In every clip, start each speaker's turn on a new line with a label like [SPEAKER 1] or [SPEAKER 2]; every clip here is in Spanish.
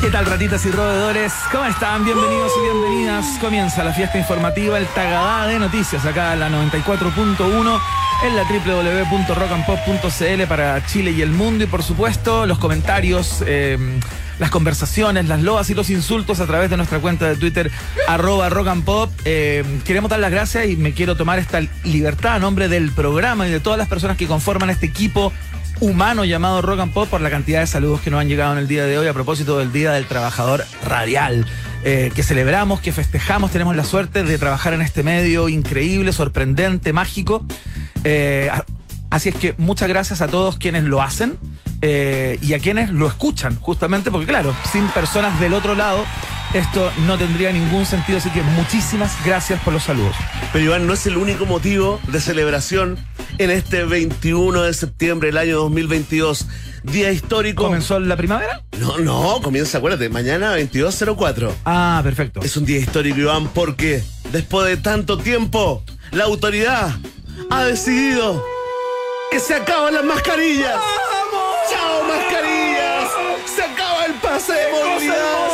[SPEAKER 1] ¿Qué tal ratitas y roedores? ¿Cómo están? Bienvenidos y bienvenidas. Comienza la fiesta informativa, el Tagadá de Noticias, acá en la 94.1, en la www.rockandpop.cl para Chile y el mundo. Y por supuesto, los comentarios, eh, las conversaciones, las loas y los insultos a través de nuestra cuenta de Twitter, arroba rockandpop. Eh, queremos dar las gracias y me quiero tomar esta libertad a nombre del programa y de todas las personas que conforman este equipo humano llamado Rock and Pop por la cantidad de saludos que nos han llegado en el día de hoy a propósito del Día del Trabajador Radial. eh, que celebramos, que festejamos, tenemos la suerte de trabajar en este medio increíble, sorprendente, mágico. Eh, a- así es que muchas gracias a todos quienes lo hacen eh, y a quienes lo escuchan, justamente porque claro, sin personas del otro lado esto no tendría ningún sentido, así que muchísimas gracias por los saludos.
[SPEAKER 2] Pero Iván, no es el único motivo de celebración en este 21 de septiembre del año 2022. Día histórico.
[SPEAKER 1] ¿Comenzó la primavera?
[SPEAKER 2] No, no, comienza, acuérdate, mañana 2204.
[SPEAKER 1] Ah, perfecto.
[SPEAKER 2] Es un día histórico, Iván, porque después de tanto tiempo, la autoridad ha decidido que se acaban las mascarillas. ¡Chao, mascarillas! ¡Se acaba el pase de movilidad!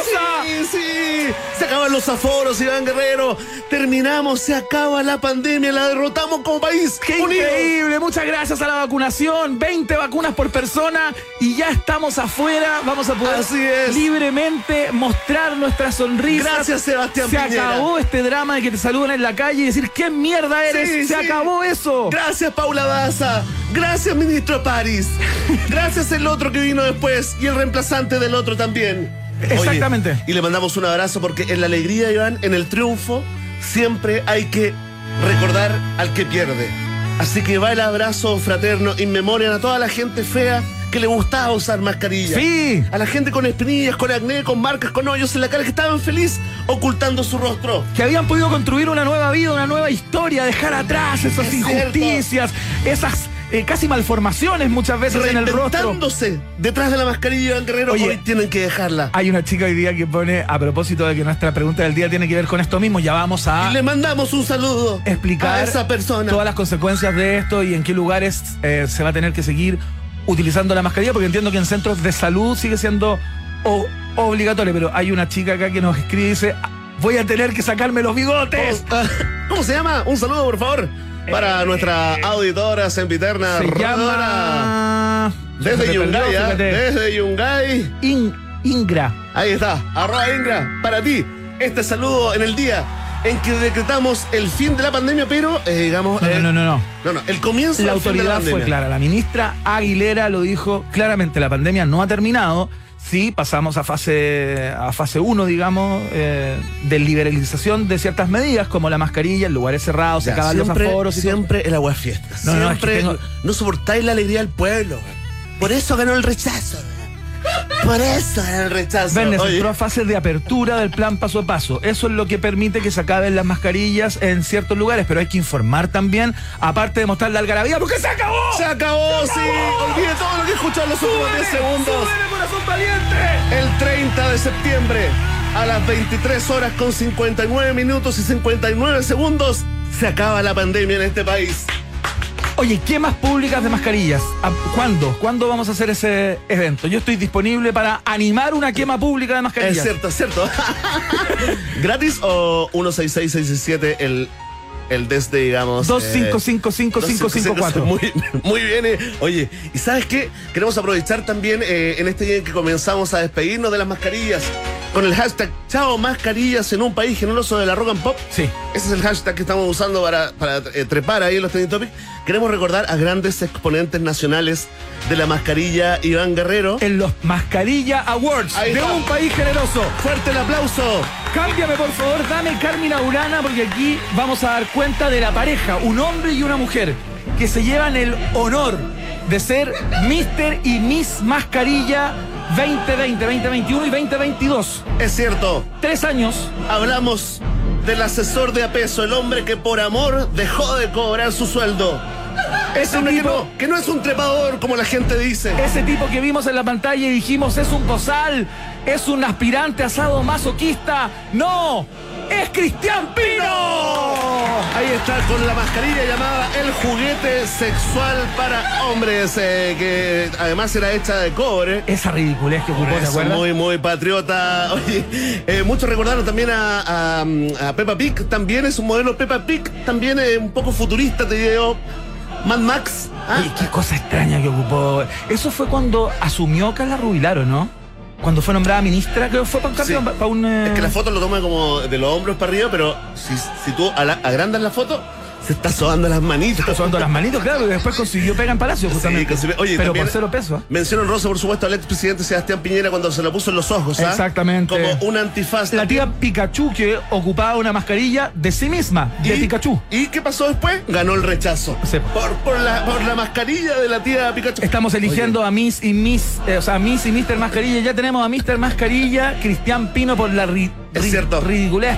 [SPEAKER 2] ¡Sí, sí! Se acaban los aforos, Iván Guerrero. Terminamos, se acaba la pandemia, la derrotamos como país.
[SPEAKER 1] ¡Qué
[SPEAKER 2] unidos.
[SPEAKER 1] increíble! Muchas gracias a la vacunación. 20 vacunas por persona y ya estamos afuera. Vamos a poder
[SPEAKER 2] Así es.
[SPEAKER 1] libremente mostrar nuestras sonrisas.
[SPEAKER 2] Gracias, Sebastián
[SPEAKER 1] Se
[SPEAKER 2] Piñera.
[SPEAKER 1] acabó este drama de que te saludan en la calle y decir ¿qué mierda eres?
[SPEAKER 2] Sí,
[SPEAKER 1] ¡Se
[SPEAKER 2] sí.
[SPEAKER 1] acabó eso!
[SPEAKER 2] Gracias, Paula Daza. Gracias, ministro París. Gracias, el otro que vino después y el reemplazante del otro también. Oye,
[SPEAKER 1] Exactamente.
[SPEAKER 2] y le mandamos un abrazo porque en la alegría, Iván, en el triunfo, siempre hay que recordar al que pierde. Así que va el abrazo fraterno in memoriam a toda la gente fea que le gustaba usar mascarilla.
[SPEAKER 1] ¡Sí!
[SPEAKER 2] A la gente con espinillas, con acné, con marcas, con hoyos en la cara que estaban feliz ocultando su rostro.
[SPEAKER 1] Que habían podido construir una nueva vida, una nueva historia, dejar atrás esas
[SPEAKER 2] Es
[SPEAKER 1] injusticias, esas eh, casi malformaciones muchas veces en el rostro.
[SPEAKER 2] reinventándose detrás de la mascarilla del guerrero
[SPEAKER 1] Oye. Ah,
[SPEAKER 2] hoy tienen que dejarla.
[SPEAKER 1] Hay una chica hoy día que pone, a propósito de que nuestra pregunta del día tiene que ver con esto mismo, ya vamos a...
[SPEAKER 2] Y le mandamos un saludo
[SPEAKER 1] ah. explicar
[SPEAKER 2] a esa persona.
[SPEAKER 1] todas las consecuencias de esto y en qué lugares eh, se va a tener que seguir utilizando la mascarilla, porque entiendo que en centros de salud sigue siendo o- obligatorio, pero hay una chica acá que nos escribe y dice, voy a tener que sacarme los bigotes.
[SPEAKER 2] ¿Cómo, Oh, ah. cómo se llama? Un saludo, por favor, para nuestra auditora
[SPEAKER 1] Eh,
[SPEAKER 2] sempiterna.
[SPEAKER 1] se
[SPEAKER 2] Rodora,
[SPEAKER 1] llama...
[SPEAKER 2] Oh, Desde
[SPEAKER 1] Me
[SPEAKER 2] Yungay,
[SPEAKER 1] perdió,
[SPEAKER 2] ¿ah?
[SPEAKER 1] fíjate.
[SPEAKER 2] desde Yungay.
[SPEAKER 1] In- Ingra.
[SPEAKER 2] Ahí está, arroba Ingra, para ti. Este saludo en el día en que decretamos el fin de la pandemia, pero eh, digamos.
[SPEAKER 1] No,
[SPEAKER 2] eh,
[SPEAKER 1] no, no, no.
[SPEAKER 2] no, no, el comienzo
[SPEAKER 1] La
[SPEAKER 2] del fin de
[SPEAKER 1] autoridad fue
[SPEAKER 2] pandemia.
[SPEAKER 1] clara. La ministra Aguilera lo dijo claramente. La pandemia no ha terminado. Sí, pasamos a fase a fase 1, digamos, eh, de liberalización de ciertas medidas como la mascarilla, en lugares cerrados, se
[SPEAKER 2] Ya,
[SPEAKER 1] acaban
[SPEAKER 2] siempre,
[SPEAKER 1] los aforos. y todo.
[SPEAKER 2] siempre el agua fiesta.
[SPEAKER 1] No, no, es que
[SPEAKER 2] siempre no,
[SPEAKER 1] tengo-
[SPEAKER 2] soportáis la alegría del pueblo. güey. Por eso ganó el rechazo. güey. Por eso ganó el rechazo.
[SPEAKER 1] Vélez
[SPEAKER 2] Oye,
[SPEAKER 1] entró a fases de apertura del plan paso a paso. Eso es lo que permite que se acaben las mascarillas en ciertos lugares, pero hay que informar también, aparte de mostrar la algarabía, porque se acabó.
[SPEAKER 2] se acabó, sí. Olvide todo lo que escuchó en los últimos 10 segundos.
[SPEAKER 1] ¡Súbele, corazón valiente!
[SPEAKER 2] El 30 de septiembre, a las 23 horas con 59 minutos y 59 segundos, se acaba la pandemia en este país.
[SPEAKER 1] Oye, ¿qué más públicas de mascarillas? ¿A- ¿Cuándo? ¿Cuándo vamos a hacer ese evento? Yo estoy disponible para animar una quema pública de
[SPEAKER 2] Es
[SPEAKER 1] mascarillas.
[SPEAKER 2] cierto, es cierto. ¿Gratis o 166667 el, el desde, digamos? eh,
[SPEAKER 1] 2555554.
[SPEAKER 2] Muy, muy bien. eh. Oye, ¿y sabes qué? Queremos aprovechar también eh, en este día en que comenzamos a despedirnos de las mascarillas con el hashtag Chao Mascarillas en un país generoso de la Rock and Pop.
[SPEAKER 1] Sí.
[SPEAKER 2] Ese es el hashtag que estamos usando para, para, eh, trepar ahí en los trending topics. Queremos recordar a grandes exponentes nacionales de la mascarilla Iván Guerrero.
[SPEAKER 1] En los Mascarilla Awards
[SPEAKER 2] Ahí
[SPEAKER 1] de
[SPEAKER 2] está.
[SPEAKER 1] un país generoso.
[SPEAKER 2] Fuerte el aplauso.
[SPEAKER 1] Cámbiame, por favor, dame Carmina Urana, porque aquí vamos a dar cuenta de la pareja, un hombre y una mujer, que se llevan el honor de ser Mr. y Miss Mascarilla 2020, 2021 y 2022.
[SPEAKER 2] Es cierto.
[SPEAKER 1] Tres años
[SPEAKER 2] Hablamos del asesor de apeso, el hombre que por amor dejó de cobrar su sueldo. Es
[SPEAKER 1] Ese
[SPEAKER 2] hombre que
[SPEAKER 1] tipo-
[SPEAKER 2] no, que no es un trepador, como la gente dice.
[SPEAKER 1] Ese tipo que vimos en la pantalla y dijimos es un bozal, es un aspirante asado masoquista. ¡No! es Cristian Pino.
[SPEAKER 2] Ahí está con la mascarilla llamada El juguete sexual para hombres, eh, que además era hecha de cobre.
[SPEAKER 1] Esa ridiculez que ocupó, ¿te
[SPEAKER 2] Es
[SPEAKER 1] acuerdas?
[SPEAKER 2] muy, muy patriota. Oye, eh, muchos recordaron también a, a- a Peppa Pig. También es un modelo Peppa Pig. También es un poco futurista, te digo. Mad Max. Ah,
[SPEAKER 1] Oye, qué cosa extraña que ocupó. Eso fue cuando asumió Carla Rubilar, ¿o no? Cuando fue nombrada ministra, creo que fue para un cambio,
[SPEAKER 2] Sí.
[SPEAKER 1] pa- pa' un... eh,
[SPEAKER 2] Es que la foto lo toma como de los hombros para arriba, pero si, si tú ala- agrandas la foto, se está sobando las manitas.
[SPEAKER 1] Está sobando las manitos, claro, y después consiguió pega en Palacio, justamente.
[SPEAKER 2] consiguió- oye,
[SPEAKER 1] Pero
[SPEAKER 2] también-
[SPEAKER 1] por cero pesos. ¿eh?
[SPEAKER 2] Menciono en rosa, por supuesto, al expresidente Sebastián Piñera cuando se la puso en los ojos. ¿ah?
[SPEAKER 1] Exactamente.
[SPEAKER 2] Como un antifaz.
[SPEAKER 1] La tía Pikachu que ocupaba una mascarilla de sí misma, de
[SPEAKER 2] ¿Y-
[SPEAKER 1] Pikachu.
[SPEAKER 2] ¿Y qué pasó después? Ganó el rechazo.
[SPEAKER 1] Sí.
[SPEAKER 2] Por, por la, por la mascarilla de la tía Pikachu.
[SPEAKER 1] Estamos eligiendo
[SPEAKER 2] Oye,
[SPEAKER 1] a Miss y Miss, eh, o sea, Miss y Mr. Mascarilla. Ya tenemos a Mr. Mascarilla, Cristian Pino por la ri-
[SPEAKER 2] Es
[SPEAKER 1] ri-
[SPEAKER 2] cierto.
[SPEAKER 1] ridiculez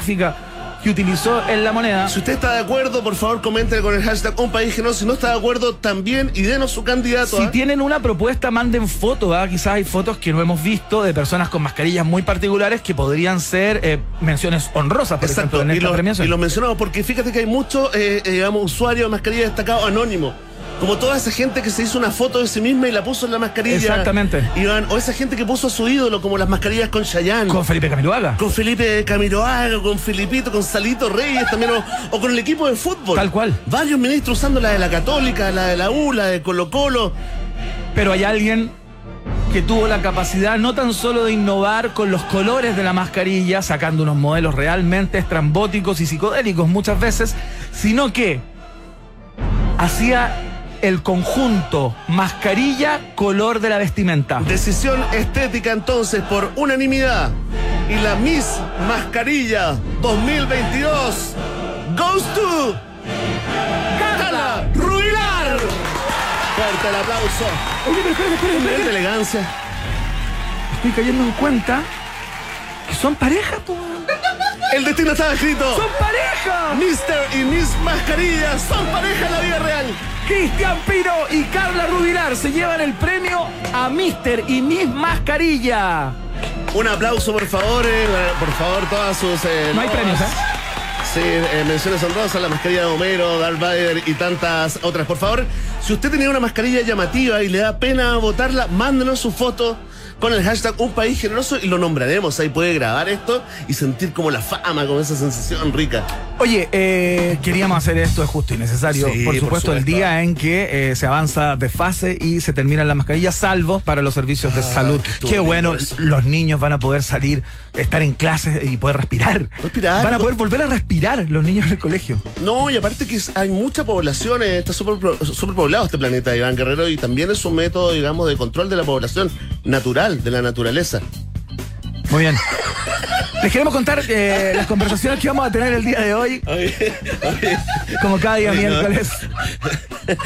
[SPEAKER 1] pornográfica que utilizó en la moneda.
[SPEAKER 2] Si usted está de acuerdo, por favor, comente con el hashtag Un País que no. Si no está de acuerdo, también y denos su candidato.
[SPEAKER 1] Si
[SPEAKER 2] ¿ah?
[SPEAKER 1] tienen una propuesta, manden fotos. ¿ah? Quizás hay fotos que no hemos visto de personas con mascarillas muy particulares que podrían ser eh, menciones honrosas, por
[SPEAKER 2] Exacto,
[SPEAKER 1] ejemplo, en
[SPEAKER 2] y
[SPEAKER 1] esta
[SPEAKER 2] los,
[SPEAKER 1] premiación.
[SPEAKER 2] y los mencionamos porque fíjate que hay muchos, eh, eh, digamos, usuarios de mascarilla destacado anónimo. Como toda esa gente que se hizo una foto de sí misma y la puso en la mascarilla.
[SPEAKER 1] Exactamente.
[SPEAKER 2] Iván, o esa gente que puso a su ídolo, como las mascarillas con Chayanne.
[SPEAKER 1] Con Felipe Camiloaga.
[SPEAKER 2] con Felipe Camiroaga, con Felipito, con Salito Reyes también, o, o con el equipo de fútbol.
[SPEAKER 1] Tal cual.
[SPEAKER 2] Varios ministros usando la de la Católica, la de la U, la de Colo Colo.
[SPEAKER 1] Pero hay alguien que tuvo la capacidad no tan solo de innovar con los colores de la mascarilla, sacando unos modelos realmente estrambóticos y psicodélicos muchas veces, sino que hacía el conjunto mascarilla color de la vestimenta.
[SPEAKER 2] Decisión estética entonces por unanimidad. Y la Miss Mascarilla 2022 goes to Carla Rubilar. Fuerte el aplauso. Nivel de elegancia.
[SPEAKER 1] Estoy cayendo en cuenta que son pareja, po.
[SPEAKER 2] El destino estaba escrito.
[SPEAKER 1] ¡Son pareja!
[SPEAKER 2] Mr. y Miss Mascarilla son pareja en la vida real.
[SPEAKER 1] Cristian Pino y Carla Rubilar se llevan el premio a Mister y Miss Mascarilla.
[SPEAKER 2] Un aplauso, por favor. eh, por favor, todas sus. eh,
[SPEAKER 1] No hay premios, ¿eh?
[SPEAKER 2] Sí, eh, menciones honrosas, la mascarilla de Homero, Darth Vader y tantas otras. Por favor, si usted tenía una mascarilla llamativa y le da pena votarla, mándenos su foto con el hashtag Un País Generoso y lo nombraremos. Ahí puede grabar esto y sentir como la fama, como esa sensación rica.
[SPEAKER 1] Oye, eh, queríamos hacer esto, es justo y necesario.
[SPEAKER 2] Sí,
[SPEAKER 1] por, supuesto,
[SPEAKER 2] por
[SPEAKER 1] el
[SPEAKER 2] supuesto.
[SPEAKER 1] día en que eh, se avanza de fase y se terminan las mascarillas, salvo para los servicios de salud.
[SPEAKER 2] Ah, qué
[SPEAKER 1] Qué,
[SPEAKER 2] lindo
[SPEAKER 1] bueno,
[SPEAKER 2] eso.
[SPEAKER 1] los niños van a poder salir, estar en clases y poder respirar.
[SPEAKER 2] Respirar.
[SPEAKER 1] Van a poder volver a respirar los niños en el colegio.
[SPEAKER 2] No, y aparte que es- hay mucha población, eh, está superpro- superpoblado este planeta, Iván Guerrero, y también es un método, digamos, de control de la población natural, de la naturaleza.
[SPEAKER 1] Muy bien. Les queremos contar eh, las conversaciones que vamos a tener el día de hoy, como cada día miércoles.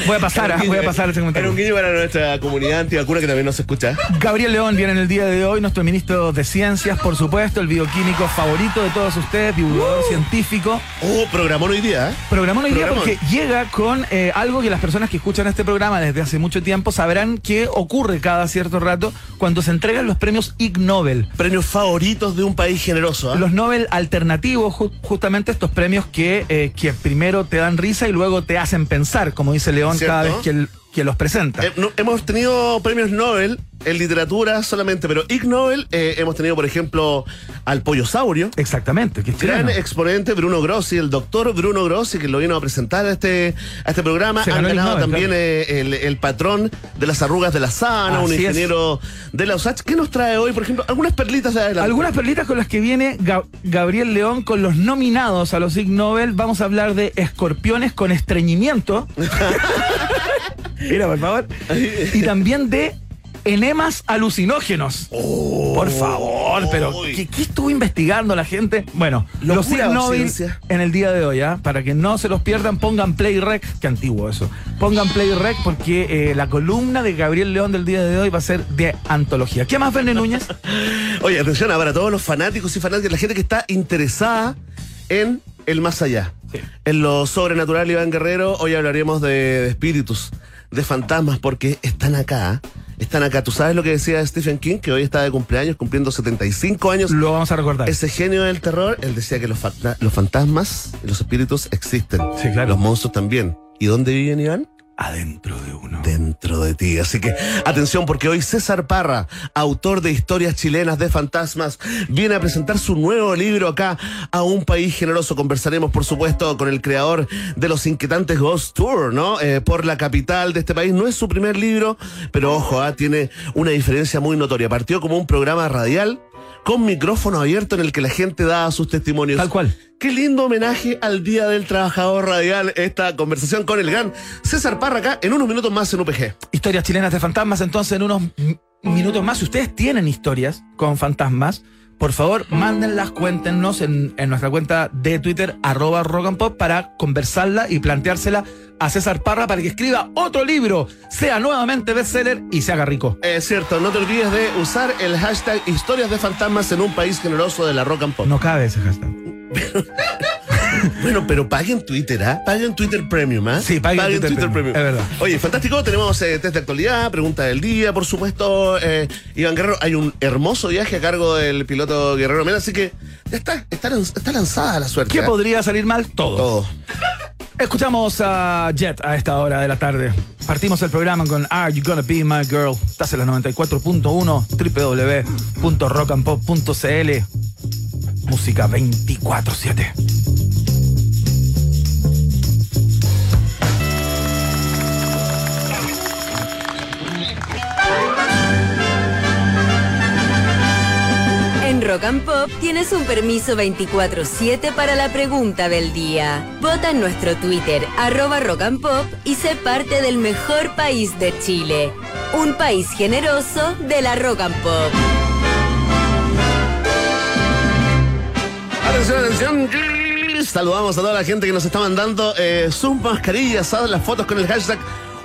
[SPEAKER 1] Voy a pasar, ah, voy a pasar ese
[SPEAKER 2] Era
[SPEAKER 1] comentario.
[SPEAKER 2] un guiño para nuestra comunidad antivacuna que también nos escucha.
[SPEAKER 1] Gabriel León viene en el día de hoy, nuestro ministro de Ciencias, por supuesto, el bioquímico favorito de todos ustedes, divulgador
[SPEAKER 2] ¡Uh!
[SPEAKER 1] científico.
[SPEAKER 2] Oh, programó hoy día, ¿eh?
[SPEAKER 1] Programó una idea
[SPEAKER 2] Programón.
[SPEAKER 1] porque llega con eh, algo que las personas que escuchan este programa desde hace mucho tiempo sabrán que ocurre cada cierto rato cuando se entregan los premios Ig Nobel.
[SPEAKER 2] Premios favoritos de un país generoso, ¿ah?
[SPEAKER 1] Los Nobel alternativos, ju- justamente estos premios que, eh, que primero te dan risa y luego te hacen pensar, como dice León
[SPEAKER 2] ¿Cierto?
[SPEAKER 1] cada vez que, él- que los presenta.
[SPEAKER 2] Eh, no, hemos tenido premios Nobel en literatura solamente, pero Ig Nobel eh, hemos tenido, por ejemplo, al Pollo Saurio.
[SPEAKER 1] Exactamente, que es
[SPEAKER 2] Gran
[SPEAKER 1] chileno.
[SPEAKER 2] exponente Bruno Grossi, el doctor Bruno Grossi, que lo vino a presentar a este, a este programa.
[SPEAKER 1] Se
[SPEAKER 2] Han
[SPEAKER 1] ganó el
[SPEAKER 2] ganado
[SPEAKER 1] Nobel,
[SPEAKER 2] también
[SPEAKER 1] claro.
[SPEAKER 2] eh, el, el patrón de las arrugas de la sana, un
[SPEAKER 1] Así es.
[SPEAKER 2] ingeniero de la USACH. ¿Qué nos trae hoy, por ejemplo? Algunas perlitas de adelante.
[SPEAKER 1] Algunas perlitas con las que viene Ga- Gabriel León con los nominados a los Ig Nobel. Vamos a hablar de escorpiones con estreñimiento. Mira, por favor. Y también de enemas alucinógenos. por favor, pero
[SPEAKER 2] Oh. uy.
[SPEAKER 1] ¿qué, qué estuvo investigando la gente? Bueno, los Ig
[SPEAKER 2] Locura o
[SPEAKER 1] Nobel
[SPEAKER 2] ciencia.
[SPEAKER 1] en el día de hoy, ¿ah? para que no se los pierdan, pongan play rec, que antiguo eso. Pongan play rec porque eh, la columna de Gabriel León del día de hoy va a ser de antología. ¿Qué más, Verne Núñez?
[SPEAKER 2] Oye, atención, ah, para todos los fanáticos y fanáticas, la gente que está interesada en el más allá, en lo sobrenatural, Iván Guerrero, hoy hablaremos de, de espíritus, de fantasmas, porque están acá. ¿eh? Están acá. ¿Tú sabes lo que decía Stephen King? Que hoy está de cumpleaños, cumpliendo 75 años.
[SPEAKER 1] Lo vamos a recordar.
[SPEAKER 2] Ese genio del terror, él decía que los, fanta- los fantasmas, los espíritus existen.
[SPEAKER 1] Sí, claro.
[SPEAKER 2] Los monstruos también. ¿Y dónde viven, Iván?
[SPEAKER 1] Adentro de uno.
[SPEAKER 2] dentro de ti. Así que atención porque hoy César Parra, autor de historias chilenas de fantasmas, viene a presentar su nuevo libro acá a un país generoso. Conversaremos, por supuesto, con el creador de los inquietantes Ghost Tour, ¿no? Eh, por la capital de este país. No es su primer libro, pero ojo, ah, tiene una diferencia muy notoria. Partió como un programa radial con micrófono abierto en el que la gente da sus testimonios.
[SPEAKER 1] Tal cual.
[SPEAKER 2] Qué lindo homenaje al Día del Trabajador Radial, esta conversación con el gran César Parra acá en unos minutos más en UPG.
[SPEAKER 1] Historias chilenas de fantasmas. Entonces, en unos m- minutos más, si ustedes tienen historias con fantasmas, por favor, mándenlas, cuéntenos en, en nuestra cuenta de Twitter, arroba rock and pop, para conversarla y planteársela a César Parra para que escriba otro libro, sea nuevamente bestseller y se haga rico.
[SPEAKER 2] Es cierto, no te olvides de usar el hashtag historias de fantasmas en un país generoso de la rock and pop.
[SPEAKER 1] No cabe ese hashtag.
[SPEAKER 2] Bueno, pero paguen Twitter, ¿ah? Paguen Twitter Premium, ¿ah?
[SPEAKER 1] Sí, paguen Twitter Premium, es verdad.
[SPEAKER 2] Oye, fantástico, tenemos eh, test de actualidad, pregunta del día, por supuesto. eh, Iván Guerrero, hay un hermoso viaje a cargo del piloto Guerrero Mena, así que ya está, está, lanz- está lanzada la suerte.
[SPEAKER 1] ¿Qué
[SPEAKER 2] ¿ah?
[SPEAKER 1] podría salir mal? Todo.
[SPEAKER 2] Todo.
[SPEAKER 1] Escuchamos a Jet a esta hora de la tarde. Partimos el programa con Are You Gonna Be My Girl? Estás en la 94.1 www.rockandpop.cl Música 24-7.
[SPEAKER 3] En Rock and Pop tienes un permiso 24-7 para la pregunta del día. Vota en nuestro Twitter, arroba Rock and Pop, y sé parte del mejor país de Chile. Un país generoso de la Rock and Pop.
[SPEAKER 2] Atención, atención. Saludamos a toda la gente que nos está mandando eh, sus mascarillas, haz las fotos con el hashtag.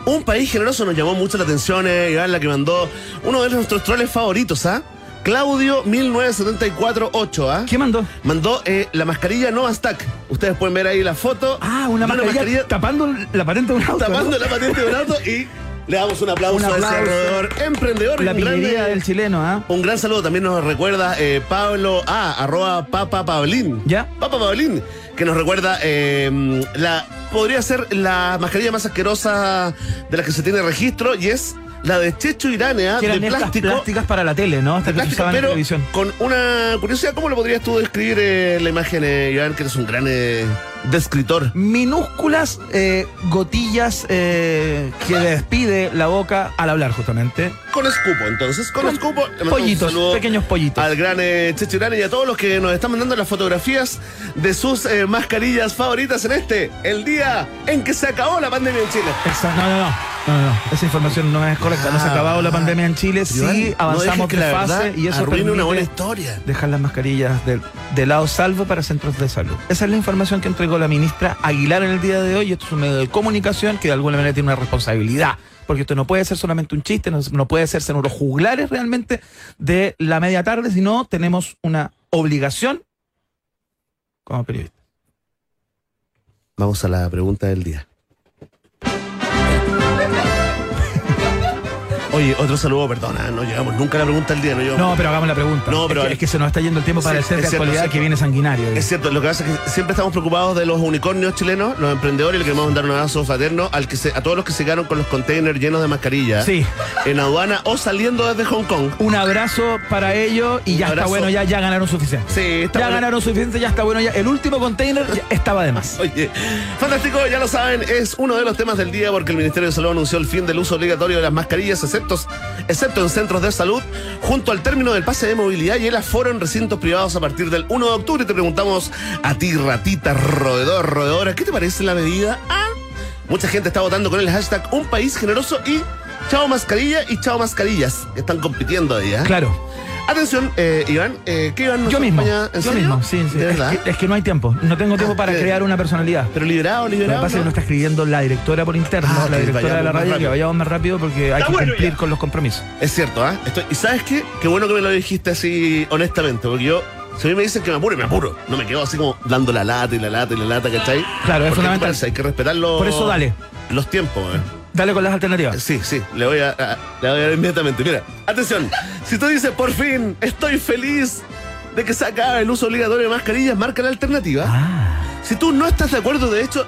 [SPEAKER 2] Un país generoso nos llamó mucho la atención, eh, Iván, la que mandó uno de nuestros troles favoritos, ¿ah? Claudio 19748, ¿ah?
[SPEAKER 1] ¿Qué mandó?
[SPEAKER 2] Mandó eh, la mascarilla Nova Stack. Ustedes pueden ver ahí la foto.
[SPEAKER 1] Ah, una
[SPEAKER 2] de
[SPEAKER 1] mascarilla, tapando la patente de un auto. ¿no?
[SPEAKER 2] tapando la patente de un auto y le damos un aplauso,
[SPEAKER 1] Un
[SPEAKER 2] a ese
[SPEAKER 1] aplauso.
[SPEAKER 2] alrededor emprendedor.
[SPEAKER 1] La
[SPEAKER 2] un grande-
[SPEAKER 1] pillería del chileno, ¿ah?
[SPEAKER 2] un gran saludo también nos recuerda eh, Pablo A, arroba Papa Pablín.
[SPEAKER 1] Ya.
[SPEAKER 2] Papa Pablín, que nos recuerda eh, la. Podría ser la mascarilla más asquerosa de la que se tiene registro y es la de Checho Iranea,
[SPEAKER 1] Que
[SPEAKER 2] Ah, de
[SPEAKER 1] eran estas
[SPEAKER 2] plástico.
[SPEAKER 1] plásticas para la tele, ¿no? Hasta
[SPEAKER 2] de
[SPEAKER 1] que se
[SPEAKER 2] plástico,
[SPEAKER 1] usaban en
[SPEAKER 2] pero
[SPEAKER 1] televisión.
[SPEAKER 2] con una curiosidad, ¿cómo lo podrías tú describir eh, la imagen, eh, Iván, que eres un gran eh, descritor?
[SPEAKER 1] minúsculas eh, gotillas eh, que despide la boca al hablar justamente.
[SPEAKER 2] Con escupo, entonces, con,
[SPEAKER 1] Con
[SPEAKER 2] escupo. le mandamos un
[SPEAKER 1] pollitos,
[SPEAKER 2] saludo
[SPEAKER 1] pequeños pollitos.
[SPEAKER 2] Al gran eh, Checho Irán y a todos los que nos están mandando las fotografías de sus eh, mascarillas favoritas en este, el día en que se acabó la pandemia en Chile.
[SPEAKER 1] Esa- no, no, no, no, no, esa información no es correcta.
[SPEAKER 2] Ah,
[SPEAKER 1] no se ha acabado la pandemia en Chile, sí avanzamos de fase y eso
[SPEAKER 2] arruina
[SPEAKER 1] permite
[SPEAKER 2] una buena historia.
[SPEAKER 1] dejar las mascarillas de, de lado salvo para centros de salud. Esa es la información que entregó la ministra Aguilar en el día de hoy. Esto es un medio de comunicación que de alguna manera tiene una responsabilidad. Porque esto no puede ser solamente un chiste, no, no puede ser ser unos juglares realmente de la media tarde, sino tenemos una obligación como periodistas.
[SPEAKER 2] Vamos a la pregunta del día. Oye, otro saludo, perdona, no llegamos nunca a la pregunta del día, no llegamos.
[SPEAKER 1] No, pero hagamos la pregunta.
[SPEAKER 2] No, pero-
[SPEAKER 1] es, que, es que se nos está yendo el tiempo para
[SPEAKER 2] Sí,
[SPEAKER 1] el set
[SPEAKER 2] es
[SPEAKER 1] de
[SPEAKER 2] cierto,
[SPEAKER 1] actualidad
[SPEAKER 2] es
[SPEAKER 1] que
[SPEAKER 2] cierto.
[SPEAKER 1] viene sanguinario.
[SPEAKER 2] Es cierto, lo que pasa es que siempre estamos preocupados de los unicornios chilenos, los emprendedores, y le queremos mandar un abrazo fraterno al que se- a todos los que se quedaron con los containers llenos de mascarillas
[SPEAKER 1] Sí.
[SPEAKER 2] en aduana o saliendo desde Hong Kong.
[SPEAKER 1] Un abrazo para ellos y
[SPEAKER 2] Un
[SPEAKER 1] ya
[SPEAKER 2] abrazo.
[SPEAKER 1] está bueno, ya, ya ganaron suficiente.
[SPEAKER 2] Sí, está
[SPEAKER 1] ya
[SPEAKER 2] bueno.
[SPEAKER 1] ganaron suficiente, ya está bueno. Ya. El último container ya estaba de más.
[SPEAKER 2] Oye, fantástico, ya lo saben, es uno de los temas del día porque el Ministerio de Salud anunció el fin del uso obligatorio de las mascarillas, excepto, excepto en centros de salud, junto al término del pase de movilidad y el aforo en recintos privados a partir del 1 de octubre. Y te preguntamos a ti, ratita, roedor, roedora, ¿qué te parece la medida? Ah, Mucha gente está votando con el hashtag Un País Generoso y Chao Mascarilla y Chao Mascarillas, que están compitiendo ahí, ¿eh?
[SPEAKER 1] Claro,
[SPEAKER 2] Atención, eh, Iván, eh, ¿qué Iván nos
[SPEAKER 1] yo mismo.
[SPEAKER 2] acompaña? ¿En
[SPEAKER 1] Yo
[SPEAKER 2] serio?
[SPEAKER 1] mismo, sí, sí.
[SPEAKER 2] ¿De
[SPEAKER 1] Es
[SPEAKER 2] verdad?
[SPEAKER 1] que, es que no hay tiempo. No tengo tiempo para
[SPEAKER 2] sí.
[SPEAKER 1] crear una personalidad.
[SPEAKER 2] Pero liberado,
[SPEAKER 1] Lo que
[SPEAKER 2] liberado.
[SPEAKER 1] pasa es que
[SPEAKER 2] ¿no?
[SPEAKER 1] nos está escribiendo la directora por interno,
[SPEAKER 2] Ah,
[SPEAKER 1] la
[SPEAKER 2] que
[SPEAKER 1] directora de la
[SPEAKER 2] vayamos más
[SPEAKER 1] radio, que
[SPEAKER 2] rápido.
[SPEAKER 1] vayamos más rápido porque hay
[SPEAKER 2] Está
[SPEAKER 1] que
[SPEAKER 2] bueno
[SPEAKER 1] cumplir
[SPEAKER 2] ya.
[SPEAKER 1] con los compromisos.
[SPEAKER 2] Es cierto, ¿ah? Estoy- ¿Y sabes qué? Qué bueno que me lo dijiste así honestamente, porque yo, si a mí me dicen que me apure, me apuro. No me quedo así como dando la lata y la lata y la lata, ¿cachai?
[SPEAKER 1] Claro, es
[SPEAKER 2] Porque,
[SPEAKER 1] fundamental.
[SPEAKER 2] pues, Hay que respetar los,
[SPEAKER 1] Por eso dale.
[SPEAKER 2] los tiempos, ¿eh?
[SPEAKER 1] Dale con las alternativas.
[SPEAKER 2] Sí, sí, le voy a, a- le voy a dar inmediatamente. Mira, atención. Si tú dices, por fin, estoy feliz de que se acabe el uso obligatorio de mascarillas, marca la alternativa.
[SPEAKER 1] Ah,
[SPEAKER 2] Si tú no estás de acuerdo, de hecho,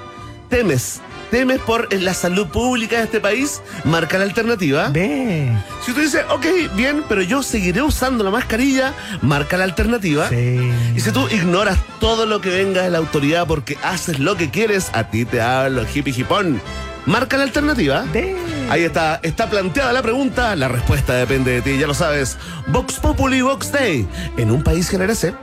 [SPEAKER 2] temes. Temes por eh, la salud pública de este país, marca la alternativa.
[SPEAKER 1] ve.
[SPEAKER 2] Si tú dices, ok, bien, pero yo seguiré usando la mascarilla, marca la alternativa.
[SPEAKER 1] Sí.
[SPEAKER 2] Y si tú ignoras todo lo que venga de la autoridad porque haces lo que quieres, a ti te hablo hippie hipón. Marca la alternativa.
[SPEAKER 1] Ve.
[SPEAKER 2] Ahí está, está planteada la pregunta, la respuesta depende de ti, ya lo sabes. Vox Populi, Vox Day. En un país que merece.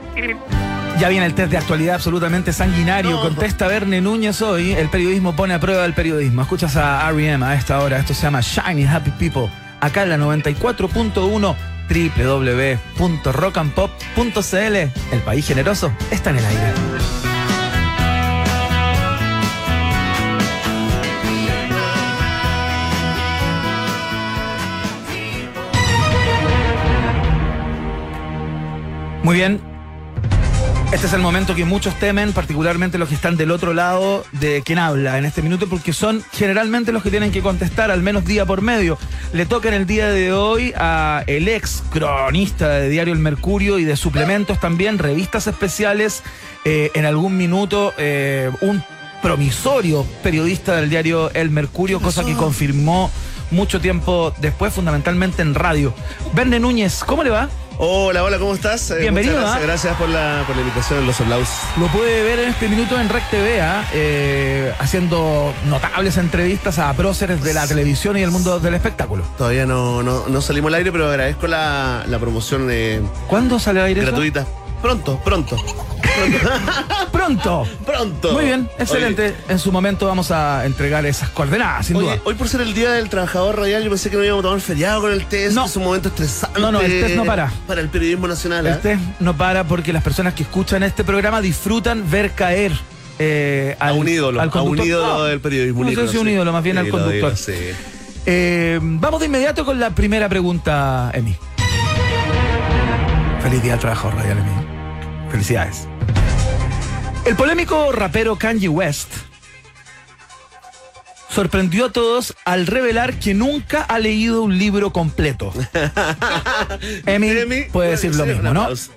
[SPEAKER 1] Ya viene el test de actualidad absolutamente sanguinario.
[SPEAKER 2] No.
[SPEAKER 1] Contesta Verne Núñez hoy. El periodismo pone a prueba el periodismo. Escuchas a R.E.M. a esta hora. Esto se llama Shiny Happy People. Acá en la 94.1 www.rockandpop.cl El país generoso está en el aire. Muy bien, este es el momento que muchos temen, particularmente los que están del otro lado de quien habla en este minuto, porque son generalmente los que tienen que contestar, al menos día por medio. Le toca en el día de hoy a el ex cronista de Diario El Mercurio y de suplementos también, revistas especiales, eh, en algún minuto eh, un promisorio periodista del diario El Mercurio, cosa que confirmó mucho tiempo después, fundamentalmente en radio. Verne Núñez, ¿cómo le va?
[SPEAKER 2] Hola, hola, ¿cómo estás? Eh,
[SPEAKER 1] Bienvenido,
[SPEAKER 2] muchas
[SPEAKER 1] ¿ah?
[SPEAKER 2] Gracias, gracias por, la, por la invitación, los aplausos.
[SPEAKER 1] Lo puede ver en este minuto en Rec TV, ¿ah? Eh, haciendo notables entrevistas a próceres de la televisión y del mundo del espectáculo.
[SPEAKER 2] Todavía no, no, no salimos al aire, pero agradezco la, la promoción eh,
[SPEAKER 1] ¿Cuándo sale al aire? eso?
[SPEAKER 2] gratuita. Pronto, pronto.
[SPEAKER 1] ¡Ah, pronto!
[SPEAKER 2] Pronto.
[SPEAKER 1] Muy bien, excelente.
[SPEAKER 2] Oye,
[SPEAKER 1] En su momento vamos a entregar esas coordenadas, sin
[SPEAKER 2] Oye,
[SPEAKER 1] duda.
[SPEAKER 2] hoy por ser el día del trabajador radial, yo pensé que no íbamos a tomar feriado con el test,
[SPEAKER 1] No.
[SPEAKER 2] que es un momento estresante.
[SPEAKER 1] No, no, el test no para.
[SPEAKER 2] Para el periodismo nacional. ¿eh?
[SPEAKER 1] El test Este no para porque las personas que escuchan este programa disfrutan ver caer eh,
[SPEAKER 2] A
[SPEAKER 1] al-
[SPEAKER 2] un ídolo,
[SPEAKER 1] al
[SPEAKER 2] a un
[SPEAKER 1] conductor.
[SPEAKER 2] ídolo
[SPEAKER 1] Ah,
[SPEAKER 2] del periodismo.
[SPEAKER 1] No sé si un
[SPEAKER 2] sí.
[SPEAKER 1] ídolo, más bien
[SPEAKER 2] Sí,
[SPEAKER 1] al
[SPEAKER 2] lo digo,
[SPEAKER 1] conductor.
[SPEAKER 2] sí.
[SPEAKER 1] Eh, vamos de inmediato con la primera pregunta, Emi. Feliz día de trabajo, Radial Emi. Felicidades. El polémico rapero Kanye West sorprendió a todos al revelar que nunca ha leído un libro completo. Emi
[SPEAKER 2] Emi,
[SPEAKER 1] puede decir lo
[SPEAKER 2] sí,
[SPEAKER 1] mismo,
[SPEAKER 2] un
[SPEAKER 1] ¿no?
[SPEAKER 2] aplauso.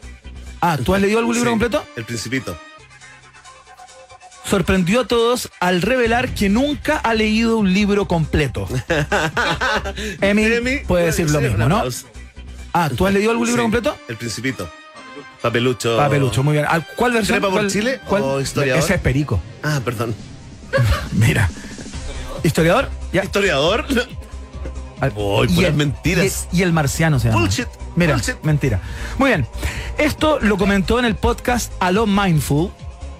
[SPEAKER 1] Ah, ¿tú has leído algún libro
[SPEAKER 2] Sí,
[SPEAKER 1] completo?
[SPEAKER 2] El Principito.
[SPEAKER 1] Sorprendió a todos al revelar que nunca ha leído un libro completo. Emi puede decir lo
[SPEAKER 2] sí,
[SPEAKER 1] mismo,
[SPEAKER 2] un
[SPEAKER 1] ¿no?
[SPEAKER 2] aplauso.
[SPEAKER 1] Ah, ¿tú has leído algún libro
[SPEAKER 2] Sí,
[SPEAKER 1] completo?
[SPEAKER 2] El Principito. Papelucho.
[SPEAKER 1] Papelucho, muy bien. Ah, ¿Cuál versión?
[SPEAKER 2] ¿Trepa por
[SPEAKER 1] cuál-
[SPEAKER 2] Chile
[SPEAKER 1] cuál-
[SPEAKER 2] o historiador?
[SPEAKER 1] Ese es Perico.
[SPEAKER 2] Ah, perdón.
[SPEAKER 1] Mira. ¿Historiador? Ya.
[SPEAKER 2] ¿Historiador?
[SPEAKER 1] Al-
[SPEAKER 2] Uy,
[SPEAKER 1] y
[SPEAKER 2] puras
[SPEAKER 1] el-
[SPEAKER 2] mentiras.
[SPEAKER 1] Y, y el marciano se llama.
[SPEAKER 2] Bullshit,
[SPEAKER 1] Mira,
[SPEAKER 2] bullshit.
[SPEAKER 1] mentira. Muy bien. Esto lo comentó en el podcast Aló Mindful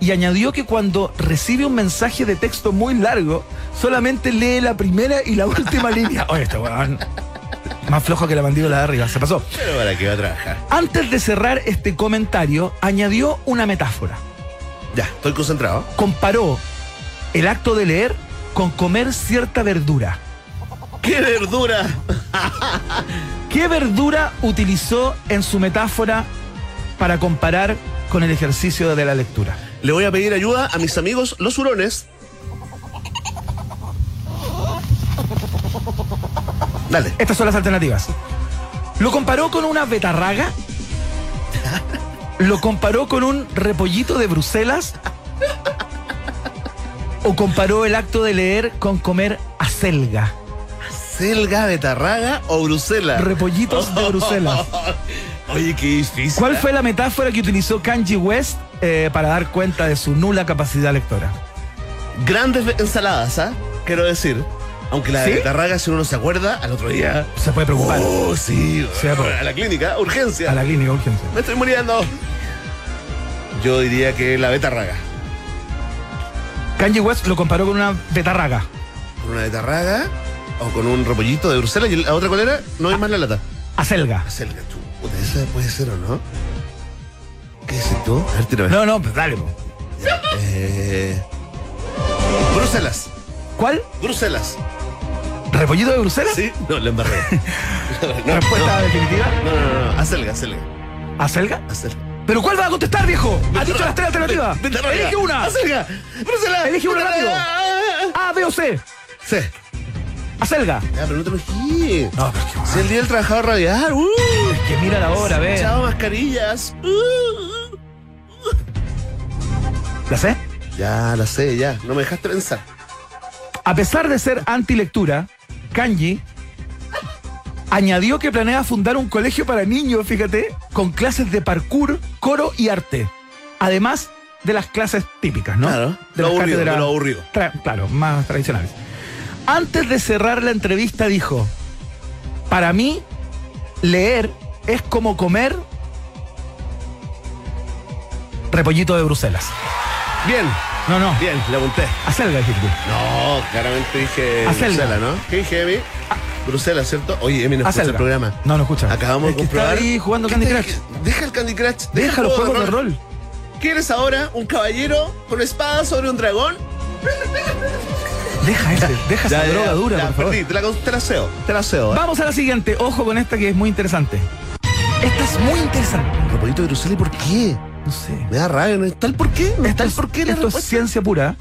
[SPEAKER 1] y añadió que cuando recibe un mensaje de texto muy largo, solamente lee la primera y la última línea. Oye, este weón. Más flojo que la mandíbula de arriba. Se pasó.
[SPEAKER 2] Pero para qué va a trabajar.
[SPEAKER 1] Antes de cerrar este comentario, añadió una metáfora.
[SPEAKER 2] Ya, estoy concentrado.
[SPEAKER 1] comparó el acto de leer con comer cierta verdura.
[SPEAKER 2] ¡Qué verdura!
[SPEAKER 1] ¿Qué verdura utilizó en su metáfora para comparar con el ejercicio de la lectura?
[SPEAKER 2] Le voy a pedir ayuda a mis amigos los hurones. Dale.
[SPEAKER 1] Estas son las alternativas. ¿Lo comparó con una betarraga? ¿Lo comparó con un repollito de Bruselas? ¿O comparó el acto de leer con comer acelga?
[SPEAKER 2] ¿Selga, Betarraga o Bruselas?
[SPEAKER 1] Repollitos de Bruselas.
[SPEAKER 2] Oye, qué difícil. ¿eh?
[SPEAKER 1] ¿Cuál fue la metáfora que utilizó Kanji West eh, para dar cuenta de su nula capacidad lectora?
[SPEAKER 2] Grandes be- ensaladas, ¿ah? Quiero decir. Aunque la
[SPEAKER 1] ¿Sí?
[SPEAKER 2] de Betarraga, si uno no se acuerda, al otro día.
[SPEAKER 1] Se puede preocupar.
[SPEAKER 2] Oh, sí.
[SPEAKER 1] Sí, a por-
[SPEAKER 2] a la clínica, urgencia.
[SPEAKER 1] A la clínica, urgencia.
[SPEAKER 2] Me estoy muriendo. Yo diría que la Betarraga.
[SPEAKER 1] Kanji West lo comparó con una betarraga.
[SPEAKER 2] ¿Con una betarraga? ¿O con un repollito de Bruselas? ¿Y la otra cuál era? No hay más la lata.
[SPEAKER 1] Acelga.
[SPEAKER 2] Acelga, tú. Puta, esa puede ser o no. ¿Qué dices tú? A ver, tírame.
[SPEAKER 1] No, no, pues dale. po.
[SPEAKER 2] Eh, Bruselas.
[SPEAKER 1] ¿Cuál?
[SPEAKER 2] Bruselas.
[SPEAKER 1] ¿Repollito de Bruselas?
[SPEAKER 2] ¿Sí? No, la embarré. No,
[SPEAKER 1] Respuesta definitiva.
[SPEAKER 2] No, no, no, no. Acelga, acelga.
[SPEAKER 1] ¿Acelga?
[SPEAKER 2] Acelga.
[SPEAKER 1] ¿Pero cuál va a contestar, viejo? Ha dicho las tres alternativas.
[SPEAKER 2] Betarraga.
[SPEAKER 1] Elige una.
[SPEAKER 2] Acelga. Bruselas.
[SPEAKER 1] Elige una
[SPEAKER 2] Betarraga.
[SPEAKER 1] rápido. A, B o C.
[SPEAKER 2] Sí.
[SPEAKER 1] Acelga.
[SPEAKER 2] Ya, pero no te mezquí.
[SPEAKER 1] No, pero es que-
[SPEAKER 2] Es el día del trabajador radial. ¡Uh!
[SPEAKER 1] es que mira la hora, ve.
[SPEAKER 2] Chao, mascarillas. ¡Uh!
[SPEAKER 1] ¿La sé?
[SPEAKER 2] Ya, la sé, ya. No me dejaste pensar.
[SPEAKER 1] A pesar de ser antilectura, Kanji añadió que planea fundar un colegio para niños, fíjate, con clases de parkour, coro y arte. Además de las clases típicas, ¿no?
[SPEAKER 2] Claro,
[SPEAKER 1] De las
[SPEAKER 2] lo aburrido,
[SPEAKER 1] cátedras
[SPEAKER 2] de lo aburrido.
[SPEAKER 1] tra- claro, más tradicionales. Antes de cerrar la entrevista dijo, para mí, leer es como comer repollito de Bruselas.
[SPEAKER 2] Bien,
[SPEAKER 1] No, no,
[SPEAKER 2] bien, le apunté.
[SPEAKER 1] acelga, dijiste.
[SPEAKER 2] No, claramente dije
[SPEAKER 1] Acelga.
[SPEAKER 2] Bruselas, ¿no? ¿Qué dije, Emi?
[SPEAKER 1] Ah.
[SPEAKER 2] Bruselas, ¿cierto? Oye, Emi, no escucha
[SPEAKER 1] Acelga.
[SPEAKER 2] el programa.
[SPEAKER 1] Ah, No, no escucha.
[SPEAKER 2] Acabamos
[SPEAKER 1] Es
[SPEAKER 2] de
[SPEAKER 1] que está
[SPEAKER 2] comprobar.
[SPEAKER 1] ahí jugando
[SPEAKER 2] ¿Qué
[SPEAKER 1] Candy
[SPEAKER 2] te-
[SPEAKER 1] Crush.
[SPEAKER 2] Deja el Candy Crush.
[SPEAKER 1] Deja
[SPEAKER 2] el
[SPEAKER 1] los
[SPEAKER 2] juego
[SPEAKER 1] juegos de rol.
[SPEAKER 2] ¿Quieres ahora un caballero con espada sobre un dragón?
[SPEAKER 1] Deja ese, deja esa droga dura,
[SPEAKER 2] ya,
[SPEAKER 1] por favor.
[SPEAKER 2] perdí, te la, con- te la ceo, te la ceo. ¿eh?
[SPEAKER 1] Vamos a la siguiente. Ojo con esta que es muy interesante. Esta es muy interesante.
[SPEAKER 2] Repollito de Bruselas, ¿por qué?
[SPEAKER 1] No sé.
[SPEAKER 2] Me da rabia, ¿no está el por qué? ¿No está el
[SPEAKER 1] es-
[SPEAKER 2] por qué? la
[SPEAKER 1] esto es
[SPEAKER 2] respuesta?
[SPEAKER 1] ciencia pura.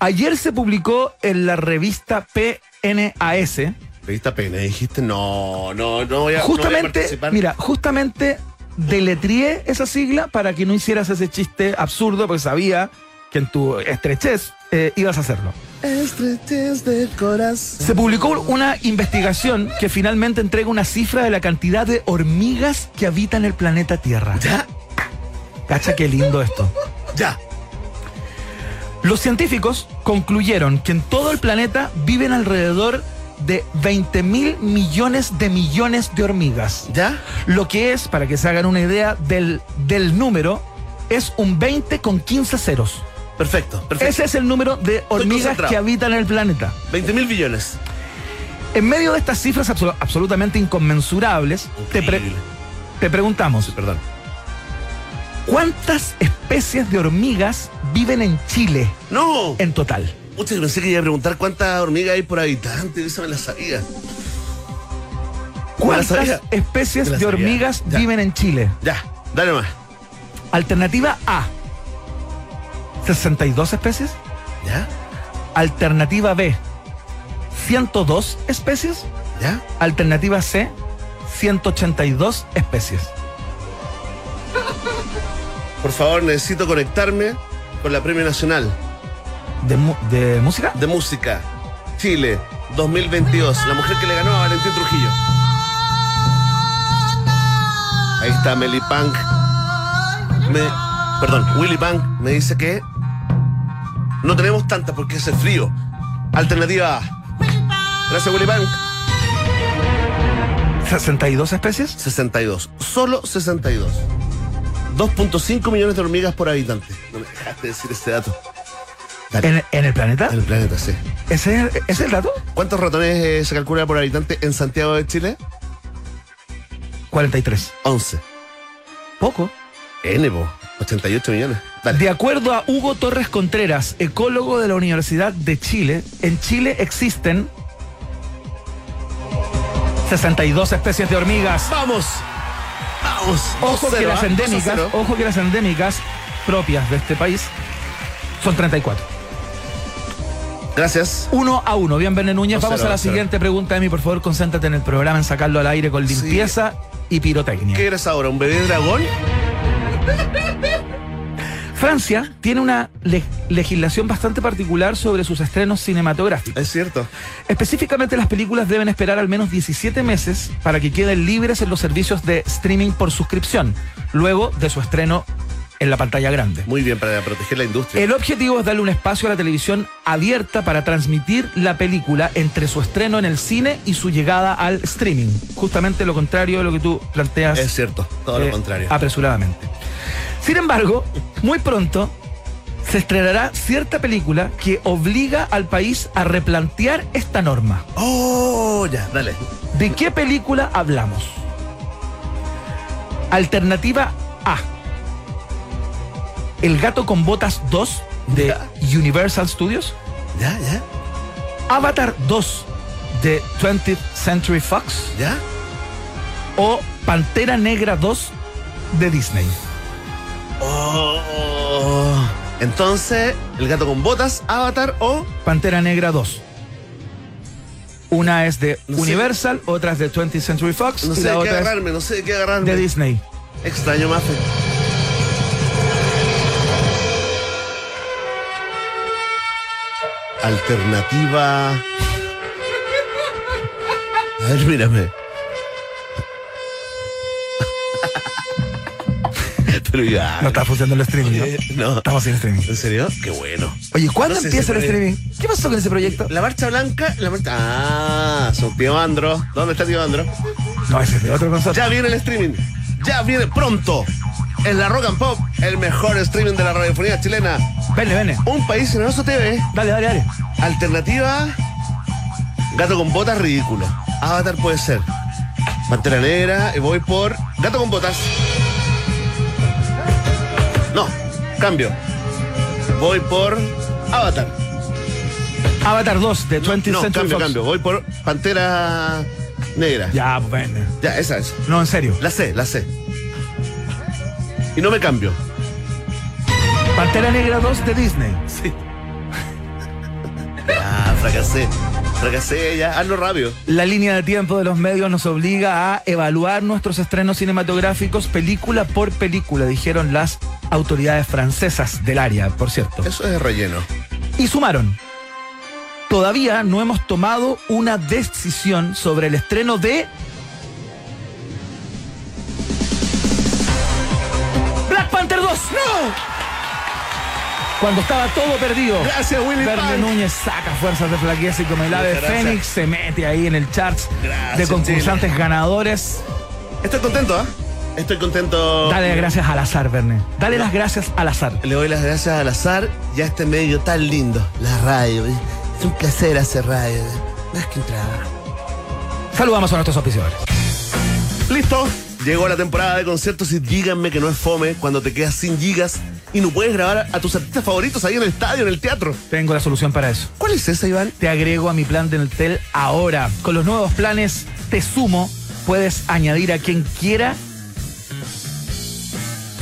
[SPEAKER 1] Ayer se publicó en la revista PNAS,
[SPEAKER 2] Revista pena, dijiste, no, no, no voy a no voy a
[SPEAKER 1] justamente,
[SPEAKER 2] participar.
[SPEAKER 1] mira, justamente deletrié esa sigla para que no hicieras ese chiste absurdo, porque sabía que en tu estrechez eh, ibas a hacerlo.
[SPEAKER 2] Estrechez de corazón.
[SPEAKER 1] Se publicó una investigación que finalmente entrega una cifra de la cantidad de hormigas que habitan el planeta Tierra.
[SPEAKER 2] Ya,
[SPEAKER 1] Cacha, qué lindo esto.
[SPEAKER 2] ya.
[SPEAKER 1] Los científicos concluyeron que en todo el planeta viven alrededor de 20 mil millones de millones de hormigas.
[SPEAKER 2] ¿Ya?
[SPEAKER 1] Lo que es, para que se hagan una idea del, del número, es un 20 con 15 ceros.
[SPEAKER 2] Perfecto, perfecto.
[SPEAKER 1] Ese es el número de hormigas
[SPEAKER 2] concentrado.
[SPEAKER 1] que habitan el planeta.
[SPEAKER 2] 20 mil billones.
[SPEAKER 1] En medio de estas cifras absolu- absolutamente inconmensurables, te, pre-
[SPEAKER 2] Increíble.
[SPEAKER 1] te preguntamos,
[SPEAKER 2] Perdón.
[SPEAKER 1] ¿cuántas especies de hormigas viven en Chile
[SPEAKER 2] ¡No!
[SPEAKER 1] en total?
[SPEAKER 2] Muchas pensé que iba a preguntar cuántas hormigas hay por habitante, esa me la sabía. Me la
[SPEAKER 1] ¿Cuántas
[SPEAKER 2] sabía.
[SPEAKER 1] especies
[SPEAKER 2] Me la
[SPEAKER 1] de
[SPEAKER 2] sabía.
[SPEAKER 1] hormigas
[SPEAKER 2] Ya.
[SPEAKER 1] viven en Chile?
[SPEAKER 2] Ya, dale más.
[SPEAKER 1] Alternativa A, 62 especies.
[SPEAKER 2] ¿Ya?
[SPEAKER 1] Alternativa B, 102 especies.
[SPEAKER 2] ¿Ya?
[SPEAKER 1] Alternativa C, 182 especies.
[SPEAKER 2] Por favor, necesito conectarme con la Premio Nacional
[SPEAKER 1] ¿De, mu- de música?
[SPEAKER 2] de Música Chile 2022. La mujer que le ganó a Valentín Trujillo. Ahí está Meli Punk. Me- perdón, Willy Punk me dice que no tenemos tantas porque hace frío. Alternativa A. Gracias, Willy Punk.
[SPEAKER 1] ¿62 especies?
[SPEAKER 2] 62. Solo 62. 2.5 millones de hormigas por habitante. No me dejaste decir este dato. Dale.
[SPEAKER 1] ¿En, en el planeta?
[SPEAKER 2] En el planeta, sí.
[SPEAKER 1] ¿Ese es, es el dato?
[SPEAKER 2] ¿Cuántos ratones eh, se calcula por habitante en Santiago de Chile?
[SPEAKER 1] 43.
[SPEAKER 2] 11.
[SPEAKER 1] Poco.
[SPEAKER 2] N, po. 88 millones. Dale.
[SPEAKER 1] De acuerdo a Hugo Torres Contreras, ecólogo de la Universidad de Chile, en Chile existen 62 especies de hormigas.
[SPEAKER 2] ¡Vamos! ¡Vamos!
[SPEAKER 1] Ojo
[SPEAKER 2] 2-0,
[SPEAKER 1] que las
[SPEAKER 2] ¿ah?
[SPEAKER 1] endémicas,
[SPEAKER 2] 2-0.
[SPEAKER 1] ojo que las endémicas propias de este país son 34.
[SPEAKER 2] Gracias.
[SPEAKER 1] Uno a uno. Bienvenido Núñez.
[SPEAKER 2] Dos
[SPEAKER 1] Vamos
[SPEAKER 2] cero,
[SPEAKER 1] a la
[SPEAKER 2] dos cero.
[SPEAKER 1] siguiente pregunta, Emi. Por favor, concéntrate en el programa, en sacarlo al aire con
[SPEAKER 2] Sí.
[SPEAKER 1] limpieza y pirotecnia.
[SPEAKER 2] ¿Qué eres ahora? ¿Un bebé dragón?
[SPEAKER 1] Francia tiene una le- legislación bastante particular sobre sus estrenos cinematográficos.
[SPEAKER 2] Es cierto.
[SPEAKER 1] Específicamente las películas deben esperar al menos 17 meses para que queden libres en los servicios de streaming por suscripción, luego de su estreno en la pantalla grande.
[SPEAKER 2] Muy bien para proteger la industria.
[SPEAKER 1] El objetivo es darle un espacio a la televisión abierta para transmitir la película entre su estreno en el cine y su llegada al streaming. Justamente lo contrario de lo que tú planteas
[SPEAKER 2] Es cierto. Todo
[SPEAKER 1] eh,
[SPEAKER 2] lo contrario.
[SPEAKER 1] Apresuradamente. Sin embargo, muy pronto se estrenará cierta película que obliga al país a replantear esta norma.
[SPEAKER 2] ¡Oh! Ya, dale.
[SPEAKER 1] ¿De qué película hablamos? Alternativa A. El gato con botas 2 de
[SPEAKER 2] Ya.
[SPEAKER 1] Universal Studios.
[SPEAKER 2] ¿Ya, ya?
[SPEAKER 1] Avatar 2 de 20th Century Fox.
[SPEAKER 2] ¿Ya?
[SPEAKER 1] O Pantera Negra 2 de Disney.
[SPEAKER 2] Oh. Entonces, el gato con botas, Avatar o
[SPEAKER 1] Pantera Negra 2. Una es de
[SPEAKER 2] No sé.
[SPEAKER 1] Universal, otra es de 20th Century Fox
[SPEAKER 2] No
[SPEAKER 1] y
[SPEAKER 2] sé
[SPEAKER 1] la
[SPEAKER 2] de qué
[SPEAKER 1] otra es
[SPEAKER 2] agarrarme, no sé de qué agarrarme.
[SPEAKER 1] de Disney.
[SPEAKER 2] Extraño eh. Mafe. Alternativa. A ver, mírame. Pero ya.
[SPEAKER 1] No está funcionando el streaming. ¿no?
[SPEAKER 2] Eh, no.
[SPEAKER 1] Estamos sin streaming.
[SPEAKER 2] ¿En serio? Qué bueno.
[SPEAKER 1] Oye, ¿cuándo
[SPEAKER 2] No sé si
[SPEAKER 1] empieza
[SPEAKER 2] se
[SPEAKER 1] el
[SPEAKER 2] puede.
[SPEAKER 1] streaming? ¿Qué pasó con ese proyecto?
[SPEAKER 2] La marcha blanca, la marcha. Ah, su tío Andro. ¿Dónde está tío Andro?
[SPEAKER 1] No, ese es de otro concepto.
[SPEAKER 2] Ya viene el streaming. Ya viene pronto. En la Rock and Pop, el mejor streaming de la radiofonía chilena.
[SPEAKER 1] Vene, vene.
[SPEAKER 2] Un país generoso TV.
[SPEAKER 1] Dale, dale, dale.
[SPEAKER 2] Alternativa. Gato con botas ridículo. Avatar puede ser. Pantera negra. Y voy por. Gato con botas. No. Cambio. Voy por. Avatar.
[SPEAKER 1] Avatar 2 de 20th
[SPEAKER 2] No,
[SPEAKER 1] Century
[SPEAKER 2] cambio,
[SPEAKER 1] Fox.
[SPEAKER 2] cambio. Voy por Pantera Negra.
[SPEAKER 1] Ya,
[SPEAKER 2] Ya,
[SPEAKER 1] pues vene.
[SPEAKER 2] esa es.
[SPEAKER 1] No, en serio.
[SPEAKER 2] La sé, la sé. Y no me cambio.
[SPEAKER 1] Pantera Negra 2 de Disney.
[SPEAKER 2] Sí. Ah, fracasé. Fracasé ya. Hazlo rápido.
[SPEAKER 1] La línea de tiempo de los medios nos obliga a evaluar nuestros estrenos cinematográficos película por película, dijeron las autoridades francesas del área, por cierto.
[SPEAKER 2] Eso es relleno.
[SPEAKER 1] Y sumaron. Todavía no hemos tomado una decisión sobre el estreno de... Black Panther 2. ¡No! Cuando estaba todo perdido.
[SPEAKER 2] Gracias, Willy
[SPEAKER 1] Verde
[SPEAKER 2] Park.
[SPEAKER 1] Núñez saca fuerzas de flaqueza y como el ave
[SPEAKER 2] Muchas gracias.
[SPEAKER 1] Fénix se mete ahí en el charts
[SPEAKER 2] Gracias,
[SPEAKER 1] de concursantes ganadores.
[SPEAKER 2] Estoy contento, ¿ah? Estoy contento.
[SPEAKER 1] Dale las gracias al azar, Verne. Dale las gracias al azar.
[SPEAKER 2] Le doy las gracias al azar y a este medio tan lindo. La radio. ¿eh? Es un placer hacer radio. ¿eh? Más que un trabajo.
[SPEAKER 1] Saludamos a nuestros auspiciadores.
[SPEAKER 2] Listo. Llegó la temporada de conciertos y díganme que no es fome cuando te quedas sin gigas y no puedes grabar a tus artistas favoritos ahí en el estadio, en el teatro.
[SPEAKER 1] Tengo la solución para eso.
[SPEAKER 2] ¿Cuál es esa, Iván?
[SPEAKER 1] te agrego a mi plan de Teltel ahora. Con los nuevos planes Te Sumo puedes añadir a quien quiera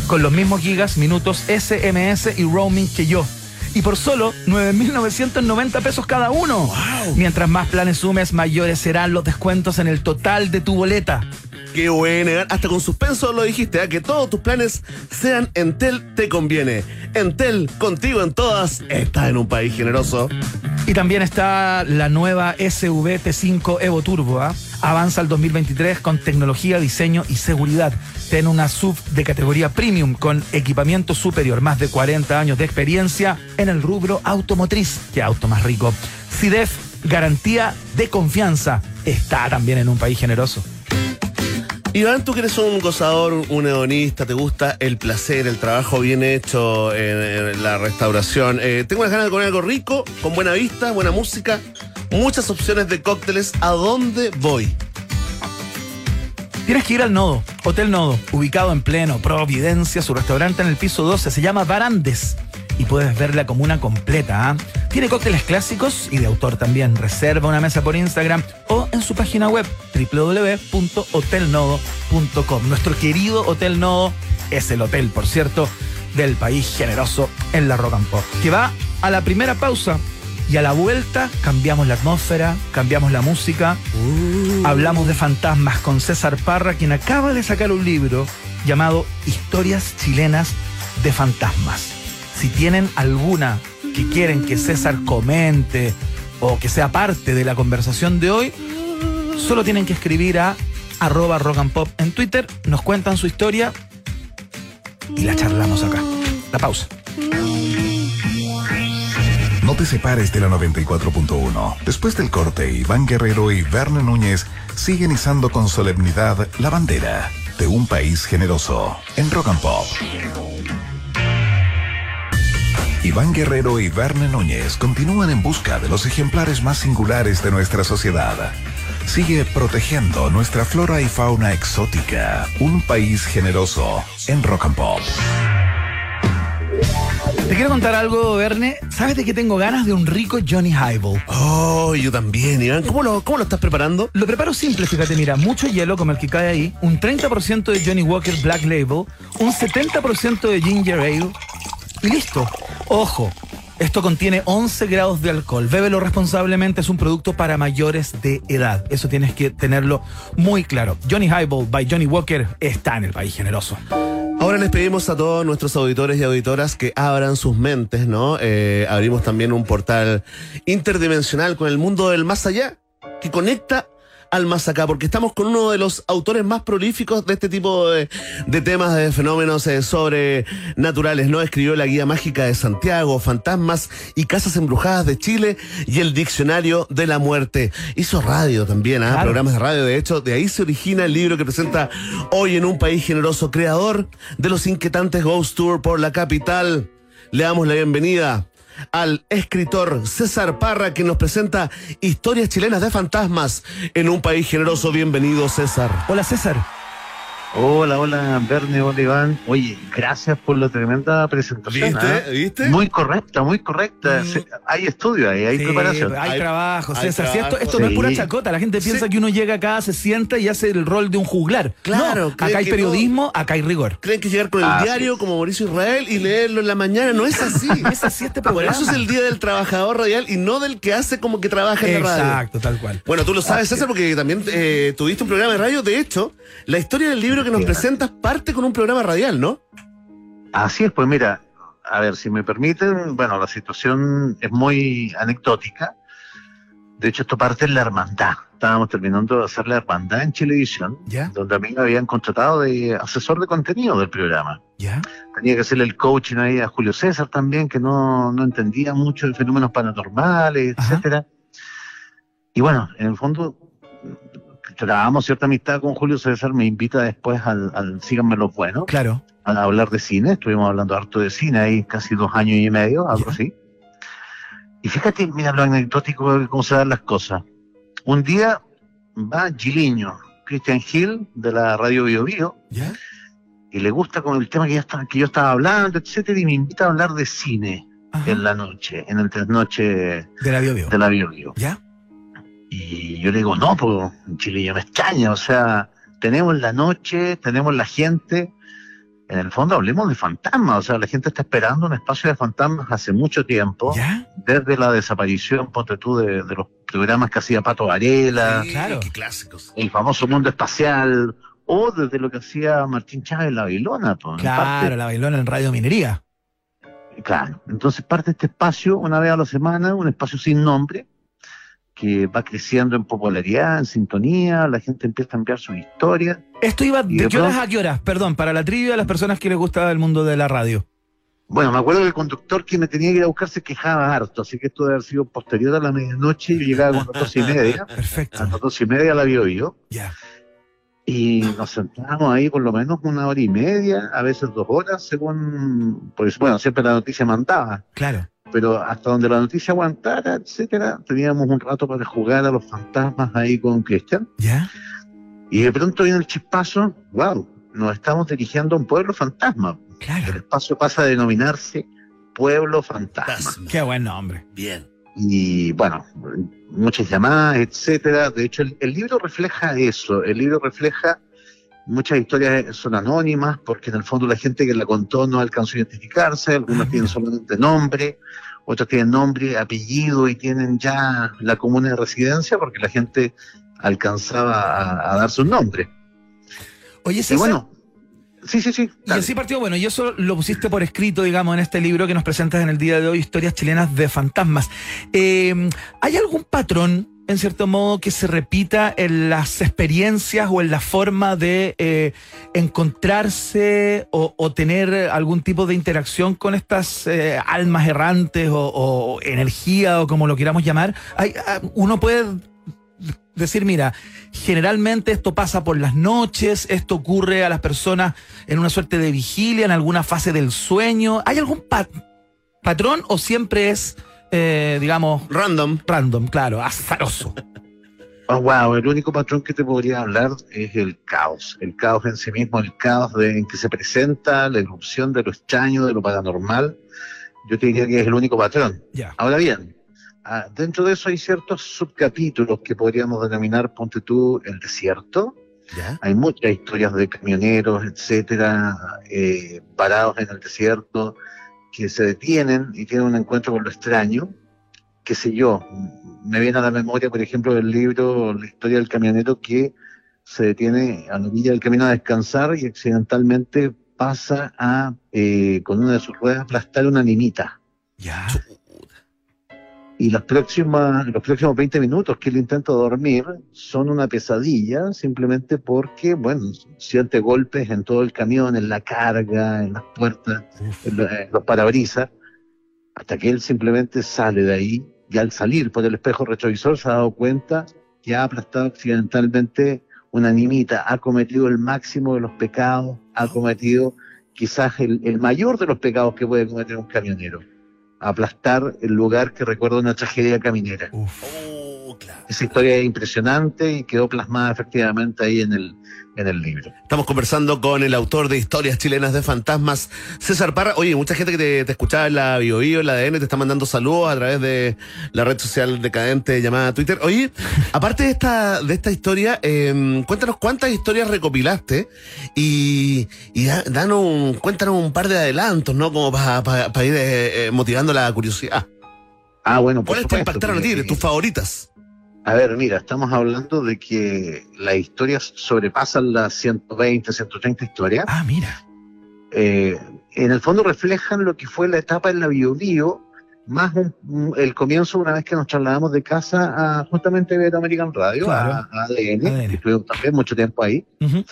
[SPEAKER 1] con los mismos gigas, minutos, SMS y roaming que yo. Y por solo 9.990 pesos cada uno. Mientras más planes sumes, mayores serán los descuentos en el total de tu boleta.
[SPEAKER 2] Qué buena, hasta con suspenso lo dijiste, ¿ah? que todos tus planes sean Entel te conviene. Entel, contigo en todas, estás en un país generoso.
[SPEAKER 1] Y también está la nueva SUV T5 Evo Turbo. ¿ah? Avanza al 2023 con tecnología, diseño y seguridad. Ten una SUV de categoría premium con equipamiento superior, más de 40 años de experiencia en el rubro automotriz. ¡Qué auto más rico! CIDEF, garantía de confianza. Está también en un país generoso.
[SPEAKER 2] Iván, tú que eres un gozador, un hedonista, te gusta el placer, el trabajo bien hecho en, en la restauración. Eh, tengo las ganas de comer algo rico, con buena vista, buena música, muchas opciones de cócteles. ¿A dónde voy?
[SPEAKER 1] Tienes que ir al Nodo, Hotel Nodo, ubicado en pleno Providencia, su restaurante en el piso 12 se llama Barandes y puedes ver la comuna completa. ¿ah? Tiene cócteles clásicos y de autor también. Reserva una mesa por Instagram o en su página web www.hotelnodo.com. Nuestro querido Hotel Nodo es el hotel, por cierto, del país generoso en la Rock and Pop, que va a la primera pausa y a la vuelta cambiamos la atmósfera, cambiamos la música. Hablamos de fantasmas con César Parra, quien acaba de sacar un libro llamado Historias chilenas de fantasmas. Si tienen alguna que quieren que César comente o que sea parte de la conversación de hoy, solo tienen que escribir a arroba rock and pop en Twitter, nos cuentan su historia y la charlamos acá. La pausa.
[SPEAKER 4] No te separes de la 94.1. Después del corte, Iván Guerrero y Verne Núñez siguen izando con solemnidad la bandera de un país generoso en Rock and Pop. Iván Guerrero y Verne Núñez continúan en busca de los ejemplares más singulares de nuestra sociedad. Sigue protegiendo nuestra flora y fauna exótica, un país generoso en Rock and Pop.
[SPEAKER 1] Te quiero contar algo, Verne. ¿Sabes de que tengo ganas de un rico Johnny Highball?
[SPEAKER 2] Oh, yo también, Iván. ¿Cómo lo, cómo lo estás preparando?
[SPEAKER 1] Lo preparo simple, fíjate, mira, mucho hielo como el que cae ahí, un 30% de Johnny Walker Black Label, un 70% de Ginger Ale y listo. Ojo, Esto contiene 11 grados de alcohol. Bébelo responsablemente, es un producto para mayores de edad. Eso tienes que tenerlo muy claro. Johnny Highball by Johnny Walker está en el país generoso.
[SPEAKER 2] Ahora les pedimos a todos nuestros auditores y auditoras que abran sus mentes, ¿no? Eh, abrimos también un portal interdimensional con el mundo del más allá, que conecta al más acá, porque estamos con uno de los autores más prolíficos de este tipo de, de temas, de fenómenos eh, sobrenaturales, ¿no? Escribió la Guía Mágica de Santiago, Fantasmas y Casas Embrujadas de Chile y el Diccionario de la Muerte. Hizo radio también, ¿ah?
[SPEAKER 1] Claro.
[SPEAKER 2] Programas de radio, de hecho, de ahí se origina el libro que presenta hoy en un país generoso, creador de los inquietantes Ghost Tour por la capital. Le damos la bienvenida al escritor César Parra que nos presenta historias chilenas de fantasmas en un país generoso. Bienvenido César.
[SPEAKER 1] Hola César.
[SPEAKER 5] Hola, hola, Verne, hola Iván. Oye, gracias por la tremenda presentación. ¿ah?
[SPEAKER 2] ¿Viste?
[SPEAKER 5] Muy correcta, muy correcta.
[SPEAKER 1] Mm.
[SPEAKER 5] Se- hay estudio ahí, hay
[SPEAKER 1] Sí,
[SPEAKER 5] preparación.
[SPEAKER 1] Hay,
[SPEAKER 2] Hay-
[SPEAKER 1] trabajo,
[SPEAKER 2] hay
[SPEAKER 1] César. Sí, esto
[SPEAKER 2] trabajo.
[SPEAKER 1] esto no es
[SPEAKER 5] Sí.
[SPEAKER 1] pura chacota. La gente piensa que uno llega acá, se sienta y hace el rol de un juglar.
[SPEAKER 2] Claro,
[SPEAKER 1] No,
[SPEAKER 2] cree
[SPEAKER 1] acá hay
[SPEAKER 2] que
[SPEAKER 1] periodismo, acá hay rigor.
[SPEAKER 2] Creen que llegar con el
[SPEAKER 5] Ah,
[SPEAKER 2] diario como Mauricio Israel y leerlo en la mañana. No es así.
[SPEAKER 1] Es así este
[SPEAKER 2] Por
[SPEAKER 1] programa.
[SPEAKER 2] eso es el día del trabajador radial y no del que hace como que trabaja en la radio.
[SPEAKER 1] Exacto, tal cual.
[SPEAKER 2] Bueno, tú lo sabes, César, porque también eh, tuviste un programa de radio. De hecho, la historia del libro que nos
[SPEAKER 5] Sí.
[SPEAKER 2] presentas parte con un programa radial, ¿no?
[SPEAKER 5] Así es, pues mira, a ver, si me permiten, bueno, la situación es muy anecdótica. De hecho, esto parte en la hermandad. Estábamos terminando de hacer la hermandad en Chilevisión,
[SPEAKER 1] ¿Ya?
[SPEAKER 5] donde a mí me habían contratado de asesor de contenido del programa.
[SPEAKER 1] ¿Ya?
[SPEAKER 5] tenía que hacerle el coaching ahí a Julio César también, que no, no entendía mucho de fenómenos paranormales,
[SPEAKER 1] Ajá.
[SPEAKER 5] etcétera. Y bueno, en el fondo mm, trabajamos cierta amistad con Julio César, me invita después al, al Síganme los Buenos,
[SPEAKER 1] Claro.
[SPEAKER 5] a hablar de cine, estuvimos hablando harto de cine ahí casi dos años y medio, algo
[SPEAKER 1] Ya.
[SPEAKER 5] así. Y fíjate, mira lo anecdótico de cómo se dan las cosas. Un día va Giliño, Christian Hill, de la radio Bio Bio,
[SPEAKER 1] ¿Ya?
[SPEAKER 5] y le gusta con el tema que, ya está- que yo estaba hablando, etcétera, y me invita a hablar de cine
[SPEAKER 1] Ajá.
[SPEAKER 5] en la noche, en el trasnoche
[SPEAKER 1] De la bio, Bio.
[SPEAKER 5] de la Bio Bio.
[SPEAKER 1] ¿Ya?
[SPEAKER 5] Y yo le digo, no, pues, chilillo, me extraña, o sea, tenemos la noche, tenemos la gente, en el fondo hablemos de fantasmas, o sea, la gente está esperando un espacio de fantasmas hace mucho tiempo,
[SPEAKER 1] ¿Ya?
[SPEAKER 5] desde la desaparición, ponte tú, de, de los programas que hacía Pato
[SPEAKER 2] Ah,
[SPEAKER 5] Varela,
[SPEAKER 1] Sí, claro.
[SPEAKER 2] Qué clásicos.
[SPEAKER 5] el famoso mundo espacial, o desde lo que hacía Martín Chávez en la Bailona, pues, en parte.
[SPEAKER 1] Claro, la bailona en Radio Minería.
[SPEAKER 5] Claro, entonces parte este espacio una vez a la semana, un espacio sin nombre, que va creciendo en popularidad, en sintonía, la gente empieza a enviar sus historias.
[SPEAKER 1] Esto iba
[SPEAKER 5] Y
[SPEAKER 1] de
[SPEAKER 5] de
[SPEAKER 1] qué horas
[SPEAKER 5] pronto-
[SPEAKER 1] a qué horas, perdón, para la trivia a las personas que les gusta el mundo de la radio.
[SPEAKER 5] Bueno, me acuerdo que el conductor que me tenía que ir a buscar se quejaba harto, así que esto debe haber sido posterior a la medianoche y llegaba como a las dos y media, a
[SPEAKER 1] Perfecto.
[SPEAKER 5] las dos y media la vio yo.
[SPEAKER 1] Ya.
[SPEAKER 5] Y nos sentábamos ahí por lo menos una hora y media, a veces dos horas, según, pues bueno, siempre la noticia mandaba.
[SPEAKER 1] Claro.
[SPEAKER 5] pero hasta donde la noticia aguantara, etcétera, teníamos un rato para jugar a los fantasmas ahí con Cristian.
[SPEAKER 1] ¿Ya?
[SPEAKER 5] Y de pronto viene el chispazo, wow, nos estamos dirigiendo a un pueblo fantasma. El
[SPEAKER 1] Claro.
[SPEAKER 5] espacio pasa a denominarse Pueblo Fantasma.
[SPEAKER 2] Fantasmas.
[SPEAKER 1] Qué buen nombre.
[SPEAKER 2] Bien.
[SPEAKER 5] Y bueno, muchas llamadas, etcétera. De hecho, el, el libro refleja eso. El libro refleja muchas historias eh, son anónimas porque en el fondo la gente que la contó no alcanzó a identificarse. Algunas tienen solamente nombre, otras tienen nombre, apellido y tienen ya la comuna de residencia porque la gente alcanzaba a, a dar sus nombres.
[SPEAKER 1] Oye,
[SPEAKER 5] y
[SPEAKER 1] César,
[SPEAKER 5] bueno, sí, sí, sí.
[SPEAKER 1] y así partió, bueno, y eso lo pusiste por escrito, digamos, en este libro que nos presentas en el día de hoy, Historias chilenas de fantasmas. Eh, ¿Hay algún patrón, en cierto modo, que se repita en las experiencias o en la forma de eh, encontrarse o, o tener algún tipo de interacción con estas eh, almas errantes o, o energía o como lo queramos llamar? Hay- ah, uno puede decir, mira, generalmente esto pasa por las noches, esto ocurre a las personas en una suerte de vigilia, en alguna fase del sueño. ¿Hay algún pa- patrón o siempre es, eh, digamos,
[SPEAKER 2] Random.
[SPEAKER 1] random, claro, azaroso?
[SPEAKER 5] Oh, wow, el único patrón que te podría hablar es el caos. El caos en sí mismo, el caos de- en que se presenta la irrupción de lo extraño, de lo paranormal. Yo te diría que es el único patrón.
[SPEAKER 1] Ya.
[SPEAKER 5] Ahora bien, ah, dentro de eso hay ciertos subcapítulos que podríamos denominar, ponte tú, el desierto.
[SPEAKER 2] ¿Ya?
[SPEAKER 5] Hay muchas historias de camioneros, etcétera, eh, parados en el desierto, que se detienen y tienen un encuentro con lo extraño, qué sé yo, me viene a la memoria, por ejemplo, el libro La historia del camionero que se detiene a la orilla del camino a descansar y accidentalmente pasa a, eh, con una de sus ruedas, aplastar una nimita.
[SPEAKER 1] Ya.
[SPEAKER 5] Y las próximas, los próximos 20 minutos que él intenta dormir son una pesadilla, simplemente porque, bueno, siente golpes en todo el camión, en la carga, en las puertas, en lo- en los parabrisas, hasta que él simplemente sale de ahí y al salir por el espejo retrovisor se ha dado cuenta que ha aplastado accidentalmente una nimita, ha cometido el máximo de los pecados, ha cometido quizás el, el mayor de los pecados que puede cometer un camionero, aplastar el lugar que recuerda una tragedia caminera.
[SPEAKER 2] Oh, claro.
[SPEAKER 5] Esa historia es impresionante y quedó plasmada efectivamente ahí en el, en el libro.
[SPEAKER 2] Estamos conversando con el autor de Historias Chilenas de Fantasmas, César Parra. Oye, mucha gente que te, te escuchaba en la BioBio, en la ADN, te está mandando saludos a través de la red social decadente llamada Twitter. Oye, aparte de esta, de esta historia, eh, cuéntanos cuántas historias recopilaste y, y da- danos un- cuéntanos un par de adelantos, ¿no? Como para ir eh, eh, motivando la curiosidad.
[SPEAKER 5] Ah, bueno, por
[SPEAKER 2] ¿Cuáles te
[SPEAKER 5] supuesto,
[SPEAKER 2] impactaron a ti,
[SPEAKER 5] porque-
[SPEAKER 2] de tus favoritas?
[SPEAKER 5] A ver, mira, estamos hablando de que las historias sobrepasan las 120, 130 historias.
[SPEAKER 1] Ah, mira.
[SPEAKER 5] Eh, en el fondo reflejan lo que fue la etapa en la BioBio, más un- un- el comienzo una vez que nos trasladamos de casa a justamente American Radio,
[SPEAKER 1] Claro.
[SPEAKER 5] a, a ADN,
[SPEAKER 1] ADN.
[SPEAKER 5] estuvimos también mucho tiempo ahí.
[SPEAKER 1] Ujú.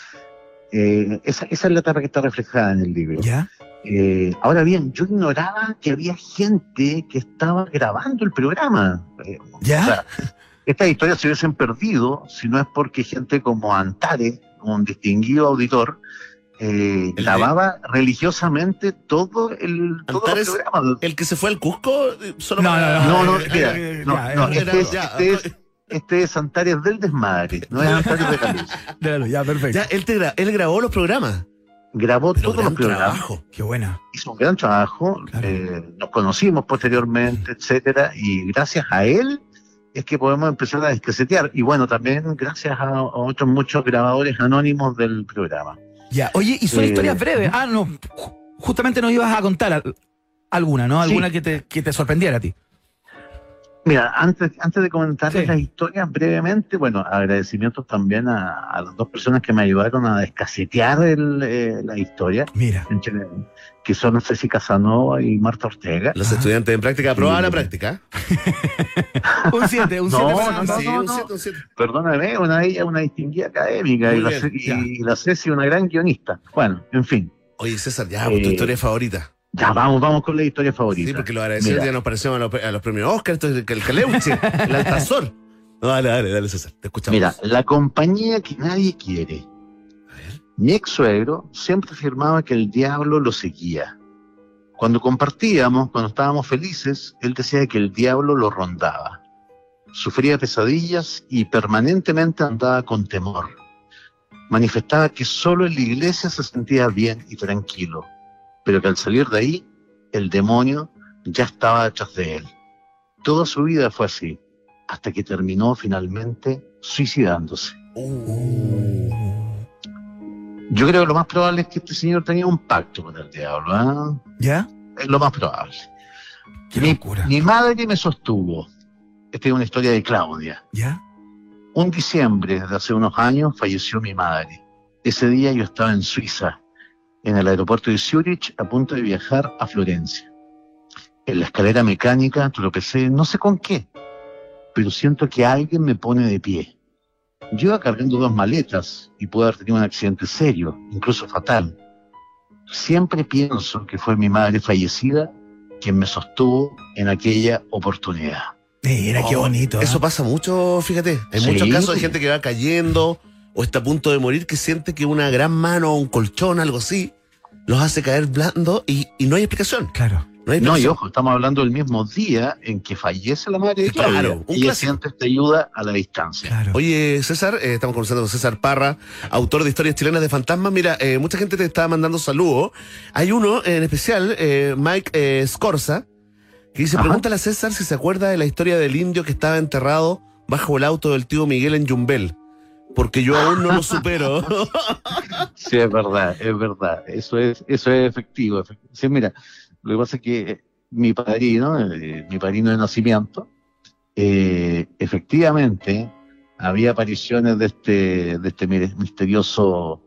[SPEAKER 5] Eh, esa, esa es la etapa que está reflejada en el libro.
[SPEAKER 1] Ya.
[SPEAKER 5] Eh, ahora bien, yo ignoraba que había gente que estaba grabando el programa. Eh,
[SPEAKER 1] Ya.
[SPEAKER 5] sea, estas historias se hubiesen perdido si no es porque gente como Antares, un distinguido auditor, eh,
[SPEAKER 2] El-
[SPEAKER 5] grababa religiosamente todo el todo el
[SPEAKER 2] Antares-
[SPEAKER 5] programa.
[SPEAKER 2] ¿El que se fue al Cusco? eh, Solo
[SPEAKER 1] No,
[SPEAKER 2] para-
[SPEAKER 5] No, no,
[SPEAKER 1] eh,
[SPEAKER 5] mira,
[SPEAKER 1] eh,
[SPEAKER 5] no,
[SPEAKER 1] ya,
[SPEAKER 5] no,
[SPEAKER 1] eh,
[SPEAKER 5] este es,
[SPEAKER 2] ya,
[SPEAKER 5] este es- este es Antares del desmadre, no es Antares de la luz.
[SPEAKER 1] Claro, ya, perfecto.
[SPEAKER 2] Ya, él, te gra- él grabó los programas.
[SPEAKER 5] Grabó
[SPEAKER 2] Pero
[SPEAKER 5] todos
[SPEAKER 2] gran
[SPEAKER 5] los programas,
[SPEAKER 2] trabajo.
[SPEAKER 1] Qué buena.
[SPEAKER 5] hizo un gran trabajo,
[SPEAKER 1] Claro.
[SPEAKER 5] eh, nos conocimos posteriormente, etcétera, y gracias a él es que podemos empezar a descasetear. Y bueno, también gracias a, a otros muchos grabadores anónimos del programa.
[SPEAKER 1] Ya. Oye, y son
[SPEAKER 5] Eh,
[SPEAKER 1] historias breves. Ah, no. ju- Justamente nos ibas a contar al- alguna, ¿no?
[SPEAKER 5] Sí.
[SPEAKER 1] Alguna que, te, que te sorprendiera a ti.
[SPEAKER 5] Mira, antes, antes de comentarles
[SPEAKER 1] Sí.
[SPEAKER 5] las historias brevemente, bueno, agradecimientos también a, a las dos personas que me ayudaron a descasetear el, eh, la historia,
[SPEAKER 1] Mira.
[SPEAKER 5] que son Ceci Casanova y Marta Ortega.
[SPEAKER 2] Los estudiantes en práctica aprobaban la práctica.
[SPEAKER 1] Un 7, un
[SPEAKER 5] No,
[SPEAKER 1] 7
[SPEAKER 5] no, no,
[SPEAKER 2] Sí,
[SPEAKER 5] no,
[SPEAKER 2] un
[SPEAKER 5] no.
[SPEAKER 2] siete, un siete.
[SPEAKER 5] perdóname, una ella una distinguida académica
[SPEAKER 2] Muy
[SPEAKER 5] y, la,
[SPEAKER 2] bien,
[SPEAKER 5] Ce- y-
[SPEAKER 2] ya.
[SPEAKER 5] y la Ceci una gran guionista. Bueno, en fin,
[SPEAKER 2] Oye, César, ya,
[SPEAKER 5] Eh,
[SPEAKER 2] tu historia favorita.
[SPEAKER 5] ya vamos, vamos con la historia favorita.
[SPEAKER 2] Sí, porque los agradecidos
[SPEAKER 5] Mira.
[SPEAKER 2] ya nos parecemos a los, a los premios Oscar, esto es el, el Caleuche, el Altazor. No, dale, dale, dale, César, te escuchamos.
[SPEAKER 5] Mira, la compañía que nadie quiere. Mi ex suegro siempre afirmaba que el diablo lo seguía. Cuando compartíamos, cuando estábamos felices, él decía que el diablo lo rondaba. Sufría pesadillas y permanentemente andaba con temor. Manifestaba que solo en la iglesia se sentía bien y tranquilo, pero que al salir de ahí, el demonio ya estaba detrás de él. Toda su vida fue así hasta que terminó finalmente suicidándose. Yo creo que lo más probable es que este señor tenía un pacto con el diablo. ¿ah?
[SPEAKER 1] ¿Ya?
[SPEAKER 5] Es lo más probable.
[SPEAKER 1] Qué
[SPEAKER 5] Mi-
[SPEAKER 1] locura.
[SPEAKER 5] Mi madre me sostuvo. Esta es una historia de Claudia.
[SPEAKER 1] ¿Ya?
[SPEAKER 5] Un diciembre de hace unos años falleció mi madre. Ese día yo estaba en Suiza, en el aeropuerto de Zurich, a punto de viajar a Florencia. En la escalera mecánica tropecé, no sé con qué, pero siento que alguien me pone de pie. Yo iba cargando dos maletas y pude haber tenido un accidente serio, incluso fatal. Siempre pienso que fue mi madre fallecida quien me sostuvo en aquella oportunidad.
[SPEAKER 1] Mira, qué
[SPEAKER 2] Oh,
[SPEAKER 1] bonito. ¿eh?
[SPEAKER 2] Eso pasa mucho, fíjate. Hay
[SPEAKER 5] Sí.
[SPEAKER 2] muchos casos de gente que va cayendo o está a punto de morir que siente que una gran mano o un colchón, algo así, los hace caer blando y, y no hay explicación.
[SPEAKER 1] Claro.
[SPEAKER 2] No hay
[SPEAKER 5] No, y
[SPEAKER 2] explicación.
[SPEAKER 5] ojo, estamos hablando del mismo día en que fallece la madre de
[SPEAKER 2] Claro,
[SPEAKER 5] Claudia.
[SPEAKER 2] un
[SPEAKER 5] Ella
[SPEAKER 2] clásico.
[SPEAKER 5] siente esta ayuda a la distancia.
[SPEAKER 1] Claro.
[SPEAKER 2] Oye, César, eh, estamos conversando con César Parra, autor de Historias Chilenas de Fantasmas. Mira, eh, mucha gente te está mandando saludos. Hay uno en especial, eh, Mike eh, Scorza, que dice,
[SPEAKER 5] Ajá.
[SPEAKER 2] pregúntale a César si se acuerda de la historia del indio que estaba enterrado bajo el auto del tío Miguel en Yumbel. Porque yo aún no lo supero.
[SPEAKER 5] Sí, es verdad, es verdad. Eso es, eso es efectivo. efe- Sí, mira, Lo que pasa es que mi padrino, eh, mi padrino de nacimiento, eh, efectivamente había apariciones de este, de este misterioso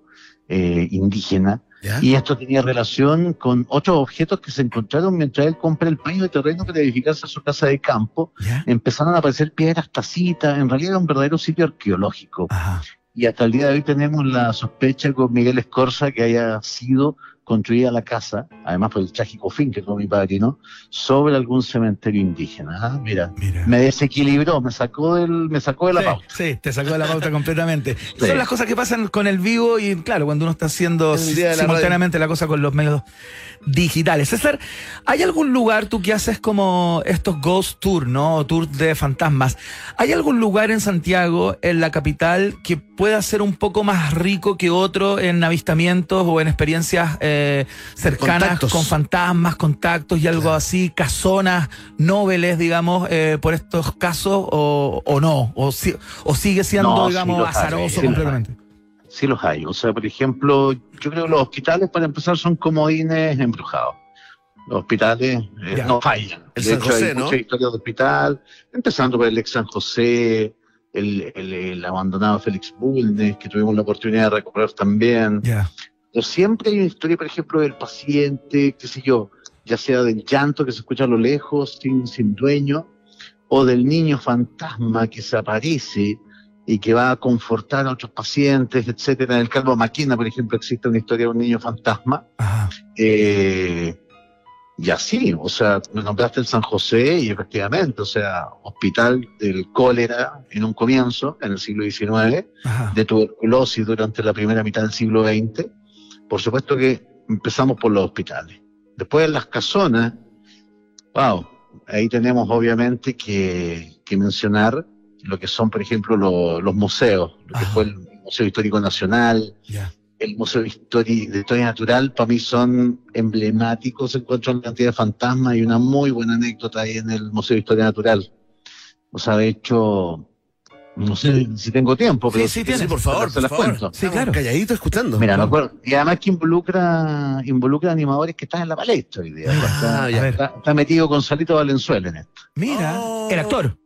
[SPEAKER 5] eh, indígena
[SPEAKER 2] ¿Ya?
[SPEAKER 5] y esto tenía relación con otros objetos que se encontraron mientras él compra el paño de terreno para edificarse su casa de campo.
[SPEAKER 2] ¿Ya?
[SPEAKER 5] Empezaron a aparecer piedras tacitas, en realidad era un verdadero sitio arqueológico.
[SPEAKER 2] Ajá.
[SPEAKER 5] Y hasta el día de hoy tenemos la sospecha con Miguel Escorza que haya sido construida la casa, además por el trágico fin que tuvo mi padrino, sobre algún cementerio indígena. Ah, Mira,
[SPEAKER 2] Mira.
[SPEAKER 5] me desequilibró, me sacó del, me sacó de la
[SPEAKER 1] sí,
[SPEAKER 5] pauta.
[SPEAKER 1] sí, te sacó de la pauta completamente. Son las cosas que pasan con el vivo y, claro, cuando uno está haciendo
[SPEAKER 2] El día de la
[SPEAKER 1] simultáneamente la cosa con los medios digitales. César, ¿hay algún lugar tú que haces como estos ghost tour, ¿no? O Tour de fantasmas. ¿Hay algún lugar en Santiago, en la capital, que pueda ser un poco más rico que otro en avistamientos o en experiencias eh, cercanas
[SPEAKER 2] Contactos.
[SPEAKER 1] con fantasmas, contactos y algo así, casonas, noveles, digamos, eh, por estos casos o, o no? O, si- ¿O sigue siendo,
[SPEAKER 5] No, sí
[SPEAKER 1] digamos,
[SPEAKER 5] los hay,
[SPEAKER 1] azaroso
[SPEAKER 5] sí los
[SPEAKER 1] completamente?
[SPEAKER 5] Sí los hay. O sea, por ejemplo, yo creo que los hospitales, para empezar, son comodines embrujados. Los hospitales eh,
[SPEAKER 1] Ya.
[SPEAKER 5] no fallan.
[SPEAKER 2] El
[SPEAKER 5] de
[SPEAKER 2] San
[SPEAKER 5] hecho,
[SPEAKER 2] José,
[SPEAKER 5] hay
[SPEAKER 2] ¿no?
[SPEAKER 5] muchas historias de hospital, empezando por el ex San José, el, el- el abandonado Félix Bulnes, que tuvimos la oportunidad de recorrer también.
[SPEAKER 1] Ya.
[SPEAKER 5] Pero siempre hay una historia, por ejemplo, del paciente, qué sé yo, ya sea del llanto que se escucha a lo lejos, sin, sin dueño, o del niño fantasma que se aparece y que va a confortar a otros pacientes, etcétera. En el Calvo Maquina, por ejemplo, existe una historia de un niño fantasma.
[SPEAKER 1] Ajá.
[SPEAKER 5] Eh, y así, o sea, me nombraste el San José y efectivamente, o sea, hospital del cólera en un comienzo, en el siglo XIX,
[SPEAKER 1] Ajá.
[SPEAKER 5] de tuberculosis durante la primera mitad del siglo XX, por supuesto que empezamos por los hospitales. Después en las casonas, wow, ahí tenemos obviamente que, que mencionar lo que son, por ejemplo, lo- los museos, lo que
[SPEAKER 1] Ajá.
[SPEAKER 5] fue el Museo Histórico Nacional,
[SPEAKER 1] Ya.
[SPEAKER 5] el Museo de Histori- de Historia Natural, para mí son emblemáticos, encuentro una cantidad de fantasmas y una muy buena anécdota ahí en el Museo de Historia Natural. O sea, de hecho, no sé si tengo tiempo,
[SPEAKER 1] Sí,
[SPEAKER 5] pero
[SPEAKER 1] sí,
[SPEAKER 5] si-
[SPEAKER 1] tienes,
[SPEAKER 2] Sí, por favor,
[SPEAKER 5] se
[SPEAKER 2] por
[SPEAKER 5] las
[SPEAKER 2] favor.
[SPEAKER 5] cuento.
[SPEAKER 1] Sí, claro.
[SPEAKER 2] Calladito escuchando.
[SPEAKER 5] Mira, me acuerdo. Y además que involucra, involucra animadores que están en la palestra hoy día.
[SPEAKER 2] Ah,
[SPEAKER 1] A
[SPEAKER 2] ya.
[SPEAKER 1] ver,
[SPEAKER 5] Está, está metido Gonzalito Valenzuela en esto.
[SPEAKER 1] mira,
[SPEAKER 2] Oh.
[SPEAKER 1] el actor.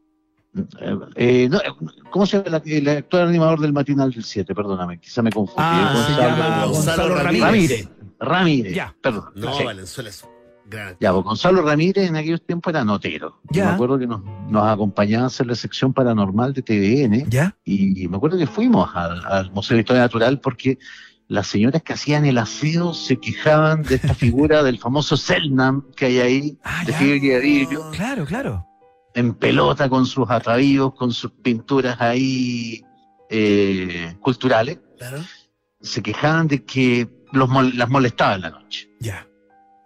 [SPEAKER 5] Eh, eh, no, eh, ¿Cómo se llama el, el actual animador del matinal del 7? Perdóname, quizá me confundí. eh,
[SPEAKER 1] Ah, se
[SPEAKER 5] Gonzalo-
[SPEAKER 1] llama
[SPEAKER 2] Gonzalo
[SPEAKER 1] Gonzalo
[SPEAKER 2] Ramírez.
[SPEAKER 1] Ramírez.
[SPEAKER 5] Ramírez. Ramírez.
[SPEAKER 1] Ya.
[SPEAKER 5] Perdón.
[SPEAKER 2] No,
[SPEAKER 5] Sí.
[SPEAKER 2] Valenzuela es un gran.
[SPEAKER 5] Ya, pues Gonzalo Ramírez en aquellos tiempos era notero.
[SPEAKER 1] Ya.
[SPEAKER 5] Me acuerdo que nos, nos acompañaba a hacer la sección paranormal de TVN
[SPEAKER 1] ¿Ya?
[SPEAKER 5] y me acuerdo que fuimos al, al Museo de Historia Natural porque las señoras que hacían el aseo se quejaban de esta figura del famoso Selnam que hay ahí,
[SPEAKER 1] Ah,
[SPEAKER 5] de
[SPEAKER 1] ya.
[SPEAKER 5] fibra de vidrio,
[SPEAKER 1] Claro, claro.
[SPEAKER 5] en pelota con sus atavíos, con sus pinturas ahí eh, culturales.
[SPEAKER 2] Claro.
[SPEAKER 5] Se quejaban de que los, mol- las molestaba en la noche.
[SPEAKER 1] Ya.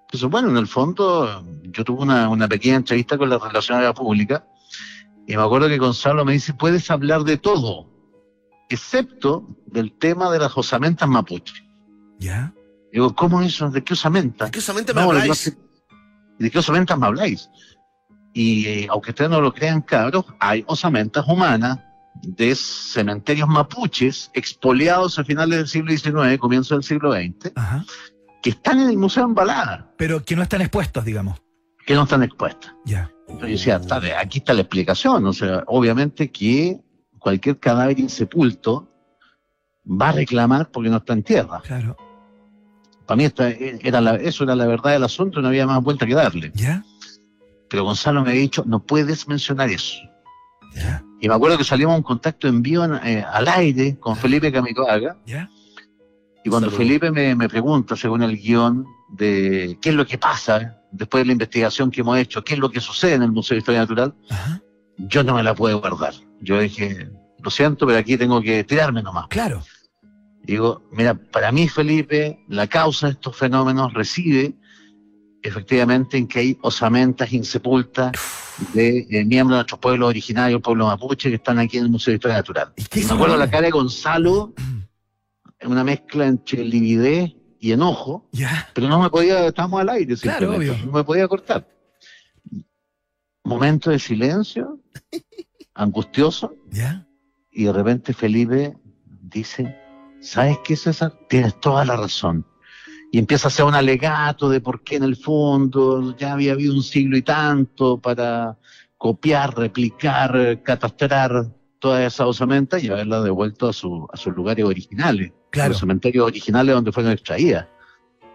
[SPEAKER 5] Entonces, bueno, en el fondo, yo tuve una, una pequeña entrevista con la relacionada pública y me acuerdo que Gonzalo me dice, puedes hablar de todo, excepto del tema de las osamentas mapuche.
[SPEAKER 1] Ya.
[SPEAKER 5] Digo, ¿cómo eso? ¿De qué osamenta?
[SPEAKER 2] Curiosamente me
[SPEAKER 5] No, lo que
[SPEAKER 2] habláis.
[SPEAKER 5] pasa es- ¿De qué osamentas me habláis? Y eh, aunque ustedes no lo crean, cabros, hay osamentas humanas de cementerios mapuches expoliados a finales del siglo XIX, comienzo del siglo XX,
[SPEAKER 1] Ajá.
[SPEAKER 5] que están en el Museo Embalada
[SPEAKER 1] Pero que no están expuestos, digamos.
[SPEAKER 5] que no están expuestas.
[SPEAKER 1] Ya.
[SPEAKER 5] Entonces yo decía, "Está bien, aquí está la explicación. O sea, obviamente que cualquier cadáver insepulto va a reclamar porque no está en tierra.
[SPEAKER 1] Claro.
[SPEAKER 5] Para mí esta eh, era la- eso era la verdad del asunto y no había más vuelta que darle.
[SPEAKER 1] Ya.
[SPEAKER 5] Pero Gonzalo me había dicho, no puedes mencionar eso.
[SPEAKER 1] Ya.
[SPEAKER 5] Y me acuerdo que salimos a un contacto en vivo en- eh, al aire con Felipe Camicoaga,
[SPEAKER 1] Ya.
[SPEAKER 5] Y cuando
[SPEAKER 2] Saludos.
[SPEAKER 5] Felipe me, me pregunta, según el guión, de qué es lo que pasa después de la investigación que hemos hecho, qué es lo que sucede en el Museo de Historia Natural,
[SPEAKER 1] Ajá.
[SPEAKER 5] yo no me la pude guardar. Yo dije, lo siento, pero aquí tengo que tirarme nomás.
[SPEAKER 1] Claro.
[SPEAKER 5] Digo, mira, para mí, Felipe, la causa de estos fenómenos reside efectivamente en que hay osamentas insepultas de eh, miembros de nuestros pueblos originarios, pueblos mapuche, que están aquí en el Museo de Historia Natural.
[SPEAKER 1] ¿Y qué
[SPEAKER 5] Y me
[SPEAKER 1] hizo
[SPEAKER 5] acuerdo la
[SPEAKER 1] Ramírez?
[SPEAKER 5] cara de Gonzalo, una mezcla entre lividez y enojo,
[SPEAKER 1] Ya.
[SPEAKER 5] pero no me podía, estábamos al aire,
[SPEAKER 1] Claro,
[SPEAKER 5] simplemente,
[SPEAKER 1] obvio.
[SPEAKER 5] no me podía cortar. Momento de silencio, angustioso,
[SPEAKER 1] Ya.
[SPEAKER 5] y de repente Felipe dice, ¿sabes qué, César? Tienes toda la razón. y empieza a hacer un alegato de por qué en el fondo ya había habido un siglo y tanto para copiar, replicar, catastrar toda esa osamenta y haberla devuelto a, su, a sus lugares originales, a
[SPEAKER 1] Claro.
[SPEAKER 5] los cementerios originales donde fueron extraídas.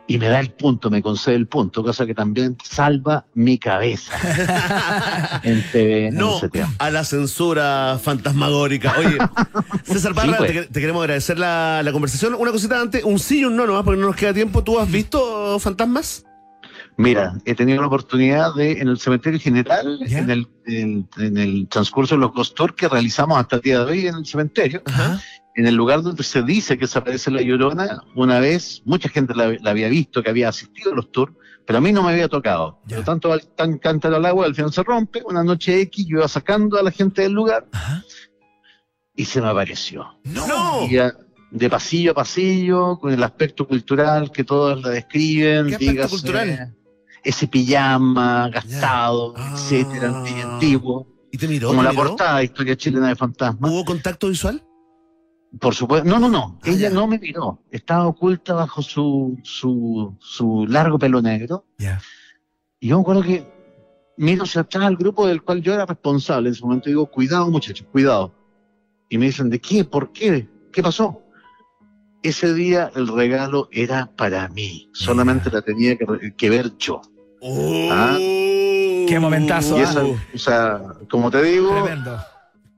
[SPEAKER 5] Y me da el punto, me concede el punto, cosa que también salva mi cabeza en TV en
[SPEAKER 2] No
[SPEAKER 5] ese tiempo.
[SPEAKER 2] a la censura fantasmagórica. Oye, César Parra,
[SPEAKER 5] Sí, pues.
[SPEAKER 2] te, te queremos agradecer la, la conversación. Una cosita antes, un sí y un no nomás, porque no nos queda tiempo. ¿Tú has visto fantasmas?
[SPEAKER 5] Mira, he tenido la oportunidad de, en el cementerio general,
[SPEAKER 1] ¿Ya?
[SPEAKER 5] en, el, en, en el transcurso de los ghost tours que realizamos hasta el día de hoy en el cementerio,
[SPEAKER 1] Ajá.
[SPEAKER 5] en el lugar donde se dice que se aparece la llorona, una vez mucha gente la, la había visto, que había asistido a los tours, pero a mí no me había tocado.
[SPEAKER 1] Ya.
[SPEAKER 5] Por lo tanto, al- tan cántaro al agua, al final se rompe. Una noche X, yo iba sacando a la gente del lugar
[SPEAKER 1] Ajá.
[SPEAKER 5] y se me apareció.
[SPEAKER 2] No.
[SPEAKER 5] Y a- de pasillo a pasillo, con el aspecto cultural que todos la describen.
[SPEAKER 2] ¿Qué aspecto
[SPEAKER 5] dígase,
[SPEAKER 2] cultural?
[SPEAKER 5] Ese pijama gastado,
[SPEAKER 2] Ah.
[SPEAKER 5] etcétera, muy antiguo.
[SPEAKER 2] ¿Y te miró?
[SPEAKER 5] Como
[SPEAKER 2] te
[SPEAKER 5] la
[SPEAKER 2] miró?
[SPEAKER 5] portada de Historia Chilena de Fantasmas.
[SPEAKER 2] ¿Hubo contacto visual?
[SPEAKER 5] Por supuesto. No, no, no.
[SPEAKER 2] Ah, ya.
[SPEAKER 5] Ella no me miró. Estaba oculta bajo su, su, su largo pelo negro.
[SPEAKER 1] Ya.
[SPEAKER 5] Y yo me acuerdo que miro hacia atrás al grupo del cual yo era responsable en su momento. Digo, cuidado, muchachos, cuidado. Y me dicen, ¿de qué? ¿Por qué? ¿Qué pasó? Ese día el regalo era para mí. Solamente la tenía que, re- que ver yo.
[SPEAKER 2] Oh.
[SPEAKER 5] Ah.
[SPEAKER 1] Qué momentazo,
[SPEAKER 5] Y
[SPEAKER 1] ah.
[SPEAKER 5] esa, o sea, como te digo,
[SPEAKER 1] Tremendo.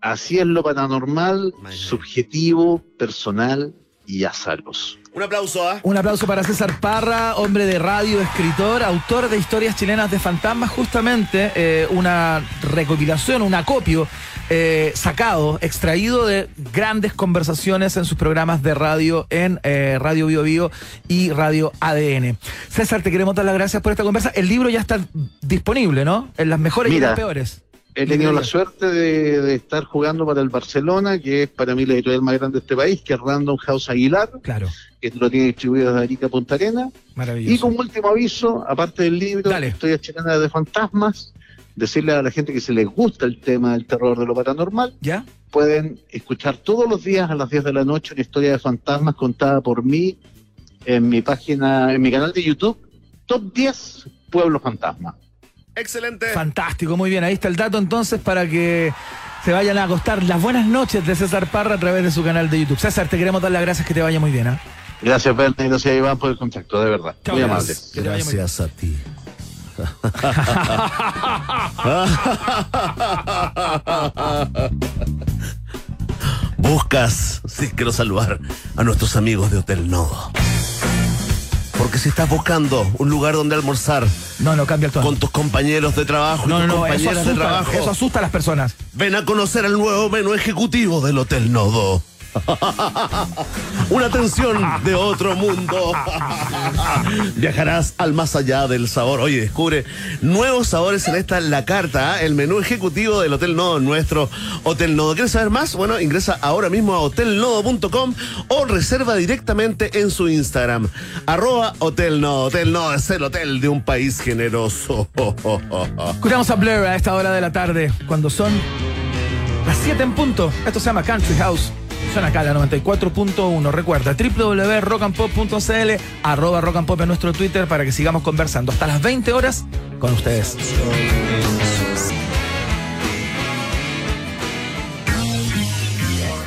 [SPEAKER 5] así es lo paranormal,
[SPEAKER 2] Imagínate.
[SPEAKER 5] subjetivo, personal y azaroso.
[SPEAKER 2] Un aplauso, ¿ah?
[SPEAKER 1] Un aplauso para César Parra, hombre de radio, escritor, autor de historias chilenas de fantasmas, justamente eh, una recopilación, un acopio eh, sacado, extraído de grandes conversaciones en sus programas de radio en eh, Radio Bio Bio y Radio ADN. César, te queremos dar las gracias por esta conversa. El libro ya está disponible, ¿no? En las mejores y en
[SPEAKER 5] Mira.
[SPEAKER 1] las peores.
[SPEAKER 5] He tenido
[SPEAKER 1] Mira.
[SPEAKER 5] la suerte de, de estar jugando para el Barcelona, que es para mí la editorial más grande de este país, que es Random House Aguilar,
[SPEAKER 1] Claro,
[SPEAKER 5] que lo tiene distribuido desde Arica a Punta Arena.
[SPEAKER 1] maravilloso.
[SPEAKER 5] Y como último aviso, aparte del libro,
[SPEAKER 1] Dale.
[SPEAKER 5] Historias Chilenas de Fantasmas, decirle a la gente que si les gusta el tema del terror de lo paranormal,
[SPEAKER 1] ¿Ya?
[SPEAKER 5] pueden escuchar todos los días a las 10 de la noche una historia de fantasmas contada por mí en mi página, en mi canal de YouTube, Top 10 Pueblos Fantasmas.
[SPEAKER 2] Excelente.
[SPEAKER 1] Fantástico, muy bien. Ahí está el dato entonces para que se vayan a acostar las buenas noches de César Parra a través de su canal de YouTube. César, te queremos dar las gracias, que te vaya muy bien. ¿ah?
[SPEAKER 5] Gracias, Berta, y gracias, Iván, por el contacto, de verdad.
[SPEAKER 1] Chao,
[SPEAKER 5] Muy
[SPEAKER 1] gracias.
[SPEAKER 5] amable.
[SPEAKER 1] Que te vaya muy bien.
[SPEAKER 2] a ti. Buscas, sí, quiero saludar a nuestros amigos de Hotel Nodo. Porque si estás buscando un lugar donde almorzar
[SPEAKER 1] No, no, cambia el tono.
[SPEAKER 2] con tus compañeros de trabajo y
[SPEAKER 1] No, no,
[SPEAKER 2] tus
[SPEAKER 1] no, eso
[SPEAKER 2] compañeras de
[SPEAKER 1] asusta,
[SPEAKER 2] trabajo,
[SPEAKER 1] eso asusta a las personas.
[SPEAKER 2] Ven a conocer el nuevo menú ejecutivo del Hotel Nodo. Una tensión de otro mundo. Viajarás al más allá del sabor. Oye, descubre nuevos sabores en esta La Carta, ¿ah? el menú ejecutivo del Hotel Nodo, nuestro Hotel Nodo. ¿Quieres saber más? Bueno, ingresa ahora mismo a hotelnodo.com o reserva directamente en su Instagram. Arroba Hotel Nodo. Hotel Nodo es el hotel de un país generoso.
[SPEAKER 1] Escuchamos a Blair a esta hora de la tarde, cuando son las 7 en punto. Esto se llama Country House. Suena acá la 94.1. Recuerda, www.rockandpop.cl, arroba rockandpop en nuestro Twitter para que sigamos conversando hasta las 20 horas con ustedes.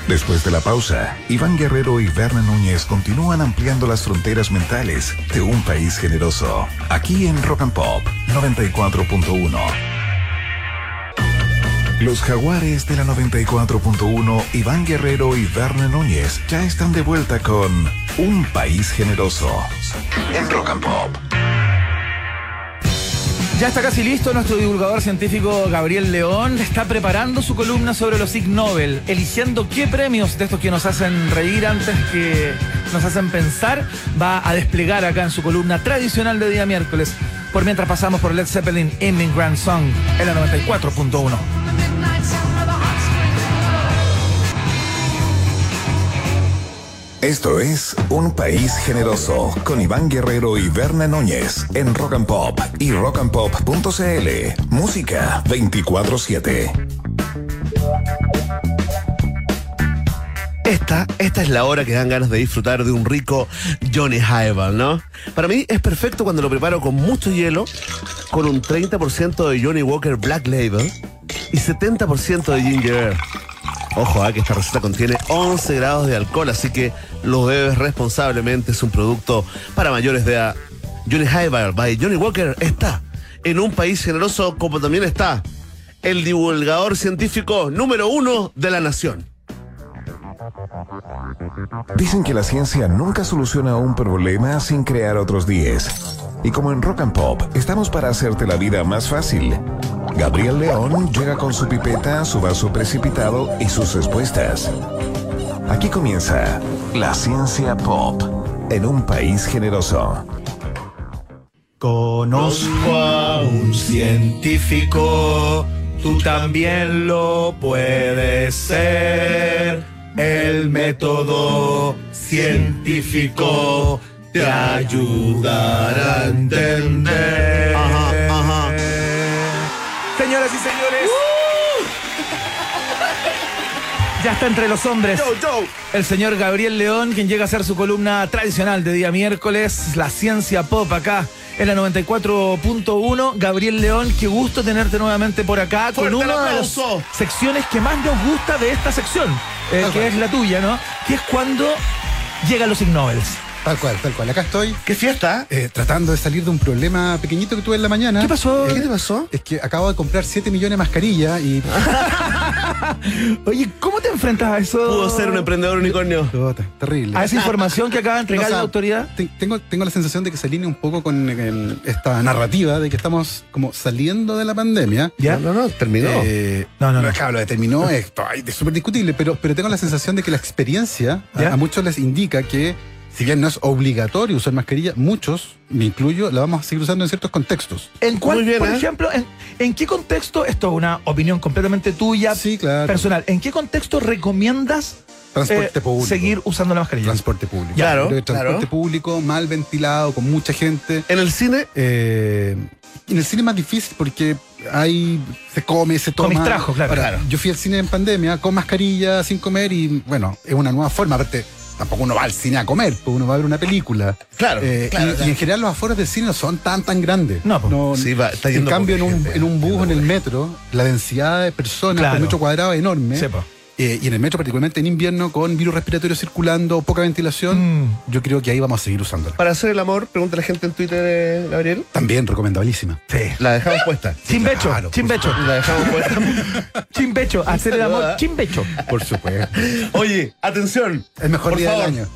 [SPEAKER 4] Después de la pausa, Iván Guerrero y Berna Núñez continúan ampliando las fronteras mentales de un país generoso. Aquí en Rock and Pop 94.1. Los jaguares de la 94.1, Iván Guerrero y Berna Núñez ya están de vuelta con Un país generoso. En Rock and Pop.
[SPEAKER 1] Ya está casi listo nuestro divulgador científico Gabriel León. Está preparando su columna sobre los Ig Nobel, eligiendo qué premios de estos que nos hacen reír antes que nos hacen pensar va a desplegar acá en su columna tradicional de día miércoles. Por mientras pasamos por Led Zeppelin Immigrant Song en la 94.1.
[SPEAKER 4] Esto es Un País Generoso con Iván Guerrero y Berna Núñez en Rock and Pop y rockandpop.cl. Música 24-7.
[SPEAKER 2] Esta, esta es la hora que dan ganas de disfrutar de un rico Johnny Highball, ¿no? Para mí es perfecto cuando lo preparo con mucho hielo, con un 30% de Johnny Walker Black Label y 70% de ginger ale. Ojo, a que esta receta contiene 11 grados de alcohol, así que lo bebes responsablemente. Es un producto para mayores de edad. Johnny Highball by Johnny Walker está en un país generoso como también está el divulgador científico número uno de la nación.
[SPEAKER 4] Dicen que la ciencia nunca soluciona un problema sin crear otros 10. Y como en Rock and Pop, estamos para hacerte la vida más fácil. Gabriel León llega con su pipeta, su vaso precipitado y sus respuestas. Aquí comienza la ciencia pop en un país generoso.
[SPEAKER 6] Conozco a un científico, tú también lo puedes ser. El método científico te ayudará a entender.
[SPEAKER 1] Señoras y señores. Ya está entre los hombres el señor Gabriel León, quien llega a hacer su columna tradicional de día miércoles, La Ciencia Pop, acá en la 94.1. Gabriel León, qué gusto tenerte nuevamente por acá
[SPEAKER 2] Fuerte
[SPEAKER 1] con
[SPEAKER 2] el
[SPEAKER 1] una de las
[SPEAKER 2] aplauso.
[SPEAKER 1] secciones que más nos gusta de esta sección, eh, que es la tuya, ¿no? Que es cuando llegan los Ig Nobels.
[SPEAKER 7] Tal cual, tal cual. Acá estoy
[SPEAKER 2] ¡Qué fiesta!
[SPEAKER 7] eh, tratando de salir de un problema pequeñito que tuve en la mañana.
[SPEAKER 1] ¿Qué pasó?
[SPEAKER 7] Eh,
[SPEAKER 1] ¿Qué te
[SPEAKER 2] pasó?
[SPEAKER 7] Es que acabo de comprar 7 millones de mascarillas y.
[SPEAKER 1] Ah. Oye, ¿cómo te enfrentas a eso?
[SPEAKER 2] Pudo ser un emprendedor unicornio.
[SPEAKER 7] Puta, terrible.
[SPEAKER 1] a esa información que acaba de entregar
[SPEAKER 7] No, o sea,
[SPEAKER 1] la autoridad.
[SPEAKER 7] te- Tengo, tengo la sensación de que se alinea un poco con eh, esta narrativa de que estamos como saliendo de la pandemia.
[SPEAKER 1] ¿Ya?
[SPEAKER 2] No, no, terminó.
[SPEAKER 7] Eh,
[SPEAKER 1] No, no, no.
[SPEAKER 7] es que lo determinó, es ay, es súper discutible, pero, pero tengo la sensación de que la experiencia a-
[SPEAKER 1] ¿Ya?
[SPEAKER 7] a, muchos les indica que, si bien no es obligatorio usar mascarilla, muchos, me incluyo, la vamos a seguir usando en ciertos contextos.
[SPEAKER 1] ¿En cuál,
[SPEAKER 2] Muy bien,
[SPEAKER 1] por
[SPEAKER 2] ¿eh?
[SPEAKER 1] ejemplo, en, en qué contexto, esto es una opinión completamente tuya,
[SPEAKER 7] Sí, claro.
[SPEAKER 1] personal, ¿en qué contexto recomiendas
[SPEAKER 7] Transporte
[SPEAKER 1] eh,
[SPEAKER 7] público.
[SPEAKER 1] seguir usando la mascarilla?
[SPEAKER 7] Transporte público.
[SPEAKER 2] Ya,
[SPEAKER 7] Yo creo que
[SPEAKER 2] claro.
[SPEAKER 7] Transporte público, mal ventilado, con mucha gente.
[SPEAKER 2] En el cine,
[SPEAKER 7] Eh, en el cine es más difícil porque hay se come, se toma.
[SPEAKER 1] Comistrajo, claro,
[SPEAKER 7] Ahora,
[SPEAKER 1] claro.
[SPEAKER 7] Yo fui al cine en pandemia con mascarilla, sin comer y bueno, es una nueva forma. Aparte, tampoco uno va al cine a comer, pues uno va a ver una película.
[SPEAKER 2] claro,
[SPEAKER 7] Eh,
[SPEAKER 2] claro,
[SPEAKER 7] y,
[SPEAKER 2] claro.
[SPEAKER 7] y en general los aforos de cine no son tan tan grandes.
[SPEAKER 1] No, pues.
[SPEAKER 2] Sí, va, está
[SPEAKER 7] en
[SPEAKER 2] yendo
[SPEAKER 7] cambio, en
[SPEAKER 2] poca
[SPEAKER 7] un,
[SPEAKER 2] gente,
[SPEAKER 7] en un bus,
[SPEAKER 2] yendo
[SPEAKER 7] en el metro, la densidad de personas
[SPEAKER 1] Claro. pues.
[SPEAKER 7] por metro cuadrado es enorme.
[SPEAKER 1] Sepa.
[SPEAKER 7] Eh, y en el metro, particularmente en invierno, con virus respiratorios circulando, poca ventilación,
[SPEAKER 1] Mm.
[SPEAKER 7] yo creo que ahí vamos a seguir usándola.
[SPEAKER 2] Para hacer el amor, pregunta a la gente en Twitter, eh, Gabriel.
[SPEAKER 7] También recomendabilísima.
[SPEAKER 2] La dejamos puesta.
[SPEAKER 1] Chimbecho,
[SPEAKER 7] claro, por
[SPEAKER 1] chimbecho,
[SPEAKER 2] La dejamos puesta.
[SPEAKER 1] chimbecho, hacer el amor, chimbecho.
[SPEAKER 7] Por supuesto.
[SPEAKER 2] Oye, atención.
[SPEAKER 7] El mejor
[SPEAKER 2] Por
[SPEAKER 7] día
[SPEAKER 2] favor.
[SPEAKER 7] del año.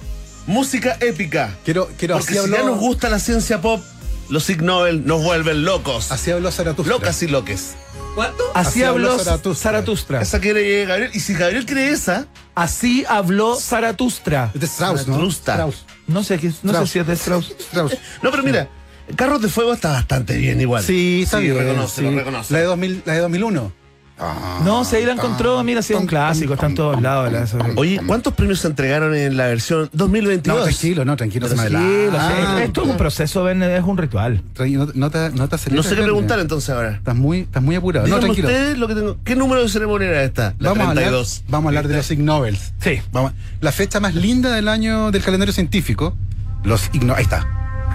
[SPEAKER 2] Música épica.
[SPEAKER 7] Quiero, quiero
[SPEAKER 2] Porque si
[SPEAKER 7] así habló,
[SPEAKER 2] ya nos gusta la ciencia pop, los Ig Nobel nos vuelven locos.
[SPEAKER 7] así habló Zaratustra.
[SPEAKER 2] Locas y loques.
[SPEAKER 1] Así
[SPEAKER 7] Así habló
[SPEAKER 1] habló
[SPEAKER 7] Zaratustra.
[SPEAKER 1] Zaratustra.
[SPEAKER 2] Esa quiere eh, Gabriel. Y si Gabriel cree esa,
[SPEAKER 1] Así habló Zaratustra.
[SPEAKER 7] Es de Strauss, ¿no?
[SPEAKER 2] Zaratustra.
[SPEAKER 7] Strauss.
[SPEAKER 1] No sé, qué- no sé
[SPEAKER 7] Strauss.
[SPEAKER 1] si es de Strauss.
[SPEAKER 7] Strauss.
[SPEAKER 2] No, pero mira, Carros de Fuego está bastante bien igual.
[SPEAKER 7] Sí, está bien.
[SPEAKER 2] reconoce,
[SPEAKER 7] sí.
[SPEAKER 2] lo reconoce.
[SPEAKER 7] La de, 2000, la de 2001. Ah,
[SPEAKER 1] No, si ahí la encontró, mira, si es un clásico, está en todos lados. la-
[SPEAKER 7] Ah.
[SPEAKER 1] esa-
[SPEAKER 2] Oye, ¿cuántos premios se entregaron en la versión 2022?
[SPEAKER 7] No, tranquilo, no, tranquilo. se me
[SPEAKER 1] Sí, lo sé.
[SPEAKER 7] adelanta.
[SPEAKER 1] Esto es un proceso, Ben, es un ritual.
[SPEAKER 7] Tranqui- No, no te, no te
[SPEAKER 2] no
[SPEAKER 7] aceleres,
[SPEAKER 2] sé qué
[SPEAKER 7] Verne.
[SPEAKER 2] preguntar entonces ahora.
[SPEAKER 7] Estás muy, estás muy apurado.
[SPEAKER 2] Díganme
[SPEAKER 7] no, tranquilo.
[SPEAKER 2] ustedes lo que tengo. ¿Qué número de ceremonia era esta? La
[SPEAKER 7] vamos, A
[SPEAKER 2] 32.
[SPEAKER 7] hablar, vamos a hablar de los Ig Nobels.
[SPEAKER 1] Sí.
[SPEAKER 7] Vamos a- la fecha más linda del año del calendario científico. Los Ig No- Ahí está.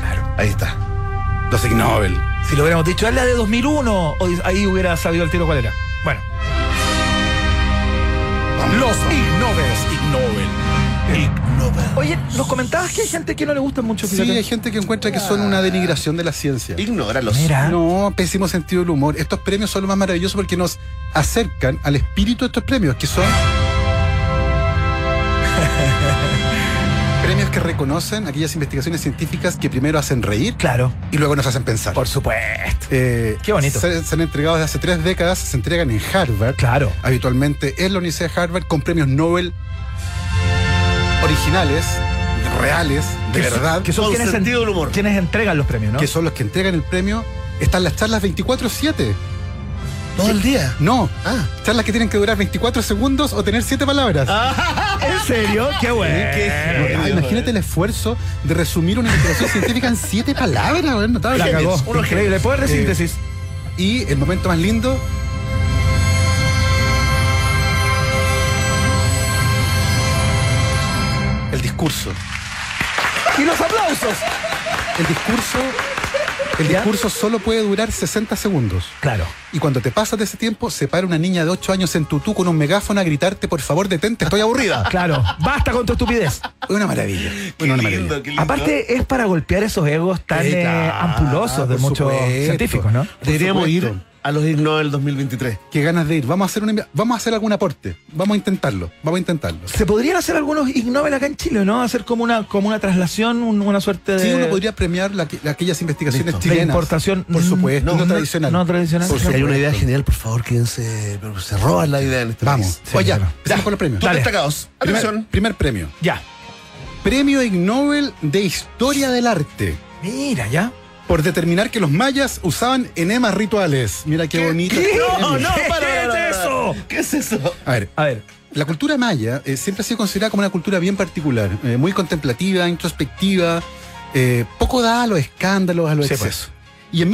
[SPEAKER 7] Claro. Ahí está. Los Ig Nobel.
[SPEAKER 1] Si lo hubiéramos dicho, es la de 2001. o di- ahí hubiera sabido el tiro cuál era. Bueno.
[SPEAKER 7] Los Ig Nobels. Ig Nobel.
[SPEAKER 1] Oye, nos comentabas que hay gente que no le gusta mucho.
[SPEAKER 7] Sí,
[SPEAKER 1] fíjate.
[SPEAKER 7] hay gente que encuentra que son una denigración de la ciencia.
[SPEAKER 2] Ignóralos.
[SPEAKER 1] Mira.
[SPEAKER 7] No, pésimo sentido del humor. Estos premios son lo más maravilloso porque nos acercan al espíritu de estos premios, que son. premios que reconocen aquellas investigaciones científicas que primero hacen reír
[SPEAKER 1] Claro,
[SPEAKER 7] y luego nos hacen pensar.
[SPEAKER 1] por supuesto.
[SPEAKER 7] Eh,
[SPEAKER 1] Qué bonito.
[SPEAKER 7] Se, se han entregado desde hace tres décadas, se entregan en Harvard,
[SPEAKER 1] Claro.
[SPEAKER 7] habitualmente en la Universidad de Harvard, con premios Nobel originales, reales, de
[SPEAKER 1] Que son-
[SPEAKER 7] verdad.
[SPEAKER 1] Que son
[SPEAKER 2] Con
[SPEAKER 1] quienes,
[SPEAKER 2] sentido del humor.
[SPEAKER 1] quienes entregan los premios, ¿no?
[SPEAKER 7] que son los que entregan el premio, están las charlas 24-7.
[SPEAKER 2] Todo el día.
[SPEAKER 7] No,
[SPEAKER 2] Ah.
[SPEAKER 7] charlas que tienen que durar 24 segundos o tener 7 palabras.
[SPEAKER 1] ¿En serio? Qué bueno.
[SPEAKER 2] Qué
[SPEAKER 7] Ah, imagínate el esfuerzo de resumir una investigación científica en 7 palabras. weón, notable.
[SPEAKER 1] La cagó.
[SPEAKER 2] Unos
[SPEAKER 1] Increíble. Poder de
[SPEAKER 7] Eh,
[SPEAKER 1] síntesis.
[SPEAKER 7] Y el momento más lindo. El discurso. Y los aplausos. El discurso. El
[SPEAKER 1] ¿Ya?
[SPEAKER 7] discurso solo puede durar 60 segundos.
[SPEAKER 1] Claro.
[SPEAKER 7] Y cuando te pasas de ese tiempo, se para una niña de 8 años en tutú con un megáfono a gritarte, por favor, detente, estoy aburrida.
[SPEAKER 1] Claro, basta con tu estupidez.
[SPEAKER 7] Es una maravilla. Bueno, una maravilla.
[SPEAKER 6] qué
[SPEAKER 1] Aparte, es para golpear esos egos tan
[SPEAKER 7] Sí,
[SPEAKER 1] eh,
[SPEAKER 7] claro,
[SPEAKER 1] ampulosos de
[SPEAKER 7] por
[SPEAKER 1] muchos
[SPEAKER 7] supuesto.
[SPEAKER 1] científicos, ¿no?
[SPEAKER 7] Por
[SPEAKER 2] Deberíamos
[SPEAKER 7] supuesto.
[SPEAKER 2] ir Ah, a los Ig Nobel 2023.
[SPEAKER 7] Qué ganas de ir. Vamos a hacer una, invi- vamos a hacer algún aporte. Vamos a intentarlo. Vamos a intentarlo.
[SPEAKER 1] Se podrían hacer algunos Ig Nobel acá en Chile, ¿no? Hacer como una, como una traslación, un- una suerte de.
[SPEAKER 7] Sí, uno podría premiar la que- aquellas investigaciones
[SPEAKER 1] de
[SPEAKER 7] chilenas.
[SPEAKER 1] Eh, importación.
[SPEAKER 7] Por supuesto, no, tradicional.
[SPEAKER 1] No tradicional.
[SPEAKER 7] Por
[SPEAKER 2] Si hay
[SPEAKER 7] supuesto.
[SPEAKER 2] una idea genial, por favor, quédense. pero Se roban la idea en este
[SPEAKER 7] Vamos.
[SPEAKER 2] país.
[SPEAKER 1] Sí,
[SPEAKER 7] Oye,
[SPEAKER 1] claro.
[SPEAKER 7] empezamos con los premios.
[SPEAKER 1] Dale.
[SPEAKER 2] Destacados.
[SPEAKER 7] Primer,
[SPEAKER 2] Atención.
[SPEAKER 7] primer premio.
[SPEAKER 1] Ya.
[SPEAKER 7] Premio Ig Nobel de Historia del Arte.
[SPEAKER 1] Mira, ya.
[SPEAKER 7] Por determinar que los mayas usaban enemas rituales. Mira qué, bonito.
[SPEAKER 2] No, no,
[SPEAKER 1] ¿Qué
[SPEAKER 2] para. para, para.
[SPEAKER 1] es eso?
[SPEAKER 2] ¿Qué es eso?
[SPEAKER 7] A ver,
[SPEAKER 1] A ver,
[SPEAKER 7] La cultura maya eh, siempre ha sido considerada como una cultura bien particular, eh, muy contemplativa, introspectiva, eh, poco dada a los escándalos, a los
[SPEAKER 1] Sí, pues.
[SPEAKER 7] excesos. Y en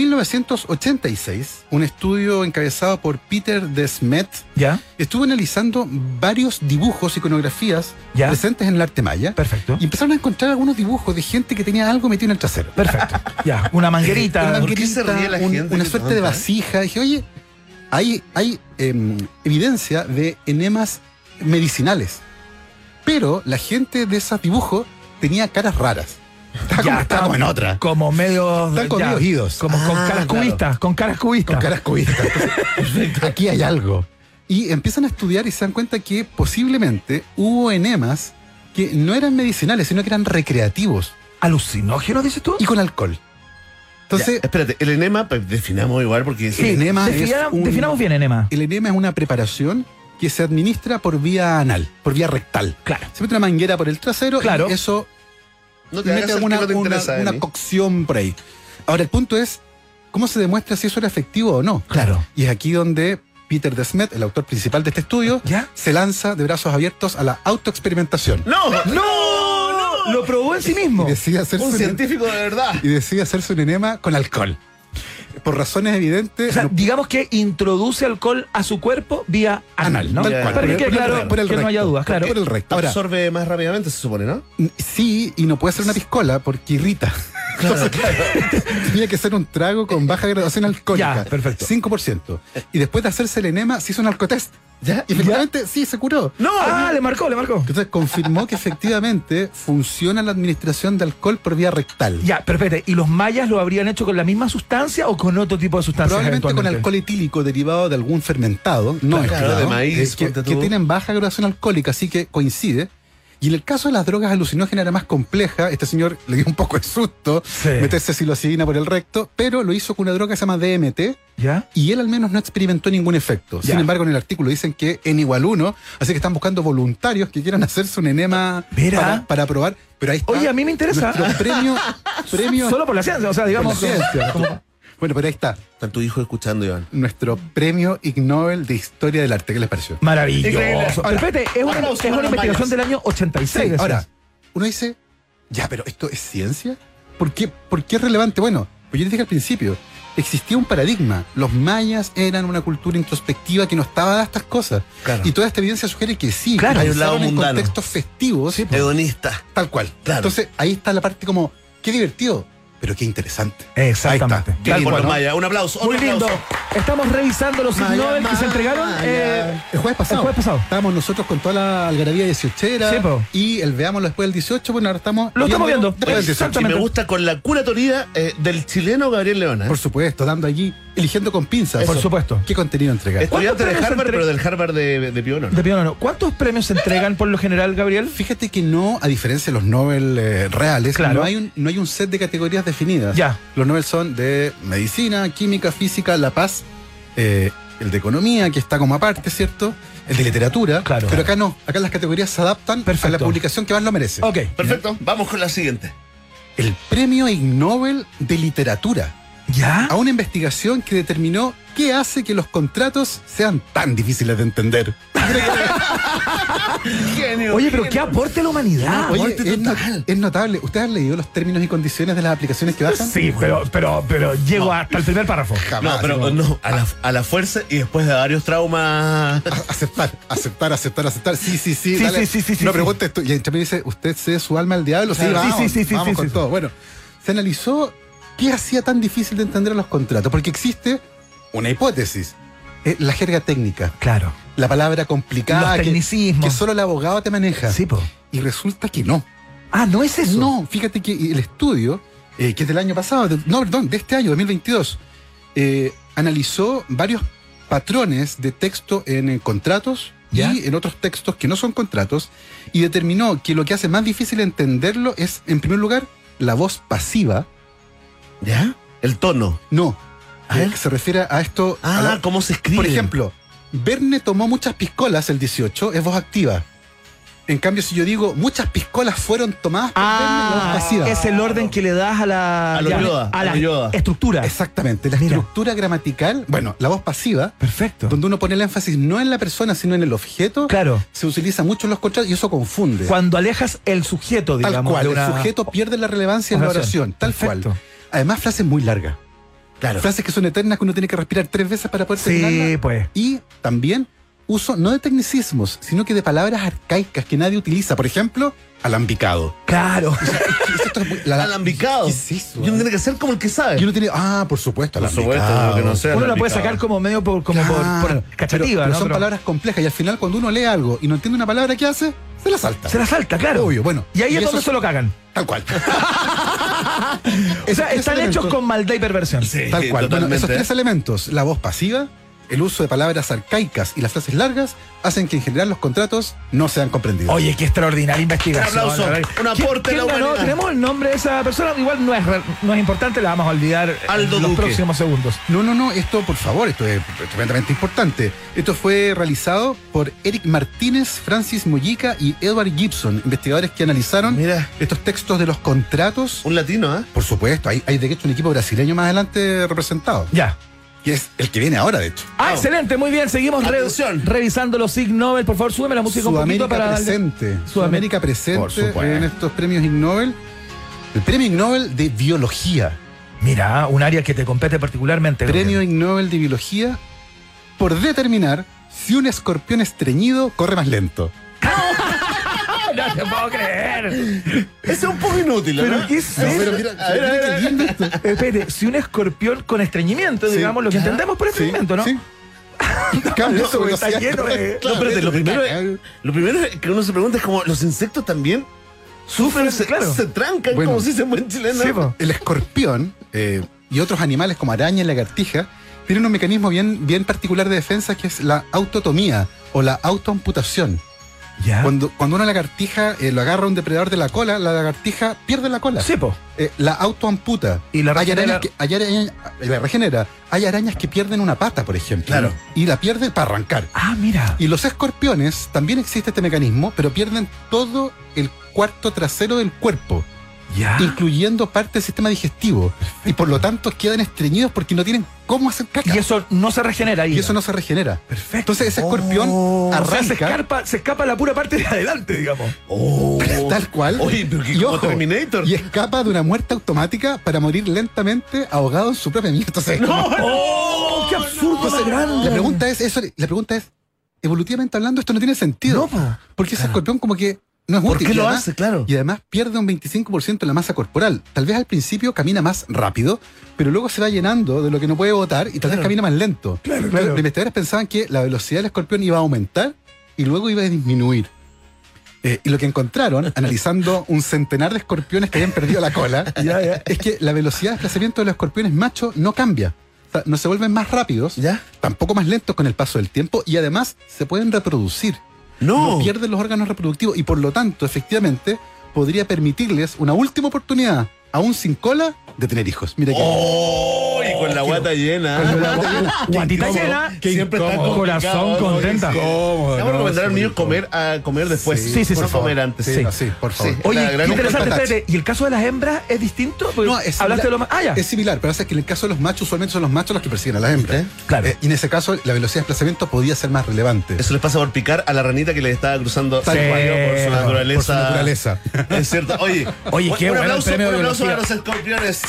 [SPEAKER 7] 1986, un estudio encabezado por Peter de Smet
[SPEAKER 1] ya.
[SPEAKER 7] estuvo analizando varios dibujos, iconografías
[SPEAKER 1] Ya.
[SPEAKER 7] presentes en el arte maya.
[SPEAKER 1] Perfecto.
[SPEAKER 7] Y empezaron a encontrar algunos dibujos de gente que tenía algo metido en el trasero.
[SPEAKER 1] Perfecto. Ya. Una manguerita.
[SPEAKER 7] Una
[SPEAKER 2] ¿Por qué
[SPEAKER 7] manguerita,
[SPEAKER 2] se ríe la
[SPEAKER 7] un-
[SPEAKER 2] gente
[SPEAKER 7] una
[SPEAKER 2] que
[SPEAKER 7] suerte de
[SPEAKER 2] pregunta?
[SPEAKER 7] vasija. Dije, oye, hay, hay em, evidencia de enemas medicinales. Pero la gente de esos dibujos tenía caras raras.
[SPEAKER 1] Ya,
[SPEAKER 7] Estaba, como, estaba como en otra.
[SPEAKER 1] Como medio.
[SPEAKER 7] Están con
[SPEAKER 1] ya,
[SPEAKER 7] ojidos.
[SPEAKER 1] Como con
[SPEAKER 2] Ah,
[SPEAKER 1] caras
[SPEAKER 2] claro.
[SPEAKER 1] cubistas. Con caras cubistas.
[SPEAKER 7] Con caras cubiertas. Aquí hay algo. Y empiezan a estudiar y se dan cuenta que posiblemente hubo enemas que no eran medicinales, sino que eran recreativos
[SPEAKER 1] ¿Alucinógeno, dices tú?
[SPEAKER 7] y con alcohol. Entonces,
[SPEAKER 2] Ya, espérate, el enema pues, definamos igual porque
[SPEAKER 7] Sí. el enema es
[SPEAKER 1] Definamos-
[SPEAKER 7] un-
[SPEAKER 1] Definamos bien enema.
[SPEAKER 7] El enema es una preparación que se administra por vía anal, por vía rectal.
[SPEAKER 1] Claro.
[SPEAKER 7] Se mete una manguera por el trasero
[SPEAKER 1] Claro.
[SPEAKER 7] y eso
[SPEAKER 2] no te hagas
[SPEAKER 7] mete
[SPEAKER 2] el que
[SPEAKER 7] alguna
[SPEAKER 2] no te
[SPEAKER 7] una-
[SPEAKER 2] interesa.
[SPEAKER 7] una
[SPEAKER 2] Dani.
[SPEAKER 7] cocción por ahí. Ahora, el punto es, ¿cómo se demuestra si eso era efectivo o no?
[SPEAKER 1] Claro.
[SPEAKER 7] Y es aquí donde Peter Desmet, el autor principal de este estudio,
[SPEAKER 1] ¿Ya?
[SPEAKER 7] se lanza de brazos abiertos a la autoexperimentación.
[SPEAKER 2] No,
[SPEAKER 1] ¡No! Lo probó en sí mismo.
[SPEAKER 7] Y decide hacerse
[SPEAKER 2] un
[SPEAKER 7] un-
[SPEAKER 2] científico de verdad.
[SPEAKER 7] y decide hacerse un enema con alcohol. Por razones evidentes,
[SPEAKER 1] O sea,
[SPEAKER 7] no-
[SPEAKER 1] digamos que introduce alcohol a su cuerpo vía anal, ¿no?
[SPEAKER 7] Tal
[SPEAKER 2] cual.
[SPEAKER 1] Para que
[SPEAKER 7] Por
[SPEAKER 1] quede
[SPEAKER 7] el-
[SPEAKER 1] claro
[SPEAKER 7] por el
[SPEAKER 1] que no haya
[SPEAKER 7] recto.
[SPEAKER 1] dudas, claro.
[SPEAKER 7] Por el recto. Ahora,
[SPEAKER 2] Absorbe más rápidamente, se supone, ¿no?
[SPEAKER 7] N- Sí, y no puede ser una piscola porque irrita. Entonces, tenía que ser un trago con baja graduación
[SPEAKER 1] Ya,
[SPEAKER 7] alcohólica.
[SPEAKER 1] perfecto.
[SPEAKER 7] 5%. Y después de hacerse el enema, se hizo un alcotest. ¿Ya? Y efectivamente, sí, se curó.
[SPEAKER 1] ¡No! Ah, le marcó, le marcó.
[SPEAKER 7] Entonces confirmó que efectivamente funciona la administración de alcohol por vía rectal.
[SPEAKER 1] Ya, pero espérate, ¿y los mayas lo habrían hecho con la misma sustancia o con otro tipo de sustancia?
[SPEAKER 7] Probablemente con alcohol etílico derivado de algún fermentado, no
[SPEAKER 2] Claro,
[SPEAKER 7] mezclado,
[SPEAKER 2] de maíz,
[SPEAKER 7] eh, que,
[SPEAKER 2] ponte
[SPEAKER 7] que
[SPEAKER 2] tú.
[SPEAKER 7] tienen baja graduación alcohólica, así que coincide. Y en el caso de las drogas alucinógenas era más compleja. Este señor le dio un poco de susto
[SPEAKER 1] Sí.
[SPEAKER 7] meterse psilocibina por el recto, pero lo hizo con una droga que se llama DMT
[SPEAKER 1] ¿Ya?
[SPEAKER 7] y él al menos no experimentó ningún efecto.
[SPEAKER 1] Ya.
[SPEAKER 7] Sin embargo, en el artículo dicen que en igual uno, así que están buscando voluntarios que quieran hacerse un enema
[SPEAKER 1] Mira.
[SPEAKER 7] para, para probar. Pero ahí está
[SPEAKER 1] Oye, a mí me interesa.
[SPEAKER 7] nuestro premio, premio
[SPEAKER 1] Solo por la ciencia, o sea, digamos.
[SPEAKER 7] por la ciencia. Bueno, pero ahí está
[SPEAKER 2] Está tu hijo escuchando, Iván.
[SPEAKER 7] nuestro premio Ig Nobel de Historia del Arte. ¿Qué les pareció?
[SPEAKER 1] Maravilloso.
[SPEAKER 2] Increíble.
[SPEAKER 1] Pero espérate, es una,
[SPEAKER 2] Aplausos
[SPEAKER 1] es una
[SPEAKER 2] para los
[SPEAKER 1] investigación
[SPEAKER 2] mayas.
[SPEAKER 1] del año 86.
[SPEAKER 7] Sí,
[SPEAKER 1] decías.
[SPEAKER 7] ahora, uno dice, ya, pero ¿esto es ciencia? ¿Por qué, ¿Por qué es relevante? Bueno, pues yo les dije al principio, existía un paradigma. Los mayas eran una cultura introspectiva que no estaba dada a estas cosas.
[SPEAKER 2] Claro.
[SPEAKER 7] Y toda esta evidencia sugiere que sí,
[SPEAKER 1] Claro,
[SPEAKER 7] que
[SPEAKER 2] hay un lado
[SPEAKER 7] pensaban en
[SPEAKER 2] mundano.
[SPEAKER 7] contextos festivos,
[SPEAKER 2] Hedonista.
[SPEAKER 7] tal cual.
[SPEAKER 2] Claro.
[SPEAKER 7] Entonces, ahí está la parte como, qué divertido, pero qué interesante.
[SPEAKER 1] Exactamente.
[SPEAKER 7] Ahí
[SPEAKER 1] Tal
[SPEAKER 7] está.
[SPEAKER 2] Bien por
[SPEAKER 1] cual,
[SPEAKER 2] los
[SPEAKER 1] ¿no?
[SPEAKER 2] mayas. Un aplauso.
[SPEAKER 1] Muy
[SPEAKER 2] otro
[SPEAKER 1] lindo.
[SPEAKER 2] aplauso.
[SPEAKER 1] Estamos revisando los Ig
[SPEAKER 2] Maya,
[SPEAKER 1] Nobel que se entregaron.
[SPEAKER 2] Maya.
[SPEAKER 1] eh,
[SPEAKER 7] El jueves pasado.
[SPEAKER 1] El jueves pasado.
[SPEAKER 7] Estábamos nosotros con toda la algarabía 18
[SPEAKER 1] Sí, po.
[SPEAKER 7] y el veámoslo después del 18. Bueno, ahora estamos.
[SPEAKER 1] Lo estamos viendo.
[SPEAKER 7] Después del 18.
[SPEAKER 2] Y
[SPEAKER 1] Exactamente.
[SPEAKER 2] me gusta con la curatoría eh, del chileno Gabriel Leona.
[SPEAKER 7] ¿eh?
[SPEAKER 2] ¿eh?
[SPEAKER 7] Por supuesto, dando allí, eligiendo con pinzas.
[SPEAKER 1] Por supuesto.
[SPEAKER 7] ¿Qué contenido entregar?
[SPEAKER 2] Estudiante de
[SPEAKER 1] ¿Cuántos premios
[SPEAKER 2] Harvard,
[SPEAKER 1] entre-
[SPEAKER 2] pero del Harvard de, de Piono. ¿no?
[SPEAKER 1] De piano, no. ¿Cuántos premios se entregan por lo general, Gabriel?
[SPEAKER 7] Fíjate que no, a diferencia de los Nobel eh, reales,
[SPEAKER 1] Claro.
[SPEAKER 7] no, hay un, no hay un set de categorías definidas.
[SPEAKER 1] Ya.
[SPEAKER 7] Los Nobel son de medicina, química, física, la paz, eh, el de economía, que está como aparte, ¿cierto? El de literatura.
[SPEAKER 1] Claro.
[SPEAKER 7] Pero acá no, acá las categorías se adaptan a
[SPEAKER 1] Perfecto.
[SPEAKER 7] la publicación que más lo merece.
[SPEAKER 1] Ok.
[SPEAKER 2] Perfecto. Vamos con la siguiente.
[SPEAKER 7] El premio Ig Nobel de literatura.
[SPEAKER 1] ¿Ya?
[SPEAKER 7] a una investigación que determinó qué hace que los contratos sean tan difíciles de entender.
[SPEAKER 2] Genio.
[SPEAKER 1] Oye, pero qué aporte a la humanidad.
[SPEAKER 7] Oye,
[SPEAKER 2] aporte
[SPEAKER 7] es, no-
[SPEAKER 2] total.
[SPEAKER 7] es notable. ¿Ustedes han leído los términos y condiciones de las aplicaciones que bajan?
[SPEAKER 1] Sí, pero, pero, pero llego hasta el primer párrafo.
[SPEAKER 7] Jamás,
[SPEAKER 2] No, pero
[SPEAKER 7] así
[SPEAKER 2] no, a la, a la fuerza y después de varios traumas.
[SPEAKER 7] como, a- Aceptar, aceptar, aceptar, aceptar. Sí, sí, sí.
[SPEAKER 1] Sí,
[SPEAKER 7] dale.
[SPEAKER 1] sí, sí, sí, sí,
[SPEAKER 7] No
[SPEAKER 1] sí.
[SPEAKER 7] preguntes tú. Y entre medio dice, ¿usted cede su alma al diablo? Sí,
[SPEAKER 1] Claro. Sí,
[SPEAKER 7] vamos,
[SPEAKER 1] sí, sí, sí,
[SPEAKER 7] vamos
[SPEAKER 1] sí,
[SPEAKER 7] con
[SPEAKER 1] sí.
[SPEAKER 7] todo. Bueno, se analizó qué hacía tan difícil de entender a los contratos. Porque existe una hipótesis. eh, la jerga técnica,
[SPEAKER 1] Claro.
[SPEAKER 7] la palabra complicada
[SPEAKER 1] Los
[SPEAKER 7] que,
[SPEAKER 1] tecnicismos.
[SPEAKER 7] que solo el abogado te maneja.
[SPEAKER 1] Sí, po.
[SPEAKER 7] Y resulta que no.
[SPEAKER 1] Ah, no es eso.
[SPEAKER 7] No, fíjate que el estudio, eh, que es del año pasado, de- no, perdón, de este año, 2022, eh, analizó varios patrones de texto en, eh, contratos
[SPEAKER 1] ¿Ya?
[SPEAKER 7] y en otros textos que no son contratos, y determinó que lo que hace más difícil entenderlo es, en primer lugar, la voz pasiva.
[SPEAKER 2] ¿Ya? El tono.
[SPEAKER 7] No,
[SPEAKER 2] ¿A
[SPEAKER 7] eh,
[SPEAKER 2] él?
[SPEAKER 7] que se refiere a esto. a
[SPEAKER 2] Ah,
[SPEAKER 7] la-
[SPEAKER 2] ¿cómo se escribe?
[SPEAKER 7] por ejemplo, Verne tomó muchas piscolas el 18, es voz activa. En cambio, si yo digo muchas piscolas fueron tomadas por Verne, la
[SPEAKER 1] Ah,
[SPEAKER 7] voz pasiva.
[SPEAKER 1] es el orden que le das a la,
[SPEAKER 2] A lo
[SPEAKER 1] ya,
[SPEAKER 2] Yoda,
[SPEAKER 1] a
[SPEAKER 2] a
[SPEAKER 1] la
[SPEAKER 2] lo Yoda.
[SPEAKER 1] estructura.
[SPEAKER 7] Exactamente, la
[SPEAKER 1] Mira.
[SPEAKER 7] estructura gramatical, bueno, la voz pasiva,
[SPEAKER 1] Perfecto.
[SPEAKER 7] donde uno pone el énfasis no en la persona, sino en el objeto,
[SPEAKER 1] Claro.
[SPEAKER 7] se utiliza mucho en los contratos y eso confunde.
[SPEAKER 1] Cuando alejas el sujeto,
[SPEAKER 7] tal
[SPEAKER 1] digamos.
[SPEAKER 7] cual,
[SPEAKER 1] de una-
[SPEAKER 7] el sujeto pierde la relevancia en la oración, tal
[SPEAKER 1] Perfecto.
[SPEAKER 7] cual. Además, frases muy largas,
[SPEAKER 2] Claro.
[SPEAKER 7] frases que son eternas que uno tiene que respirar tres veces para poder
[SPEAKER 1] Sí,
[SPEAKER 7] terminarla.
[SPEAKER 1] pues.
[SPEAKER 7] Y también uso no de tecnicismos, sino que de palabras arcaicas que nadie utiliza, por ejemplo, alambicado.
[SPEAKER 1] Claro.
[SPEAKER 7] Esto es muy- la-
[SPEAKER 2] Alambicado.
[SPEAKER 7] Ah, ¿Qué es eso?
[SPEAKER 2] Y uno tiene que ser como el que sabe.
[SPEAKER 7] Y uno tiene, ah, por supuesto,
[SPEAKER 2] Por
[SPEAKER 7] alambicado.
[SPEAKER 2] supuesto, que no sea
[SPEAKER 1] Uno la puede
[SPEAKER 2] alambicado.
[SPEAKER 1] sacar como medio por, como por-
[SPEAKER 7] Claro,
[SPEAKER 1] por,
[SPEAKER 7] pero-
[SPEAKER 1] cachativa,
[SPEAKER 7] pero
[SPEAKER 1] ¿no?
[SPEAKER 7] Son
[SPEAKER 1] Pero
[SPEAKER 7] palabras complejas y al final cuando uno lee algo y no entiende una palabra que hace, se la salta.
[SPEAKER 1] Se la salta, claro.
[SPEAKER 7] Obvio, bueno.
[SPEAKER 1] Y ahí es
[SPEAKER 7] eso
[SPEAKER 1] donde se lo cagan.
[SPEAKER 7] Tal cual.
[SPEAKER 1] O sea,
[SPEAKER 7] Esos
[SPEAKER 1] están
[SPEAKER 7] tres
[SPEAKER 1] hechos
[SPEAKER 7] elementos-
[SPEAKER 1] con maldad y perversión.
[SPEAKER 2] Sí,
[SPEAKER 7] Tal cual. Bueno,
[SPEAKER 2] totalmente.
[SPEAKER 7] esos tres elementos, la voz pasiva, el uso de palabras arcaicas y las frases largas, hacen que en general los contratos no sean comprendidos.
[SPEAKER 1] Oye, qué extraordinaria investigación.
[SPEAKER 2] Un aplauso,
[SPEAKER 1] la verdad.
[SPEAKER 2] un
[SPEAKER 1] ¿Quién-
[SPEAKER 2] aporte a la
[SPEAKER 1] quién ganó?
[SPEAKER 2] humanidad.
[SPEAKER 1] Tenemos el nombre de esa persona, igual no es, re- no es importante, la vamos a olvidar
[SPEAKER 2] Aldo
[SPEAKER 1] en los
[SPEAKER 2] Duque.
[SPEAKER 1] próximos segundos.
[SPEAKER 7] No, no, no, esto por favor, esto es tremendamente importante. Esto fue realizado por Eric Martínez, Francis Mollica y Edward Gibson, investigadores que analizaron
[SPEAKER 2] Mira,
[SPEAKER 7] estos textos de los contratos
[SPEAKER 2] un latino, ¿eh?
[SPEAKER 7] Por supuesto, hay, hay de hecho un equipo brasileño más adelante representado,
[SPEAKER 1] Ya.
[SPEAKER 7] que es el que viene ahora, de hecho.
[SPEAKER 1] Ah, excelente, muy bien, seguimos re-
[SPEAKER 2] Atención.
[SPEAKER 1] revisando los Ig Nobel. Por favor, súbeme la música un poquito
[SPEAKER 7] Sudamérica
[SPEAKER 1] para darle-
[SPEAKER 7] presente. Sudamérica
[SPEAKER 1] Por
[SPEAKER 7] presente
[SPEAKER 1] supuesto.
[SPEAKER 7] en estos premios Ig Nobel. El premio Ig Nobel de biología.
[SPEAKER 1] Mira, un área que te compete particularmente.
[SPEAKER 7] premio
[SPEAKER 1] Gabriel.
[SPEAKER 7] Ig Nobel de biología por determinar si un escorpión estreñido corre más lento.
[SPEAKER 1] No te puedo creer.
[SPEAKER 2] Ese es un poco inútil,
[SPEAKER 1] Pero
[SPEAKER 2] ¿no?
[SPEAKER 1] ¿qué es
[SPEAKER 2] No, pero
[SPEAKER 1] eso?
[SPEAKER 2] mira, a ver, a ver, a ver.
[SPEAKER 1] Espérate, si un escorpión con estreñimiento,
[SPEAKER 7] Sí.
[SPEAKER 1] digamos, lo que entendemos por estreñimiento, ¿no?
[SPEAKER 7] Sí. Cambia
[SPEAKER 1] No,
[SPEAKER 7] su
[SPEAKER 1] porque está
[SPEAKER 7] velocidad.
[SPEAKER 1] lleno de-
[SPEAKER 2] No, espérate, lo primero, es- lo primero es que uno se pregunta es como, ¿los insectos también sufren, se,
[SPEAKER 1] claro.
[SPEAKER 2] se trancan
[SPEAKER 7] Bueno.
[SPEAKER 2] como si se buen chileno?
[SPEAKER 1] Sí, po.
[SPEAKER 7] El escorpión eh, y otros animales como araña y lagartija tienen un mecanismo bien, bien particular de defensa que es la autotomía o la autoamputación.
[SPEAKER 1] Ya.
[SPEAKER 2] Ah.
[SPEAKER 7] Cuando, cuando una lagartija eh, lo agarra un depredador de la cola, la lagartija pierde la cola.
[SPEAKER 1] Sí, po.
[SPEAKER 7] Eh, la autoamputa.
[SPEAKER 1] Y la
[SPEAKER 7] Hay
[SPEAKER 1] regenera-
[SPEAKER 7] arañas que- hay araña- eh, la regenera. Hay arañas que pierden una pata, por ejemplo.
[SPEAKER 2] Claro.
[SPEAKER 7] Y la pierden para arrancar.
[SPEAKER 1] Ah, mira.
[SPEAKER 7] Y los escorpiones también existe este mecanismo, pero pierden todo el cuarto trasero del cuerpo
[SPEAKER 1] Ya.
[SPEAKER 7] incluyendo parte del sistema digestivo. Y por lo tanto quedan estreñidos porque no tienen cómo hacer caca.
[SPEAKER 1] Y eso no se regenera ahí.
[SPEAKER 7] Y eso no se regenera.
[SPEAKER 1] Perfecto. Oh.
[SPEAKER 7] Entonces ese escorpión
[SPEAKER 1] O sea, se
[SPEAKER 7] arranca
[SPEAKER 1] escapa, se escapa la pura parte de adelante, digamos.
[SPEAKER 2] Oh.
[SPEAKER 7] tal cual.
[SPEAKER 2] Oye, pero que
[SPEAKER 7] y,
[SPEAKER 2] como
[SPEAKER 7] ojo,
[SPEAKER 2] Terminator.
[SPEAKER 7] y escapa de una muerte automática para morir lentamente ahogado en su propia mierda. Entonces, como-
[SPEAKER 1] ¡Oh! ¡Qué absurdo
[SPEAKER 7] entonces,
[SPEAKER 1] más grande!
[SPEAKER 7] la pregunta es, eso, la pregunta es, evolutivamente hablando, esto no tiene sentido.
[SPEAKER 1] No, po.
[SPEAKER 7] porque ese escorpión como que no es
[SPEAKER 2] ¿Por
[SPEAKER 7] útil.
[SPEAKER 2] qué
[SPEAKER 7] Y
[SPEAKER 2] lo
[SPEAKER 7] además-
[SPEAKER 2] hace? Claro.
[SPEAKER 7] Y además pierde un 25% de la masa corporal. Tal vez al principio camina más rápido, pero luego se va llenando de lo que no puede botar y tal vez camina más lento.
[SPEAKER 1] Claro, claro.
[SPEAKER 7] Los investigadores pensaban que la velocidad del escorpión iba a aumentar y luego iba a disminuir. Eh, y lo que encontraron, analizando un centenar de escorpiones que habían perdido la cola,
[SPEAKER 1] Ya, ya.
[SPEAKER 7] es que la velocidad de desplazamiento de los escorpiones machos no cambia. O sea, no se vuelven más rápidos,
[SPEAKER 2] ¿Ya?
[SPEAKER 7] tampoco más lentos con el paso del tiempo y además se pueden reproducir
[SPEAKER 2] No.
[SPEAKER 7] no pierden los órganos reproductivos y por lo tanto, efectivamente, podría permitirles una última oportunidad, aún sin cola, de tener hijos. Mira que
[SPEAKER 2] ¡Oh! ¿Y y con la guata llena.
[SPEAKER 1] Guatita
[SPEAKER 2] incómodo.
[SPEAKER 1] llena.
[SPEAKER 2] Qué Siempre está incómodo.
[SPEAKER 1] Corazón
[SPEAKER 2] complicado, ¿no?
[SPEAKER 1] contenta.
[SPEAKER 7] ¿Cómo?
[SPEAKER 2] Vamos a recomendar a los niños comer, a comer después.
[SPEAKER 1] Sí, sí, sí,
[SPEAKER 2] no
[SPEAKER 1] por
[SPEAKER 2] comer antes.
[SPEAKER 7] Sí,
[SPEAKER 1] Sí.
[SPEAKER 7] no, sí, por favor.
[SPEAKER 2] Sí.
[SPEAKER 1] Oye,
[SPEAKER 2] La
[SPEAKER 1] qué
[SPEAKER 2] gran-
[SPEAKER 1] interesante,
[SPEAKER 7] Con
[SPEAKER 1] espérate. ¿Y el caso de las hembras es distinto? Porque
[SPEAKER 7] No, es
[SPEAKER 1] hablaste de lo
[SPEAKER 7] similar-
[SPEAKER 1] más. Ah, ya.
[SPEAKER 7] Es similar, pero pasa que en el caso de los machos, usualmente son los machos los que persiguen a las hembras.
[SPEAKER 2] ¿Eh?
[SPEAKER 1] Claro.
[SPEAKER 7] Eh, y en ese caso, la velocidad de desplazamiento podía ser más relevante.
[SPEAKER 2] Eso les pasa por picar a la ranita que les estaba cruzando
[SPEAKER 7] Tal
[SPEAKER 2] el
[SPEAKER 7] cual,
[SPEAKER 2] cuello por su
[SPEAKER 7] Eh, por
[SPEAKER 2] naturaleza.
[SPEAKER 7] su naturaleza.
[SPEAKER 2] Es cierto. Oye,
[SPEAKER 1] Oye,
[SPEAKER 2] un-
[SPEAKER 1] qué
[SPEAKER 2] un
[SPEAKER 1] bueno el
[SPEAKER 2] aplauso,
[SPEAKER 1] premio
[SPEAKER 2] un
[SPEAKER 1] de
[SPEAKER 2] aplauso para los
[SPEAKER 1] biología.
[SPEAKER 2] escorpiones.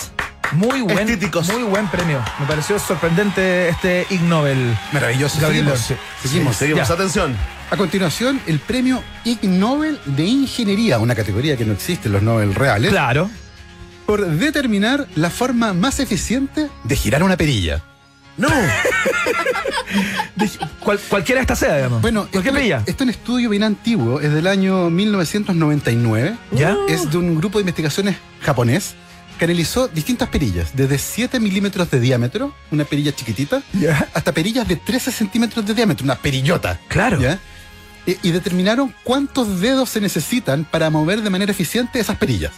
[SPEAKER 1] Muy buen,
[SPEAKER 2] Estéticos.
[SPEAKER 1] muy buen premio. Me pareció sorprendente este Ig Nobel.
[SPEAKER 7] Maravilloso.
[SPEAKER 1] Gabriel
[SPEAKER 7] Seguimos.
[SPEAKER 1] Orsi.
[SPEAKER 7] Seguimos.
[SPEAKER 2] Seguimos,
[SPEAKER 1] Ya.
[SPEAKER 2] atención.
[SPEAKER 7] A continuación, el premio Ig Nobel de Ingeniería, una categoría que no existe en los Nobel reales,
[SPEAKER 1] Claro.
[SPEAKER 7] por determinar la forma más eficiente de girar una perilla.
[SPEAKER 1] No. Cual- cualquiera esta sea, digamos.
[SPEAKER 7] Bueno,
[SPEAKER 1] ¿por qué
[SPEAKER 7] esto,
[SPEAKER 1] pilla?
[SPEAKER 7] esto es un estudio bien antiguo, es del año 1999.
[SPEAKER 1] ¿Ya?
[SPEAKER 7] Es de un grupo de investigaciones japonés que analizó distintas perillas, desde 7 milímetros de diámetro, una perilla chiquitita,
[SPEAKER 1] ¿Ya?
[SPEAKER 7] hasta perillas de 13 centímetros de diámetro, una perillota.
[SPEAKER 1] Claro.
[SPEAKER 7] ¿ya? E- Y, determinaron cuántos dedos se necesitan para mover de manera eficiente esas perillas.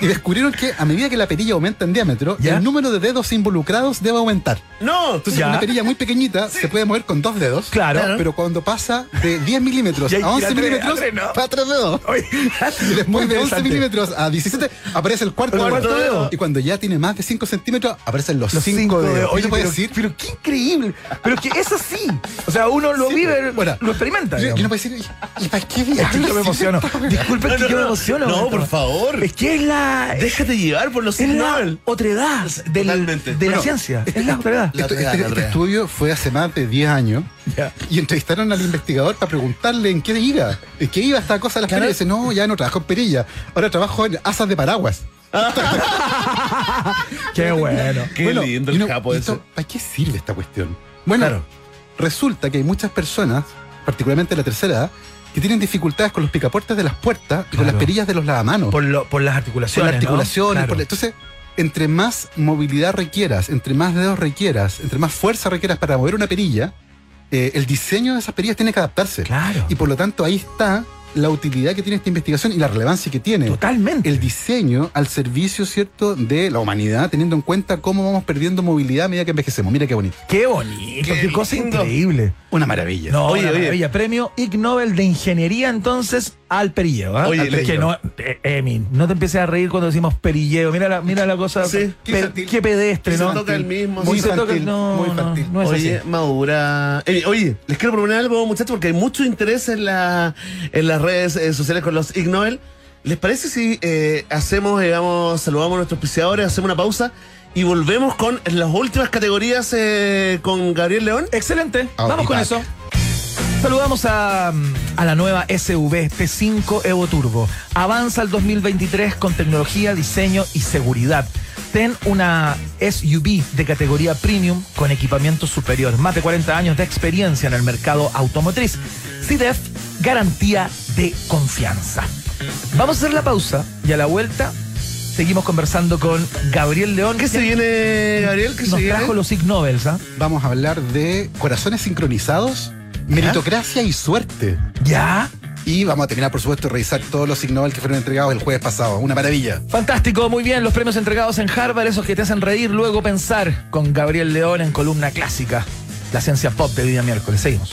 [SPEAKER 7] Y descubrieron que a medida que la perilla aumenta en diámetro,
[SPEAKER 1] ¿Ya?
[SPEAKER 7] el número de dedos involucrados debe aumentar.
[SPEAKER 2] No,
[SPEAKER 7] Entonces,
[SPEAKER 1] ¿Ya?
[SPEAKER 7] una perilla muy pequeñita se puede mover con dos dedos.
[SPEAKER 1] Claro.
[SPEAKER 7] Pero cuando pasa de 10 milímetros
[SPEAKER 1] Ya, y
[SPEAKER 7] a 11
[SPEAKER 1] a tres,
[SPEAKER 7] milímetros,
[SPEAKER 1] a tres, ¿no?
[SPEAKER 7] va a tres dedos.
[SPEAKER 1] Oye,
[SPEAKER 7] Y después de 11
[SPEAKER 1] interesante.
[SPEAKER 7] milímetros a 17 aparece el cuarto,
[SPEAKER 1] El cuarto dedo.
[SPEAKER 7] Y cuando ya tiene más de 5 centímetros, aparecen los 5 dedos.
[SPEAKER 1] dedos.
[SPEAKER 7] Oye,
[SPEAKER 1] Oye,
[SPEAKER 7] puede
[SPEAKER 1] pero,
[SPEAKER 7] decir?
[SPEAKER 1] pero qué increíble. Pero que es así. O sea, uno lo
[SPEAKER 7] Sí,
[SPEAKER 1] vive,
[SPEAKER 7] bueno.
[SPEAKER 1] lo experimenta.
[SPEAKER 7] Yo,
[SPEAKER 1] digamos.
[SPEAKER 7] yo no puedo decir, ¿y, y para qué
[SPEAKER 1] Es que
[SPEAKER 7] diablos
[SPEAKER 1] yo me emociono.
[SPEAKER 7] sirve esta weá?
[SPEAKER 1] Disculpen
[SPEAKER 2] No,
[SPEAKER 1] que
[SPEAKER 2] no,
[SPEAKER 1] yo me
[SPEAKER 2] no.
[SPEAKER 1] emociono.
[SPEAKER 2] No,
[SPEAKER 1] Marta.
[SPEAKER 2] por favor.
[SPEAKER 1] Es que es la.
[SPEAKER 2] Déjate llevar por los
[SPEAKER 1] Es la
[SPEAKER 2] Nobel.
[SPEAKER 1] otredad del-
[SPEAKER 2] Totalmente.
[SPEAKER 1] de la
[SPEAKER 2] Bueno,
[SPEAKER 1] ciencia. Es la otredad.
[SPEAKER 2] La
[SPEAKER 7] Esto-
[SPEAKER 2] real,
[SPEAKER 7] este,
[SPEAKER 2] la
[SPEAKER 7] este
[SPEAKER 2] real.
[SPEAKER 7] estudio fue hace más de 10 años
[SPEAKER 1] Ya.
[SPEAKER 7] y entrevistaron al investigador para preguntarle en qué iba, en qué iba esta cosa de las perillas. Y dice, no, ya no trabajo en perilla, ahora trabajo en asas de paraguas.
[SPEAKER 1] Qué bueno.
[SPEAKER 2] Qué
[SPEAKER 7] Bueno,
[SPEAKER 2] lindo
[SPEAKER 7] y
[SPEAKER 2] el
[SPEAKER 7] uno,
[SPEAKER 2] capo
[SPEAKER 7] ¿y
[SPEAKER 2] ese.
[SPEAKER 7] esto ¿Para qué sirve esta cuestión? Bueno,
[SPEAKER 1] Claro.
[SPEAKER 7] resulta que hay muchas personas, particularmente de la tercera edad, que tienen dificultades con los picaportes de las puertas y
[SPEAKER 1] Claro.
[SPEAKER 7] con las perillas de los lavamanos.
[SPEAKER 1] Por, lo- por las
[SPEAKER 7] Por
[SPEAKER 1] articulaciones.
[SPEAKER 7] las articulaciones.
[SPEAKER 1] ¿no?
[SPEAKER 7] por la-
[SPEAKER 1] Claro.
[SPEAKER 7] entonces, entre más movilidad requieras, entre más dedos requieras, entre más fuerza requieras para mover una perilla, eh, el diseño de esas perillas tiene que adaptarse.
[SPEAKER 1] Claro.
[SPEAKER 7] Y por lo tanto, ahí está la utilidad que tiene esta investigación y la relevancia que tiene.
[SPEAKER 1] Totalmente.
[SPEAKER 7] El diseño al servicio, ¿cierto?, de la humanidad, teniendo en cuenta cómo vamos perdiendo movilidad a medida que envejecemos. Mira qué bonito.
[SPEAKER 1] Qué bonito.
[SPEAKER 2] Qué
[SPEAKER 1] Qué, cosa
[SPEAKER 2] lindo.
[SPEAKER 1] increíble.
[SPEAKER 7] Una maravilla.
[SPEAKER 1] No,
[SPEAKER 2] Oye,
[SPEAKER 1] oye,
[SPEAKER 2] oye.
[SPEAKER 1] Premio Ig Nobel de Ingeniería, entonces, al perilleo. ¿ah?
[SPEAKER 2] Oye,
[SPEAKER 1] Al
[SPEAKER 2] le-
[SPEAKER 1] que no, eh, Emin, no te empieces a reír cuando decimos perilleo. Mira la, mira la cosa.
[SPEAKER 2] Sí,
[SPEAKER 1] pe-
[SPEAKER 2] qué infantil.
[SPEAKER 1] qué pedestre,
[SPEAKER 2] Se
[SPEAKER 1] ¿no?
[SPEAKER 2] toca el mismo.
[SPEAKER 1] Sí,
[SPEAKER 2] sí.
[SPEAKER 1] se toca-
[SPEAKER 7] infantil,
[SPEAKER 1] no,
[SPEAKER 7] muy
[SPEAKER 1] no,
[SPEAKER 7] infantil.
[SPEAKER 1] no es así.
[SPEAKER 2] Oye, madura. Eh, oye, les quiero proponer algo, muchachos, porque hay mucho interés en, la, en las redes eh, sociales con los Ig Nobel. ¿Les parece si eh, hacemos, digamos, saludamos a nuestros auspiciadores, hacemos una pausa y volvemos con las últimas categorías eh, con Gabriel León?
[SPEAKER 1] Excelente.
[SPEAKER 2] Oh,
[SPEAKER 7] I'll
[SPEAKER 1] Vamos
[SPEAKER 7] be
[SPEAKER 1] con
[SPEAKER 7] back.
[SPEAKER 1] eso. Saludamos a, mm, a la nueva SUV T5 Evo Turbo. Avanza el 2023 con tecnología, diseño y seguridad. Ten una SUV de categoría premium con equipamiento superior. Más de 40 años de experiencia en el mercado automotriz. CIDEF, garantía de confianza. Vamos a hacer la pausa y a la vuelta seguimos conversando con Gabriel León.
[SPEAKER 2] ¿Qué se viene, Gabriel? ¿Qué
[SPEAKER 1] Nos
[SPEAKER 2] se
[SPEAKER 1] trajo
[SPEAKER 2] viene?
[SPEAKER 1] los Ig Nobels, ¿ah?
[SPEAKER 7] Vamos a hablar de corazones sincronizados, meritocracia y suerte.
[SPEAKER 1] ¿Ya?
[SPEAKER 7] Y vamos a terminar, por supuesto, de revisar todos los Ig Nobel que fueron entregados el jueves pasado. Una maravilla.
[SPEAKER 1] Fantástico, muy bien. Los premios entregados en Harvard, esos que te hacen reír, luego pensar. Con Gabriel León en columna clásica. La ciencia pop de día miércoles. Seguimos.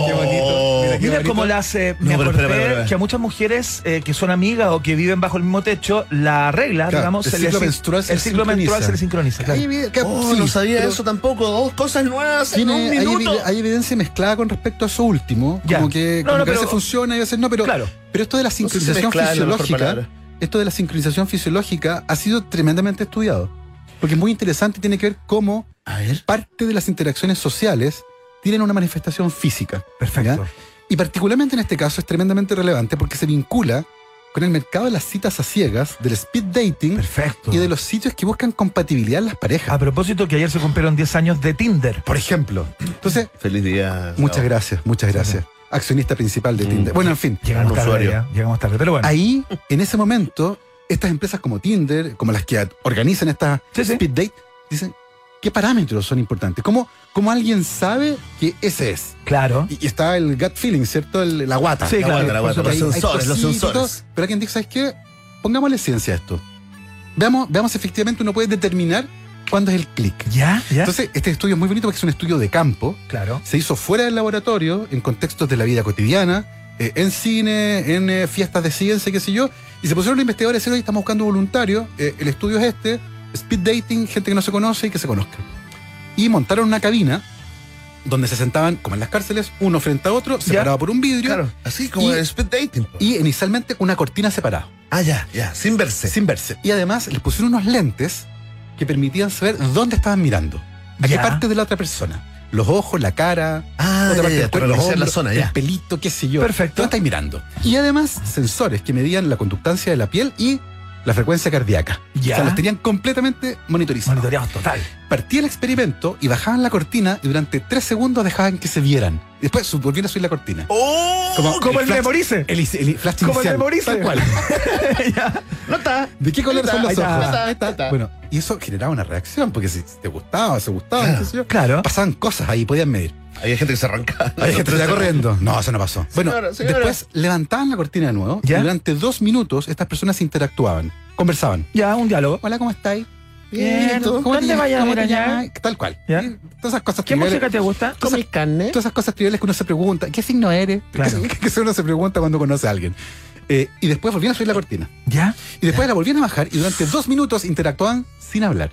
[SPEAKER 7] qué
[SPEAKER 2] Oh.
[SPEAKER 7] bonito, mira qué
[SPEAKER 1] Mira
[SPEAKER 7] bonito.
[SPEAKER 1] cómo las. eh,
[SPEAKER 2] No,
[SPEAKER 1] me
[SPEAKER 2] pero
[SPEAKER 1] acordé
[SPEAKER 2] espera, espera, espera.
[SPEAKER 1] que a muchas mujeres eh, que son amigas o que viven bajo el mismo techo, la regla,
[SPEAKER 7] Claro,
[SPEAKER 1] digamos,
[SPEAKER 7] el
[SPEAKER 1] se les
[SPEAKER 7] ciclo
[SPEAKER 1] sin-
[SPEAKER 7] menstrual se
[SPEAKER 1] el
[SPEAKER 7] les
[SPEAKER 1] ciclo menstrual
[SPEAKER 7] sincroniza.
[SPEAKER 1] se les sincroniza. claro.
[SPEAKER 7] Ahí vi- que-
[SPEAKER 2] Oh,
[SPEAKER 7] sí,
[SPEAKER 2] no sabía
[SPEAKER 7] pero
[SPEAKER 2] eso tampoco. Dos cosas nuevas
[SPEAKER 7] tiene-
[SPEAKER 2] en un
[SPEAKER 7] hay,
[SPEAKER 2] minuto.
[SPEAKER 7] evi- hay evidencia mezclada con respecto a eso último.
[SPEAKER 1] Ya.
[SPEAKER 7] Como que,
[SPEAKER 1] No,
[SPEAKER 7] como
[SPEAKER 1] no,
[SPEAKER 7] que a
[SPEAKER 1] pero-
[SPEAKER 7] veces funciona y a veces no, pero,
[SPEAKER 1] Claro.
[SPEAKER 7] pero esto de la
[SPEAKER 2] No sé si
[SPEAKER 7] sincronización
[SPEAKER 2] mezclar es la mejor
[SPEAKER 7] fisiológica,
[SPEAKER 2] palabra.
[SPEAKER 7] esto de la sincronización fisiológica ha sido tremendamente estudiado. Porque es muy interesante y tiene que ver cómo
[SPEAKER 2] A ver.
[SPEAKER 7] parte de las interacciones sociales tienen una manifestación física.
[SPEAKER 1] Perfecto.
[SPEAKER 7] ¿ya? Y particularmente en este caso es tremendamente relevante porque se vincula con el mercado de las citas a ciegas, del speed dating
[SPEAKER 1] Perfecto.
[SPEAKER 7] y de los sitios que buscan compatibilidad en las parejas.
[SPEAKER 1] A propósito, que ayer se cumplieron 10 años de Tinder.
[SPEAKER 7] por ejemplo. Entonces,
[SPEAKER 2] Feliz día.
[SPEAKER 7] Muchas gracias, muchas gracias. Accionista principal de Tinder. Bueno, en fin.
[SPEAKER 1] Llegamos
[SPEAKER 2] Un
[SPEAKER 1] tarde,
[SPEAKER 2] usuario.
[SPEAKER 1] ya, llegamos tarde. Pero bueno.
[SPEAKER 7] Ahí, en ese momento, estas empresas como Tinder, como las que organizan estas
[SPEAKER 1] Sí, sí.
[SPEAKER 7] speed date, dicen, ¿qué parámetros son importantes? ¿Cómo, cómo alguien sabe que ese es?
[SPEAKER 1] Claro.
[SPEAKER 7] Y, y está el gut feeling, ¿cierto? El- la guata.
[SPEAKER 1] Sí,
[SPEAKER 7] La
[SPEAKER 1] claro.
[SPEAKER 7] guata, la guata.
[SPEAKER 2] Los
[SPEAKER 7] Hay- hay
[SPEAKER 2] sensores, los
[SPEAKER 7] cositas,
[SPEAKER 2] sensores.
[SPEAKER 7] Pero alguien dice, ¿sabes qué? Pongámosle ciencia a esto. Veamos, veamos si efectivamente uno puede determinar cuándo es el clic.
[SPEAKER 1] ¿Ya? ¿Ya?
[SPEAKER 7] Entonces, este estudio es muy bonito porque es un estudio de campo
[SPEAKER 1] claro.
[SPEAKER 7] se hizo fuera del laboratorio, en contextos de la vida cotidiana, eh, en cine, en eh, fiestas de ciencia, qué sé yo, y se pusieron los investigadores a decir, "Oye, estamos buscando voluntarios, eh, el estudio es este, speed dating, gente que no se conoce y que se conozca. Y montaron una cabina donde se sentaban, como en las cárceles, uno frente a otro, separado por un vidrio,
[SPEAKER 1] Claro.
[SPEAKER 2] Así como
[SPEAKER 7] Y-
[SPEAKER 2] el speed dating. po.
[SPEAKER 7] y inicialmente una cortina separada,
[SPEAKER 2] ah, ya, ya. Sin verse.
[SPEAKER 7] sin verse. Y además les pusieron unos lentes que permitían saber dónde estaban mirando, a qué
[SPEAKER 1] Ya.
[SPEAKER 7] parte de la otra persona, los ojos, la cara,
[SPEAKER 2] Ah,
[SPEAKER 7] otra
[SPEAKER 2] ya,
[SPEAKER 7] parte
[SPEAKER 2] ya,
[SPEAKER 7] del
[SPEAKER 2] para
[SPEAKER 7] cuerpo, los
[SPEAKER 2] reconocer la
[SPEAKER 7] hombros,
[SPEAKER 2] zona,
[SPEAKER 7] el
[SPEAKER 2] ya.
[SPEAKER 7] pelito, qué sé yo.
[SPEAKER 1] Perfecto.
[SPEAKER 7] Todo estáis mirando. Y además, sensores que medían la conductancia de la piel y la frecuencia cardíaca.
[SPEAKER 1] Ya.
[SPEAKER 7] O sea, las tenían completamente monitorizadas.
[SPEAKER 1] Monitoreados total.
[SPEAKER 7] Partía el experimento y bajaban la cortina y durante tres segundos dejaban que se vieran. Después su- volvían a subir la cortina.
[SPEAKER 2] ¡Oh!
[SPEAKER 7] Como-
[SPEAKER 1] Como el
[SPEAKER 7] flash-
[SPEAKER 1] memorice.
[SPEAKER 7] El, is- el flash
[SPEAKER 1] Como el
[SPEAKER 7] inicial,
[SPEAKER 1] memorize.
[SPEAKER 7] Tal cual.
[SPEAKER 1] Ya.
[SPEAKER 2] No está.
[SPEAKER 7] ¿De qué color
[SPEAKER 2] Ahí
[SPEAKER 7] son los
[SPEAKER 1] está,
[SPEAKER 7] ojos?
[SPEAKER 1] ahí está,
[SPEAKER 2] ahí está, ahí está.
[SPEAKER 7] Bueno, y eso generaba una reacción, porque si te gustaba, se gustaba, qué sé yo.
[SPEAKER 1] Claro.
[SPEAKER 7] Pasaban cosas ahí, podían medir.
[SPEAKER 2] Hay gente que se arranca.
[SPEAKER 7] Hay gente que está corriendo. No, eso no pasó. Bueno,
[SPEAKER 2] Señora, señora.
[SPEAKER 7] después levantaban la cortina de nuevo
[SPEAKER 1] ¿Ya?
[SPEAKER 7] y durante dos minutos estas personas interactuaban, conversaban.
[SPEAKER 1] Ya, un diálogo.
[SPEAKER 7] Hola, ¿cómo estáis?
[SPEAKER 1] Bien,
[SPEAKER 7] ¿y tú?
[SPEAKER 1] ¿dónde
[SPEAKER 7] llamas?
[SPEAKER 1] vaya a ver allá?
[SPEAKER 7] llamas? Tal cual.
[SPEAKER 1] ¿Ya?
[SPEAKER 7] Y Todas esas cosas
[SPEAKER 1] ¿Qué
[SPEAKER 7] triviales-
[SPEAKER 1] música te gusta?
[SPEAKER 7] todas esas- Todas esas cosas triviales que uno se pregunta. ¿Qué signo eres?
[SPEAKER 1] Claro.
[SPEAKER 7] Que, que uno se pregunta cuando conoce a alguien. Eh, y después volvían a subir la cortina.
[SPEAKER 1] Ya.
[SPEAKER 7] Y después la volvían a bajar y durante dos minutos interactuaban sin hablar.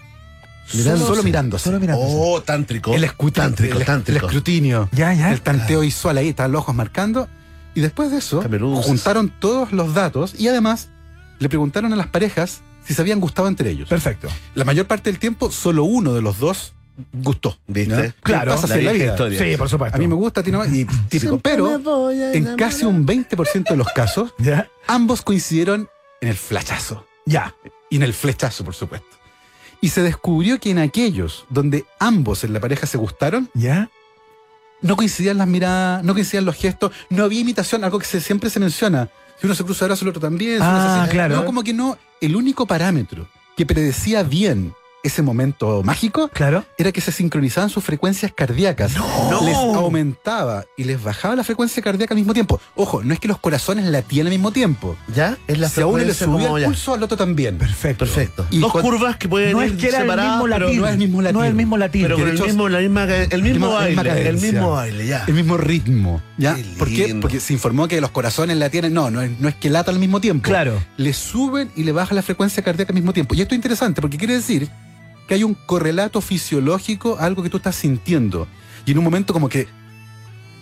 [SPEAKER 2] Mirándose.
[SPEAKER 7] Solo mirándose.
[SPEAKER 1] Solo mirando.
[SPEAKER 2] Oh, tántrico.
[SPEAKER 7] El escrutinio.
[SPEAKER 2] Tántrico,
[SPEAKER 7] el, el
[SPEAKER 2] tántrico.
[SPEAKER 7] escrutinio.
[SPEAKER 1] Ya, ya.
[SPEAKER 7] el tanteo visual ahí, están los ojos marcando. Y después de eso,
[SPEAKER 2] Cameruzas.
[SPEAKER 7] juntaron todos los datos y además le preguntaron a las parejas si se habían gustado entre ellos.
[SPEAKER 1] Perfecto.
[SPEAKER 7] La mayor parte del tiempo, solo uno de los dos gustó.
[SPEAKER 2] ¿Viste?
[SPEAKER 7] ¿ya?
[SPEAKER 2] Claro,
[SPEAKER 7] Cosas
[SPEAKER 2] la
[SPEAKER 7] en la
[SPEAKER 2] vieja
[SPEAKER 7] vida.
[SPEAKER 2] historia.
[SPEAKER 1] Sí, por supuesto.
[SPEAKER 7] A mí me gusta, a ti no, y típico. Pero en casi un 20% de los casos,
[SPEAKER 1] Ya,
[SPEAKER 7] ambos coincidieron en el flachazo.
[SPEAKER 1] ya.
[SPEAKER 7] Y en el flechazo, por supuesto. Y se descubrió que en aquellos donde ambos en la pareja se gustaron,
[SPEAKER 1] ¿Ya?
[SPEAKER 7] no coincidían las miradas, no coincidían los gestos, no había imitación, algo que se- siempre se menciona. Si uno se cruza brazos, el otro también. si uno se
[SPEAKER 1] Ah,
[SPEAKER 7] hace-
[SPEAKER 1] claro.
[SPEAKER 7] No, como que no. El único parámetro que predecía bien ese momento mágico
[SPEAKER 1] Claro.
[SPEAKER 7] era que se sincronizaban sus frecuencias cardíacas. Les aumentaba y les bajaba la frecuencia cardíaca al mismo tiempo. Ojo, no es que los corazones latían al mismo tiempo.
[SPEAKER 6] ¿Ya? Es la
[SPEAKER 7] si a uno le
[SPEAKER 6] frecuencia
[SPEAKER 7] subía
[SPEAKER 6] como
[SPEAKER 7] el
[SPEAKER 6] ya.
[SPEAKER 7] pulso, al otro también.
[SPEAKER 1] Perfecto.
[SPEAKER 6] Perfecto.
[SPEAKER 7] Y
[SPEAKER 2] Dos
[SPEAKER 7] cuan-
[SPEAKER 2] curvas que pueden
[SPEAKER 1] No es
[SPEAKER 2] ir
[SPEAKER 1] que era el
[SPEAKER 2] separadas,
[SPEAKER 1] mismo
[SPEAKER 2] pero,
[SPEAKER 1] latín.
[SPEAKER 7] no es el mismo latín.
[SPEAKER 1] No es el mismo latín.
[SPEAKER 2] pero con el
[SPEAKER 7] Derechos-
[SPEAKER 2] mismo, la misma, ca- el mismo
[SPEAKER 7] misma- misma
[SPEAKER 2] baile, el
[SPEAKER 7] cadencia.
[SPEAKER 2] mismo baile, ya.
[SPEAKER 7] el mismo ritmo. ¿ya?
[SPEAKER 2] Qué
[SPEAKER 7] ¿Por qué?
[SPEAKER 2] lindo.
[SPEAKER 7] Porque se informó que los corazones latían. No, no es, no es que lata al mismo tiempo.
[SPEAKER 1] Claro.
[SPEAKER 7] le suben y le baja la frecuencia cardíaca al mismo tiempo. Y esto es interesante porque quiere decir que hay un correlato fisiológico a algo que tú estás sintiendo. Y en un momento como que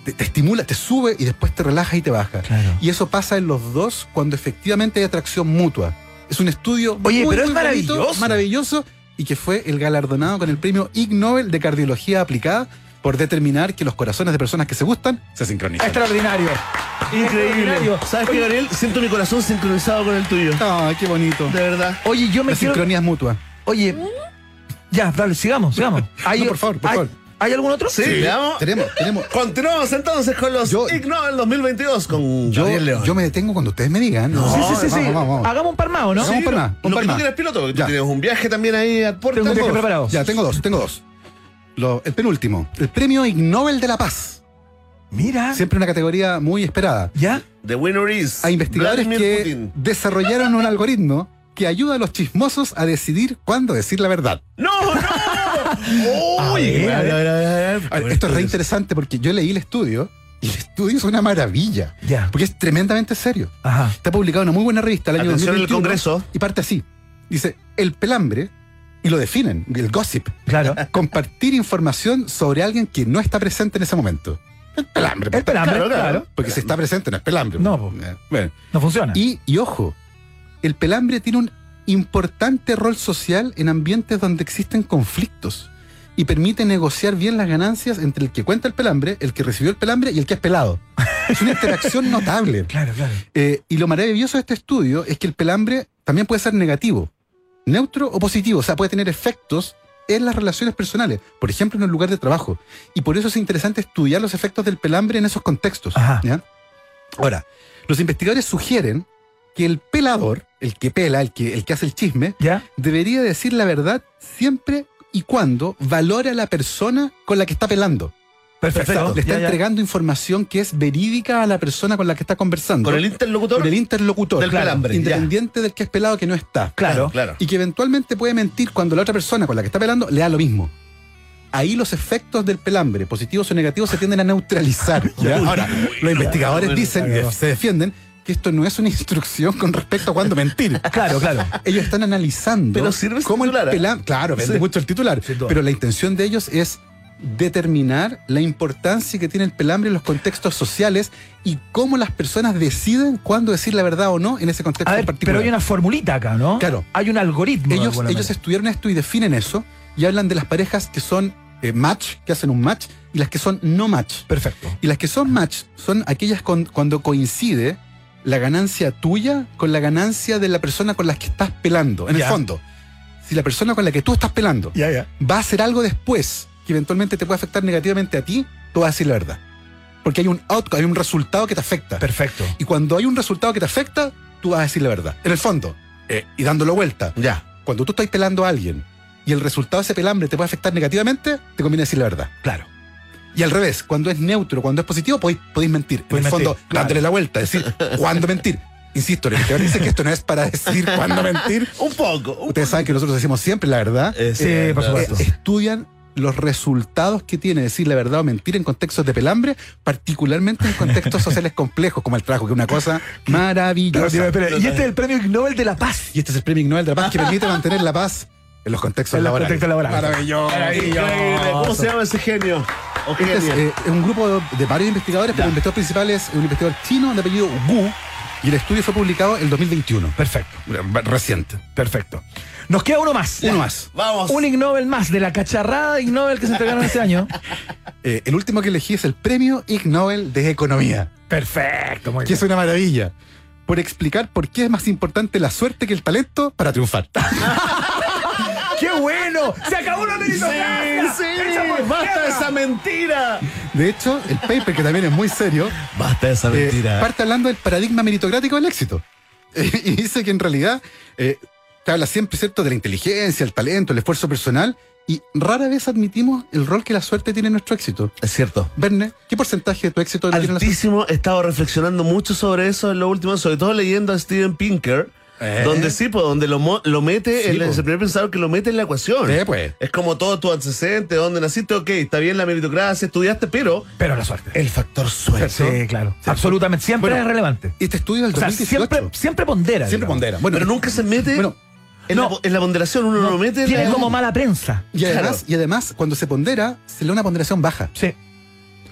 [SPEAKER 7] te, te estimula, te sube y después te relaja y te baja.
[SPEAKER 1] Claro.
[SPEAKER 7] Y eso pasa en los dos cuando efectivamente hay atracción mutua. Es un estudio
[SPEAKER 1] Oye,
[SPEAKER 7] muy,
[SPEAKER 1] pero es
[SPEAKER 7] muy bonito,
[SPEAKER 1] maravilloso.
[SPEAKER 7] maravilloso y que fue el galardonado con el premio Ig Nobel de cardiología aplicada por determinar que los corazones de personas que se gustan se sincronizan.
[SPEAKER 1] Extraordinario.
[SPEAKER 2] Increíble.
[SPEAKER 1] Extraordinario.
[SPEAKER 2] ¿Sabes qué, Gabriel? Siento mi corazón sincronizado con el tuyo.
[SPEAKER 7] Ah, qué bonito.
[SPEAKER 2] De verdad.
[SPEAKER 1] Oye, yo me
[SPEAKER 7] Las
[SPEAKER 1] quiero.
[SPEAKER 7] sincronías mutuas.
[SPEAKER 1] Oye. Ya, dale, sigamos, sigamos.
[SPEAKER 7] No, por favor, por
[SPEAKER 1] hay,
[SPEAKER 7] favor.
[SPEAKER 1] ¿Hay algún otro?
[SPEAKER 2] Sí, veamos.
[SPEAKER 7] Tenemos, tenemos,
[SPEAKER 2] Continuamos entonces con los
[SPEAKER 7] Yo-
[SPEAKER 2] Ig Nobel 2022 con
[SPEAKER 7] Yo,
[SPEAKER 2] Gabriel León.
[SPEAKER 7] yo me detengo cuando ustedes me digan.
[SPEAKER 1] Sí, sí, sí. sí.
[SPEAKER 7] Vamos, vamos, vamos.
[SPEAKER 1] Hagamos un par más, ¿o no?
[SPEAKER 7] Sí. Vamos para más,
[SPEAKER 2] Ah, lo
[SPEAKER 7] vamos
[SPEAKER 2] que
[SPEAKER 7] para
[SPEAKER 2] tú
[SPEAKER 7] más.
[SPEAKER 2] quieres piloto, porque tú
[SPEAKER 7] Ya.
[SPEAKER 2] tienes un viaje también ahí a puerta.
[SPEAKER 1] Tengo un viaje
[SPEAKER 2] Vos.
[SPEAKER 1] preparado.
[SPEAKER 7] Ya, tengo dos, tengo dos. Lo- el penúltimo, el premio Ig Nobel de la Paz.
[SPEAKER 1] Mira.
[SPEAKER 7] Siempre una categoría muy esperada.
[SPEAKER 1] ¿Ya?
[SPEAKER 2] The winner is
[SPEAKER 7] A investigadores
[SPEAKER 2] Vladimir
[SPEAKER 7] que
[SPEAKER 2] Putin.
[SPEAKER 7] desarrollaron un algoritmo que ayuda a los chismosos a decidir cuándo decir la verdad.
[SPEAKER 2] ¡No, no! ¡Uy!
[SPEAKER 1] A ver, a
[SPEAKER 7] A ver, esto es re interesante porque yo leí el estudio y el estudio es una maravilla.
[SPEAKER 1] Ya.
[SPEAKER 7] Porque es tremendamente serio.
[SPEAKER 1] Ajá.
[SPEAKER 7] Está publicado en una muy buena revista el año
[SPEAKER 2] Atención en el
[SPEAKER 7] 2021,
[SPEAKER 2] Congreso.
[SPEAKER 7] Y parte así. Dice, el pelambre, y lo definen, el gossip,
[SPEAKER 1] Claro.
[SPEAKER 7] compartir información sobre alguien que no está presente en ese momento. El pelambre. pues,
[SPEAKER 1] El pelambre, claro,
[SPEAKER 7] Porque si está presente no es pelambre.
[SPEAKER 1] No, po. Ah.
[SPEAKER 7] Eh, Bueno.
[SPEAKER 1] No funciona.
[SPEAKER 7] Y, y ojo, el pelambre tiene un importante rol social en ambientes donde existen conflictos y permite negociar bien las ganancias entre el que cuenta el pelambre, el que recibió el pelambre y el que es pelado. Es una interacción notable.
[SPEAKER 1] Claro, claro.
[SPEAKER 7] Eh, y lo maravilloso de este estudio es que el pelambre también puede ser negativo, neutro o positivo. O sea, puede tener efectos en las relaciones personales, por ejemplo, en el lugar de trabajo. Y por eso es interesante estudiar los efectos del pelambre en esos contextos.
[SPEAKER 1] Ajá.
[SPEAKER 7] ¿ya? Ahora, los investigadores sugieren que el pelador, el que pela, el que, el que hace el chisme,
[SPEAKER 1] ¿Ya?
[SPEAKER 7] debería decir la verdad siempre y cuando valore a la persona con la que está pelando.
[SPEAKER 1] Perfecto.
[SPEAKER 7] Le está
[SPEAKER 1] Ya, ya.
[SPEAKER 7] entregando información que es verídica a la persona con la que está conversando
[SPEAKER 2] Con el interlocutor.
[SPEAKER 7] por el interlocutor
[SPEAKER 2] Del pelambre,
[SPEAKER 7] independiente del que es pelado que no está
[SPEAKER 1] Claro.
[SPEAKER 2] Claro.
[SPEAKER 7] y que eventualmente puede mentir cuando la otra persona con la que está pelando le da lo mismo ahí los efectos del pelambre positivos o negativos se tienden a neutralizar ¿ya? ahora los investigadores dicen
[SPEAKER 1] claro.
[SPEAKER 7] se defienden que esto no es una instrucción con respecto a cuándo mentir
[SPEAKER 1] Claro, claro.
[SPEAKER 7] ellos están analizando
[SPEAKER 2] Pero sirve ese
[SPEAKER 7] cómo el
[SPEAKER 2] titular, ¿eh?
[SPEAKER 7] pelam- Claro, vende
[SPEAKER 2] Sí.
[SPEAKER 7] mucho el titular.
[SPEAKER 1] Sin duda.
[SPEAKER 7] Pero la intención de ellos es determinar la importancia que tiene el pelambre en los contextos sociales y cómo las personas deciden cuándo decir la verdad o no en ese contexto
[SPEAKER 1] A ver,
[SPEAKER 7] en particular.
[SPEAKER 1] pero hay una formulita acá, ¿no?
[SPEAKER 7] Claro.
[SPEAKER 1] Hay un algoritmo. de
[SPEAKER 7] ellos,
[SPEAKER 1] alguna
[SPEAKER 7] ellos
[SPEAKER 1] manera.
[SPEAKER 7] estudiaron esto y definen eso y hablan de las parejas que son eh, match, que hacen un match, y las que son no match.
[SPEAKER 1] Perfecto.
[SPEAKER 7] Y las que son match son aquellas con- cuando coincide la ganancia tuya con la ganancia de la persona con la que estás pelando. En
[SPEAKER 1] Ya.
[SPEAKER 7] el fondo, si la persona con la que tú estás pelando
[SPEAKER 1] Ya, ya.
[SPEAKER 7] va a hacer algo después que eventualmente te puede afectar negativamente a ti, tú vas a decir la verdad. Porque hay un outcome, hay un resultado que te afecta.
[SPEAKER 1] Perfecto.
[SPEAKER 7] Y cuando hay un resultado que te afecta, tú vas a decir la verdad. En el fondo, eh, y dándolo vuelta,
[SPEAKER 2] Ya.
[SPEAKER 7] cuando tú estás pelando a alguien y el resultado de ese pelambre te puede afectar negativamente, te conviene decir la verdad.
[SPEAKER 1] Claro.
[SPEAKER 7] Y al revés, cuando es neutro, cuando es positivo, podéis, podéis mentir.
[SPEAKER 1] Podéis
[SPEAKER 7] en el
[SPEAKER 1] mentir,
[SPEAKER 7] fondo,
[SPEAKER 1] claro.
[SPEAKER 7] dándole la vuelta, decir cuándo mentir. Insisto, el investigador dice que esto no es para decir cuándo mentir.
[SPEAKER 2] Un poco. un
[SPEAKER 7] Ustedes saben que nosotros decimos siempre la verdad.
[SPEAKER 2] Eh,
[SPEAKER 1] Sí, por
[SPEAKER 7] Eh,
[SPEAKER 1] supuesto.
[SPEAKER 7] estudian los resultados que tiene decir la verdad o mentir en contextos de pelambre, particularmente en contextos sociales complejos como el trabajo, que es una cosa
[SPEAKER 1] Pero,
[SPEAKER 7] maravillosa.
[SPEAKER 1] pero, pero, y este es el premio Ig Nobel de la Paz.
[SPEAKER 7] Y este es el premio Ig Nobel de la Paz que permite mantener la paz en los contextos
[SPEAKER 1] En los
[SPEAKER 7] laborales.
[SPEAKER 1] contextos laborales.
[SPEAKER 7] Maravilloso.
[SPEAKER 2] Increíble. ¿Cómo se llama ese genio? O
[SPEAKER 7] Este es,
[SPEAKER 2] genia.
[SPEAKER 7] eh, es un grupo de varios investigadores, pero el investigador principal es un investigador chino de apellido Wu y el estudio fue publicado en 2021.
[SPEAKER 1] Perfecto.
[SPEAKER 7] Reciente.
[SPEAKER 1] Perfecto. Nos queda uno más.
[SPEAKER 7] Uno más.
[SPEAKER 2] Vamos.
[SPEAKER 1] Un Ig Nobel más de la cacharrada Ig Nobel que se entregaron este año.
[SPEAKER 7] Eh, el último que elegí es el premio Ig Nobel de Economía,
[SPEAKER 1] Perfecto, muy
[SPEAKER 7] que es una maravilla. Por explicar por qué es más importante la suerte que el talento para triunfar.
[SPEAKER 1] ¡Qué bueno! ¡Se acabó la meritocracia! ¡Hecha por
[SPEAKER 2] ¡Basta
[SPEAKER 1] tierra!
[SPEAKER 2] de esa mentira!
[SPEAKER 7] De hecho, el paper, que también es muy serio,
[SPEAKER 6] Basta de esa
[SPEAKER 7] eh,
[SPEAKER 6] mentira.
[SPEAKER 7] parte hablando del paradigma meritocrático del éxito. Eh, y dice que en realidad eh, te habla siempre, ¿cierto?, de la inteligencia, el talento, el esfuerzo personal, y rara vez admitimos el rol que la suerte tiene en nuestro éxito.
[SPEAKER 2] Es cierto.
[SPEAKER 7] Verne, ¿qué porcentaje de tu éxito lo tiene la suerte?
[SPEAKER 2] Altísimo, he estado reflexionando mucho sobre eso en lo último, sobre todo leyendo a Steven Pinker,
[SPEAKER 7] Eh.
[SPEAKER 2] donde sí, po, donde lo, mo- lo mete,
[SPEAKER 7] Sí,
[SPEAKER 2] en la-
[SPEAKER 7] po.
[SPEAKER 2] es el primer pensador que lo mete en la ecuación.
[SPEAKER 7] Eh, pues.
[SPEAKER 2] Es como todo tu antecedente, donde naciste, ok, está bien la meritocracia, estudiaste, pero
[SPEAKER 1] Pero la suerte.
[SPEAKER 2] el factor suerte.
[SPEAKER 1] Sí, claro. Absolutamente. Siempre
[SPEAKER 7] Bueno,
[SPEAKER 1] es relevante.
[SPEAKER 7] Este estudio del
[SPEAKER 1] O sea,
[SPEAKER 7] 2018.
[SPEAKER 1] siempre, siempre pondera.
[SPEAKER 7] Siempre
[SPEAKER 1] digamos.
[SPEAKER 7] pondera. Bueno,
[SPEAKER 2] pero nunca se mete
[SPEAKER 7] bueno,
[SPEAKER 2] en,
[SPEAKER 1] no.
[SPEAKER 2] la, po- en la ponderación, uno no, lo mete. en
[SPEAKER 1] Tiene
[SPEAKER 2] la-
[SPEAKER 1] como mala prensa.
[SPEAKER 7] y además,
[SPEAKER 2] claro.
[SPEAKER 7] y además, cuando se pondera, se le da una ponderación baja.
[SPEAKER 1] Sí.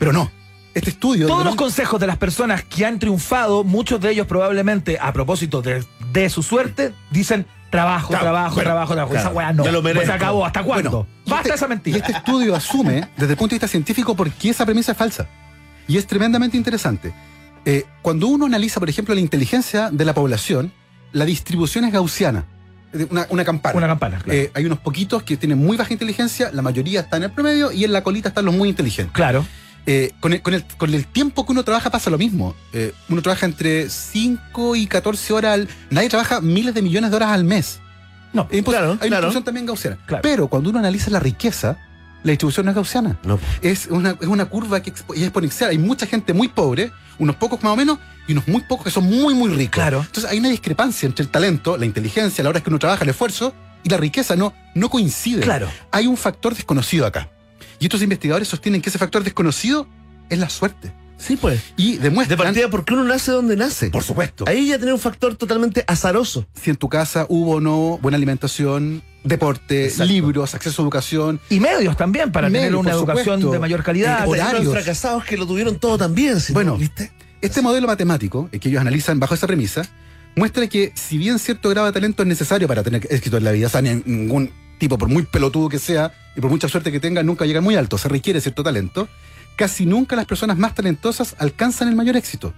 [SPEAKER 7] Pero no. Este estudio.
[SPEAKER 1] Todos
[SPEAKER 7] del
[SPEAKER 1] los consejos de las personas que han triunfado, muchos de ellos probablemente a propósito de, de su suerte, dicen trabajo,
[SPEAKER 7] Claro,
[SPEAKER 1] trabajo,
[SPEAKER 7] bueno,
[SPEAKER 1] trabajo, trabajo.
[SPEAKER 7] claro,
[SPEAKER 1] esa weá no. pues,
[SPEAKER 2] me lo merezco.
[SPEAKER 1] Se acabó. ¿Hasta cuándo?
[SPEAKER 7] Bueno, y
[SPEAKER 1] Basta
[SPEAKER 7] este-
[SPEAKER 1] esa
[SPEAKER 7] Y
[SPEAKER 1] mentira.
[SPEAKER 7] este estudio asume, desde el punto de vista científico, por qué esa premisa es falsa. Y es tremendamente interesante. Eh, cuando uno analiza, por ejemplo, la inteligencia de la población, la distribución es gaussiana. Es de Una, una campana.
[SPEAKER 1] Una campana, claro.
[SPEAKER 7] Eh, hay unos poquitos que tienen muy baja inteligencia, la mayoría está en el promedio y en la colita están los muy inteligentes.
[SPEAKER 1] claro.
[SPEAKER 7] Eh, con, el, con el- con el tiempo que uno trabaja pasa lo mismo. Eh, uno trabaja entre 5 y 14 horas al... Nadie trabaja miles de millones de horas al mes.
[SPEAKER 1] No,
[SPEAKER 7] Es imposible.
[SPEAKER 2] claro,
[SPEAKER 7] Hay una
[SPEAKER 2] claro.
[SPEAKER 7] distribución también gaussiana.
[SPEAKER 1] Claro.
[SPEAKER 7] Pero cuando uno analiza la riqueza, la distribución no es gaussiana.
[SPEAKER 2] No.
[SPEAKER 7] Es, una, es una curva que expo- es exponencial. Hay mucha gente muy pobre, unos pocos más o menos, y unos muy pocos que son muy, muy ricos.
[SPEAKER 1] Claro.
[SPEAKER 7] Entonces hay una discrepancia entre el talento, la inteligencia, la hora que uno trabaja, el esfuerzo, y la riqueza no, no coincide
[SPEAKER 1] Claro.
[SPEAKER 7] hay un factor desconocido acá. Y estos investigadores sostienen que ese factor desconocido es la suerte.
[SPEAKER 2] Sí, pues.
[SPEAKER 7] Y
[SPEAKER 2] De
[SPEAKER 7] demuestran,
[SPEAKER 2] partida, ¿por qué uno nace donde nace?
[SPEAKER 7] por supuesto,
[SPEAKER 2] Ahí ya tiene un factor totalmente azaroso.
[SPEAKER 7] si en tu casa hubo o no buena alimentación, deporte,
[SPEAKER 2] Exacto.
[SPEAKER 7] libros, acceso a educación.
[SPEAKER 1] Y medios también para
[SPEAKER 7] Medios,
[SPEAKER 1] tener una
[SPEAKER 7] por
[SPEAKER 1] educación
[SPEAKER 7] supuesto.
[SPEAKER 1] de mayor calidad.
[SPEAKER 7] Eh,
[SPEAKER 2] Hay
[SPEAKER 7] Horarios.
[SPEAKER 2] unos fracasados que lo tuvieron todo también. si no,
[SPEAKER 7] Bueno,
[SPEAKER 2] ¿viste?
[SPEAKER 7] Este modelo matemático eh, que ellos analizan bajo esa premisa muestra que si bien cierto grado de talento es necesario para tener éxito en la vida, o sea, ni- ningún tipo, por muy pelotudo que sea y por mucha suerte que tenga, nunca llega muy alto, se requiere cierto talento, casi nunca las personas más talentosas alcanzan el mayor éxito,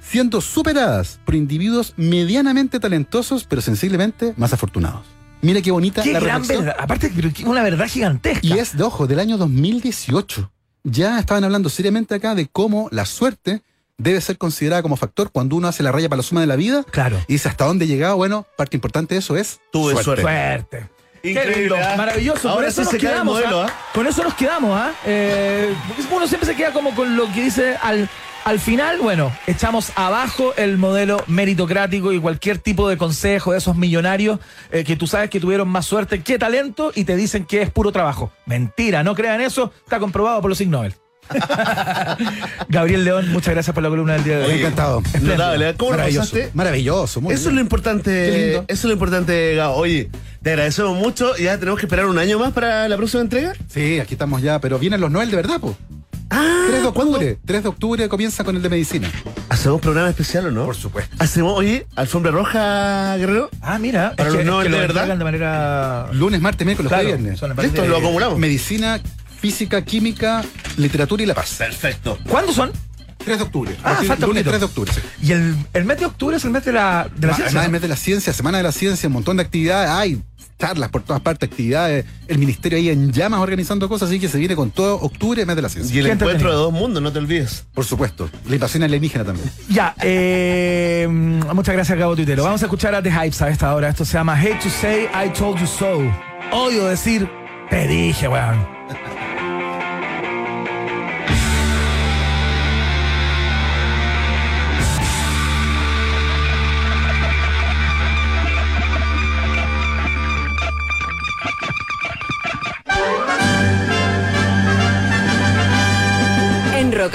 [SPEAKER 7] siendo superadas por individuos medianamente talentosos, pero sensiblemente más afortunados. Mira qué bonita
[SPEAKER 1] Qué
[SPEAKER 7] la
[SPEAKER 1] gran
[SPEAKER 7] reflexión.
[SPEAKER 1] verdad. Aparte, pero qué- una verdad gigantesca.
[SPEAKER 7] Y es, de ojo, del año 2018. Ya estaban hablando seriamente acá de cómo la suerte debe ser considerada como factor cuando uno hace la raya para la suma de la vida
[SPEAKER 1] Claro.
[SPEAKER 7] y dice hasta dónde llegaba. Bueno, parte importante de eso es
[SPEAKER 2] Tuve suerte.
[SPEAKER 1] Suerte. Qué lindo,
[SPEAKER 2] ¿ah?
[SPEAKER 1] maravilloso. Por
[SPEAKER 2] Ahora
[SPEAKER 1] eso
[SPEAKER 2] sí
[SPEAKER 1] nos
[SPEAKER 2] se cae el
[SPEAKER 1] quedamos.
[SPEAKER 2] modelo,
[SPEAKER 1] ¿ah?
[SPEAKER 2] ¿ah?
[SPEAKER 1] Con eso nos quedamos, ¿ah? Eh, uno siempre se queda como con lo que dice al, al final, bueno, echamos abajo el modelo meritocrático y cualquier tipo de consejo de esos millonarios eh, que tú sabes que tuvieron más suerte que talento y te dicen que es puro trabajo. Mentira, no crean eso, está comprobado por los Ig Nobel. Gabriel León, muchas gracias por la columna del día de
[SPEAKER 7] Me ha
[SPEAKER 1] hoy.
[SPEAKER 7] encantado.
[SPEAKER 2] Notable, ¿eh? ¿Cómo lo
[SPEAKER 7] Maravilloso.
[SPEAKER 2] pasaste?
[SPEAKER 7] Maravilloso. muy
[SPEAKER 2] Eso es
[SPEAKER 7] bien.
[SPEAKER 2] lo importante.
[SPEAKER 7] Qué lindo.
[SPEAKER 2] Eso es lo importante, Gao. Oye, te agradecemos mucho. Ya tenemos que esperar un año más para la próxima entrega.
[SPEAKER 7] Sí, aquí estamos ya, pero vienen los Noel de verdad, po.
[SPEAKER 2] Ah,
[SPEAKER 7] 3 de octubre. 3 de octubre comienza con el de medicina.
[SPEAKER 2] ¿Hacemos programa especial o no?
[SPEAKER 7] Por supuesto.
[SPEAKER 2] Hacemos, oye, alfombra roja, Guerrero.
[SPEAKER 1] Ah, mira,
[SPEAKER 2] Para
[SPEAKER 1] es
[SPEAKER 2] los
[SPEAKER 1] que- es
[SPEAKER 2] Nobel
[SPEAKER 1] que
[SPEAKER 2] de
[SPEAKER 1] lo
[SPEAKER 2] verdad.
[SPEAKER 1] entregan de manera...
[SPEAKER 7] Lunes, martes, miércoles,
[SPEAKER 1] Claro,
[SPEAKER 7] jueves, viernes.
[SPEAKER 1] son en
[SPEAKER 2] Listo,
[SPEAKER 1] parte de-
[SPEAKER 2] lo acumulamos.
[SPEAKER 7] Medicina, física, química, literatura y la paz.
[SPEAKER 2] Perfecto.
[SPEAKER 1] ¿Cuándo son?
[SPEAKER 7] 3 de octubre.
[SPEAKER 1] Ah, falta
[SPEAKER 7] lunes
[SPEAKER 1] poquito.
[SPEAKER 7] 3 de octubre. sí.
[SPEAKER 1] Y el, el mes de octubre es el mes de la, de la
[SPEAKER 7] Ma-
[SPEAKER 1] ciencia.
[SPEAKER 7] Además, el
[SPEAKER 1] ¿no?
[SPEAKER 7] mes de la ciencia, Semana de la Ciencia, un montón de actividades. Hay charlas por todas partes, actividades. El ministerio ahí en llamas organizando cosas, así que se viene con todo octubre, mes de la
[SPEAKER 2] Y
[SPEAKER 7] ciencia.
[SPEAKER 2] el
[SPEAKER 1] Qué
[SPEAKER 2] encuentro
[SPEAKER 1] entretenido.
[SPEAKER 2] de dos mundos, no te olvides.
[SPEAKER 7] Por supuesto. La invasión alienígena también.
[SPEAKER 1] Ya, eh, mm, muchas gracias, Gabo Tuitero. Vamos a escuchar a The Hypes a esta hora. Esto se llama Hate to Say I Told You So. Odio decir, te dije, weón.
[SPEAKER 3] En Rock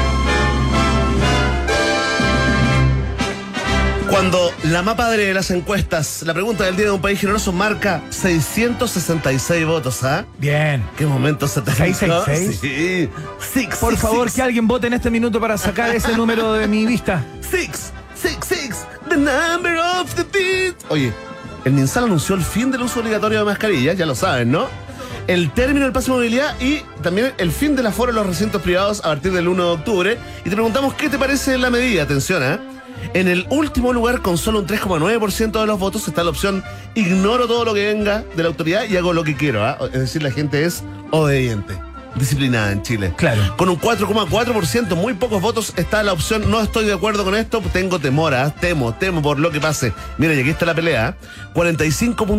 [SPEAKER 2] Cuando la más padre de las encuestas, la pregunta del día de un país generoso marca 666 votos, ¿ah?
[SPEAKER 1] Bien.
[SPEAKER 2] ¿Qué momento se te
[SPEAKER 1] 666?
[SPEAKER 2] Sí. Six,
[SPEAKER 1] Por
[SPEAKER 2] six,
[SPEAKER 1] favor,
[SPEAKER 2] six,
[SPEAKER 1] que alguien vote en este minuto para sacar ese número de mi vista.
[SPEAKER 2] Six, six, six, the number of the beat. Oye, el Ninsal anunció el fin del uso obligatorio de mascarillas, ya lo saben, ¿no? El término del paso de movilidad y también el fin del aforo en los recintos privados a partir del 1 de octubre. Y te preguntamos qué te parece la medida, atención, ¿eh? En el último lugar, con solo un 3,9% de los votos, está la opción ignoro todo lo que venga de la autoridad y hago lo que quiero, ¿ah? Es decir, la gente es obediente, disciplinada en Chile.
[SPEAKER 1] Claro.
[SPEAKER 2] Con un 4,4%, muy pocos votos, está la opción no estoy de acuerdo con esto, tengo temor, ¿ah? temo, temo por lo que pase. Mira, y aquí está la pelea. ¿ah?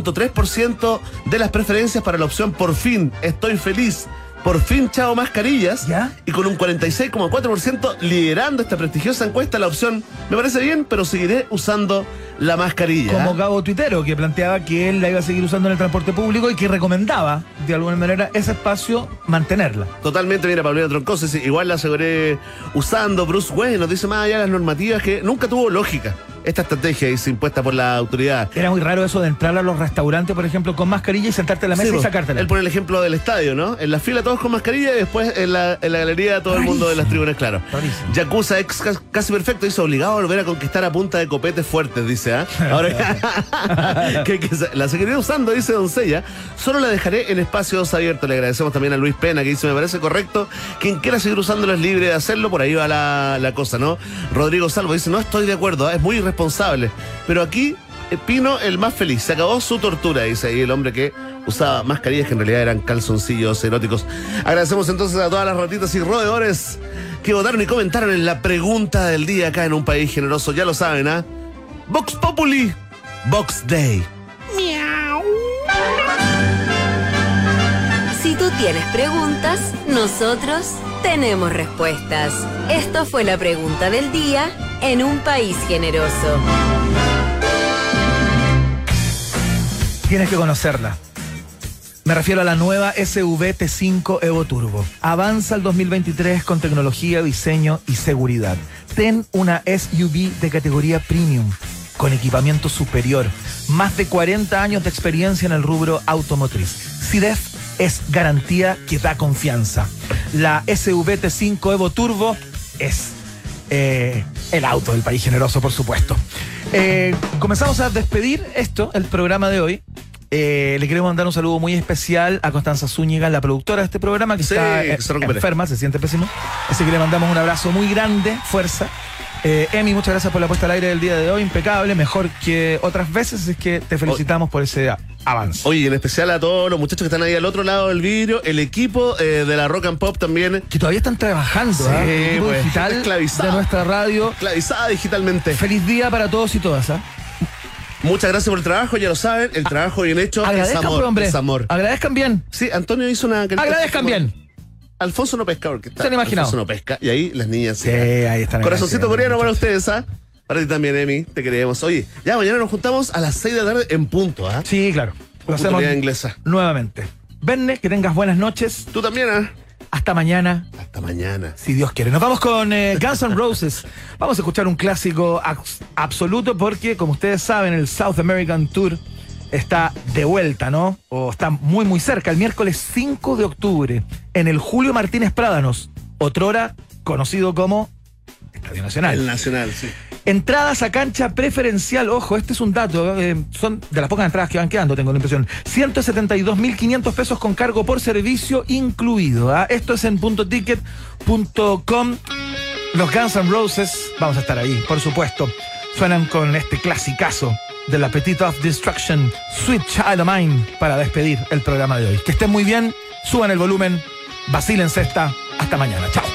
[SPEAKER 2] 45.3% de las preferencias para la opción por fin, estoy feliz. Por fin, chao mascarillas.
[SPEAKER 1] ¿Ya?
[SPEAKER 2] Y con un 46,4% liderando esta prestigiosa encuesta, la opción me parece bien, pero seguiré usando la mascarilla. ¿ah?
[SPEAKER 1] Como Gabo Tuitero, que planteaba que él la iba a seguir usando en el transporte público y que recomendaba, de alguna manera, ese espacio mantenerla.
[SPEAKER 2] Totalmente, mira, Pablito Troncoso dice, igual la aseguré usando Bruce Wayne, nos dice más allá de las normativas que nunca tuvo lógica. Esta estrategia es impuesta por la autoridad.
[SPEAKER 1] Era muy raro eso de entrar a los restaurantes, por ejemplo, con mascarilla y sentarte a la mesa
[SPEAKER 2] Sí,
[SPEAKER 1] y
[SPEAKER 2] po.
[SPEAKER 1] sacártela.
[SPEAKER 2] Él pone el ejemplo del estadio, ¿no? En la fila todos con mascarilla y después en la, en la galería todo el mundo de las tribunas, claro.
[SPEAKER 1] Rarísimo.
[SPEAKER 2] Yakuza, ex ca- casi perfecto, hizo obligado a volver a conquistar a punta de copetes fuertes, dice, ¿ah? Ahora que, que se- la seguiré usando, dice Doncella. Solo la dejaré en espacios abiertos. Le agradecemos también a Luis Pena, que dice, me parece correcto. Quien quiera seguir usándola es libre de hacerlo, por ahí va la, la cosa, ¿no? Rodrigo Salvo dice, no estoy de acuerdo, ¿ah? es muy irresponsable. Pero aquí eh, Pino el más feliz, se acabó su tortura, dice ahí el hombre que usaba mascarillas que en realidad eran calzoncillos eróticos. Agradecemos entonces a todas las ratitas y roedores que votaron y comentaron en la pregunta del día acá en un país generoso, ya lo saben, ¿ah? Vox Populi, Vox Day.
[SPEAKER 3] Si tú tienes preguntas, nosotros tenemos respuestas. Esto fue la pregunta del día en un país generoso.
[SPEAKER 1] Tienes que conocerla. Me refiero a la nueva SVT5 Evo Turbo. Avanza el 2023 con tecnología, diseño y seguridad. Ten una SUV de categoría premium, con equipamiento superior, más de 40 años de experiencia en el rubro automotriz. CIDEF es garantía que da confianza. La SVT5 Evo Turbo es eh, el auto del país generoso, por supuesto. Eh, comenzamos a despedir esto, el programa de hoy. Eh, le queremos mandar un saludo muy especial a Constanza Zúñiga, la productora de este programa, que
[SPEAKER 2] Sí,
[SPEAKER 1] está eh,
[SPEAKER 2] que se recupere.
[SPEAKER 1] enferma, se siente pésimo. Así que le mandamos un abrazo muy grande, fuerza. Eh, Emi, muchas gracias por la puesta al aire del día de hoy, impecable, mejor que otras veces, es que te felicitamos por ese a- avance.
[SPEAKER 2] Oye, en especial a todos los muchachos que están ahí al otro lado del vidrio, el equipo eh, de la Rock and Pop también,
[SPEAKER 1] Que todavía están trabajando, ¿ah? El equipo
[SPEAKER 2] pues,
[SPEAKER 1] digital
[SPEAKER 2] está esclavizado.
[SPEAKER 1] de nuestra radio.
[SPEAKER 2] clavizada digitalmente.
[SPEAKER 1] Feliz día para todos y todas, ¿ah?
[SPEAKER 2] Muchas gracias por el trabajo, ya lo saben, el trabajo bien hecho es
[SPEAKER 1] Agradezcan,
[SPEAKER 2] amor,
[SPEAKER 1] por hombre.
[SPEAKER 2] es amor.
[SPEAKER 1] Agradezcan bien.
[SPEAKER 2] Sí, Antonio hizo una...
[SPEAKER 1] Agradezcan bien.
[SPEAKER 2] Alfonso no pesca, porque está.
[SPEAKER 1] Se han imaginado.
[SPEAKER 2] Alfonso no pesca. Y ahí las niñas.
[SPEAKER 1] Sí, ahí están.
[SPEAKER 2] Corazoncito
[SPEAKER 1] Gracias,
[SPEAKER 2] coreano para
[SPEAKER 1] muchachos.
[SPEAKER 2] ustedes, ¿ah? Para ti también, Emi. Te queremos. Oye, ya mañana nos juntamos a las 6 de la tarde en punto, ¿ah?
[SPEAKER 1] Sí, claro. Lo
[SPEAKER 2] Puntualidad
[SPEAKER 1] hacemos
[SPEAKER 2] inglesa.
[SPEAKER 1] nuevamente. Verne, que tengas buenas noches.
[SPEAKER 2] Tú también, ¿ah?
[SPEAKER 1] Hasta mañana,
[SPEAKER 2] Hasta mañana.
[SPEAKER 1] si Dios quiere. Nos vamos con eh, Guns N' Roses. Vamos a escuchar un clásico abs- absoluto porque, como ustedes saben, el South American Tour está de vuelta, ¿no? O está muy, muy cerca. El miércoles 5 de octubre, en el Julio Martínez Prádanos, otrora conocido como Estadio Nacional.
[SPEAKER 2] El Nacional, sí.
[SPEAKER 1] Entradas a cancha preferencial, ojo, este es un dato, eh, son de las pocas entradas que van quedando, tengo la impresión. 172.500 pesos con cargo por servicio incluido. ¿ah? Esto es en puntoticket.com. Los Guns N' Roses, vamos a estar ahí, por supuesto. Suenan con este clasicazo del Appetite of Destruction, Sweet Child of Mine, para despedir el programa de hoy. Que estén muy bien, suban el volumen, vacílense esta, hasta mañana. Chao.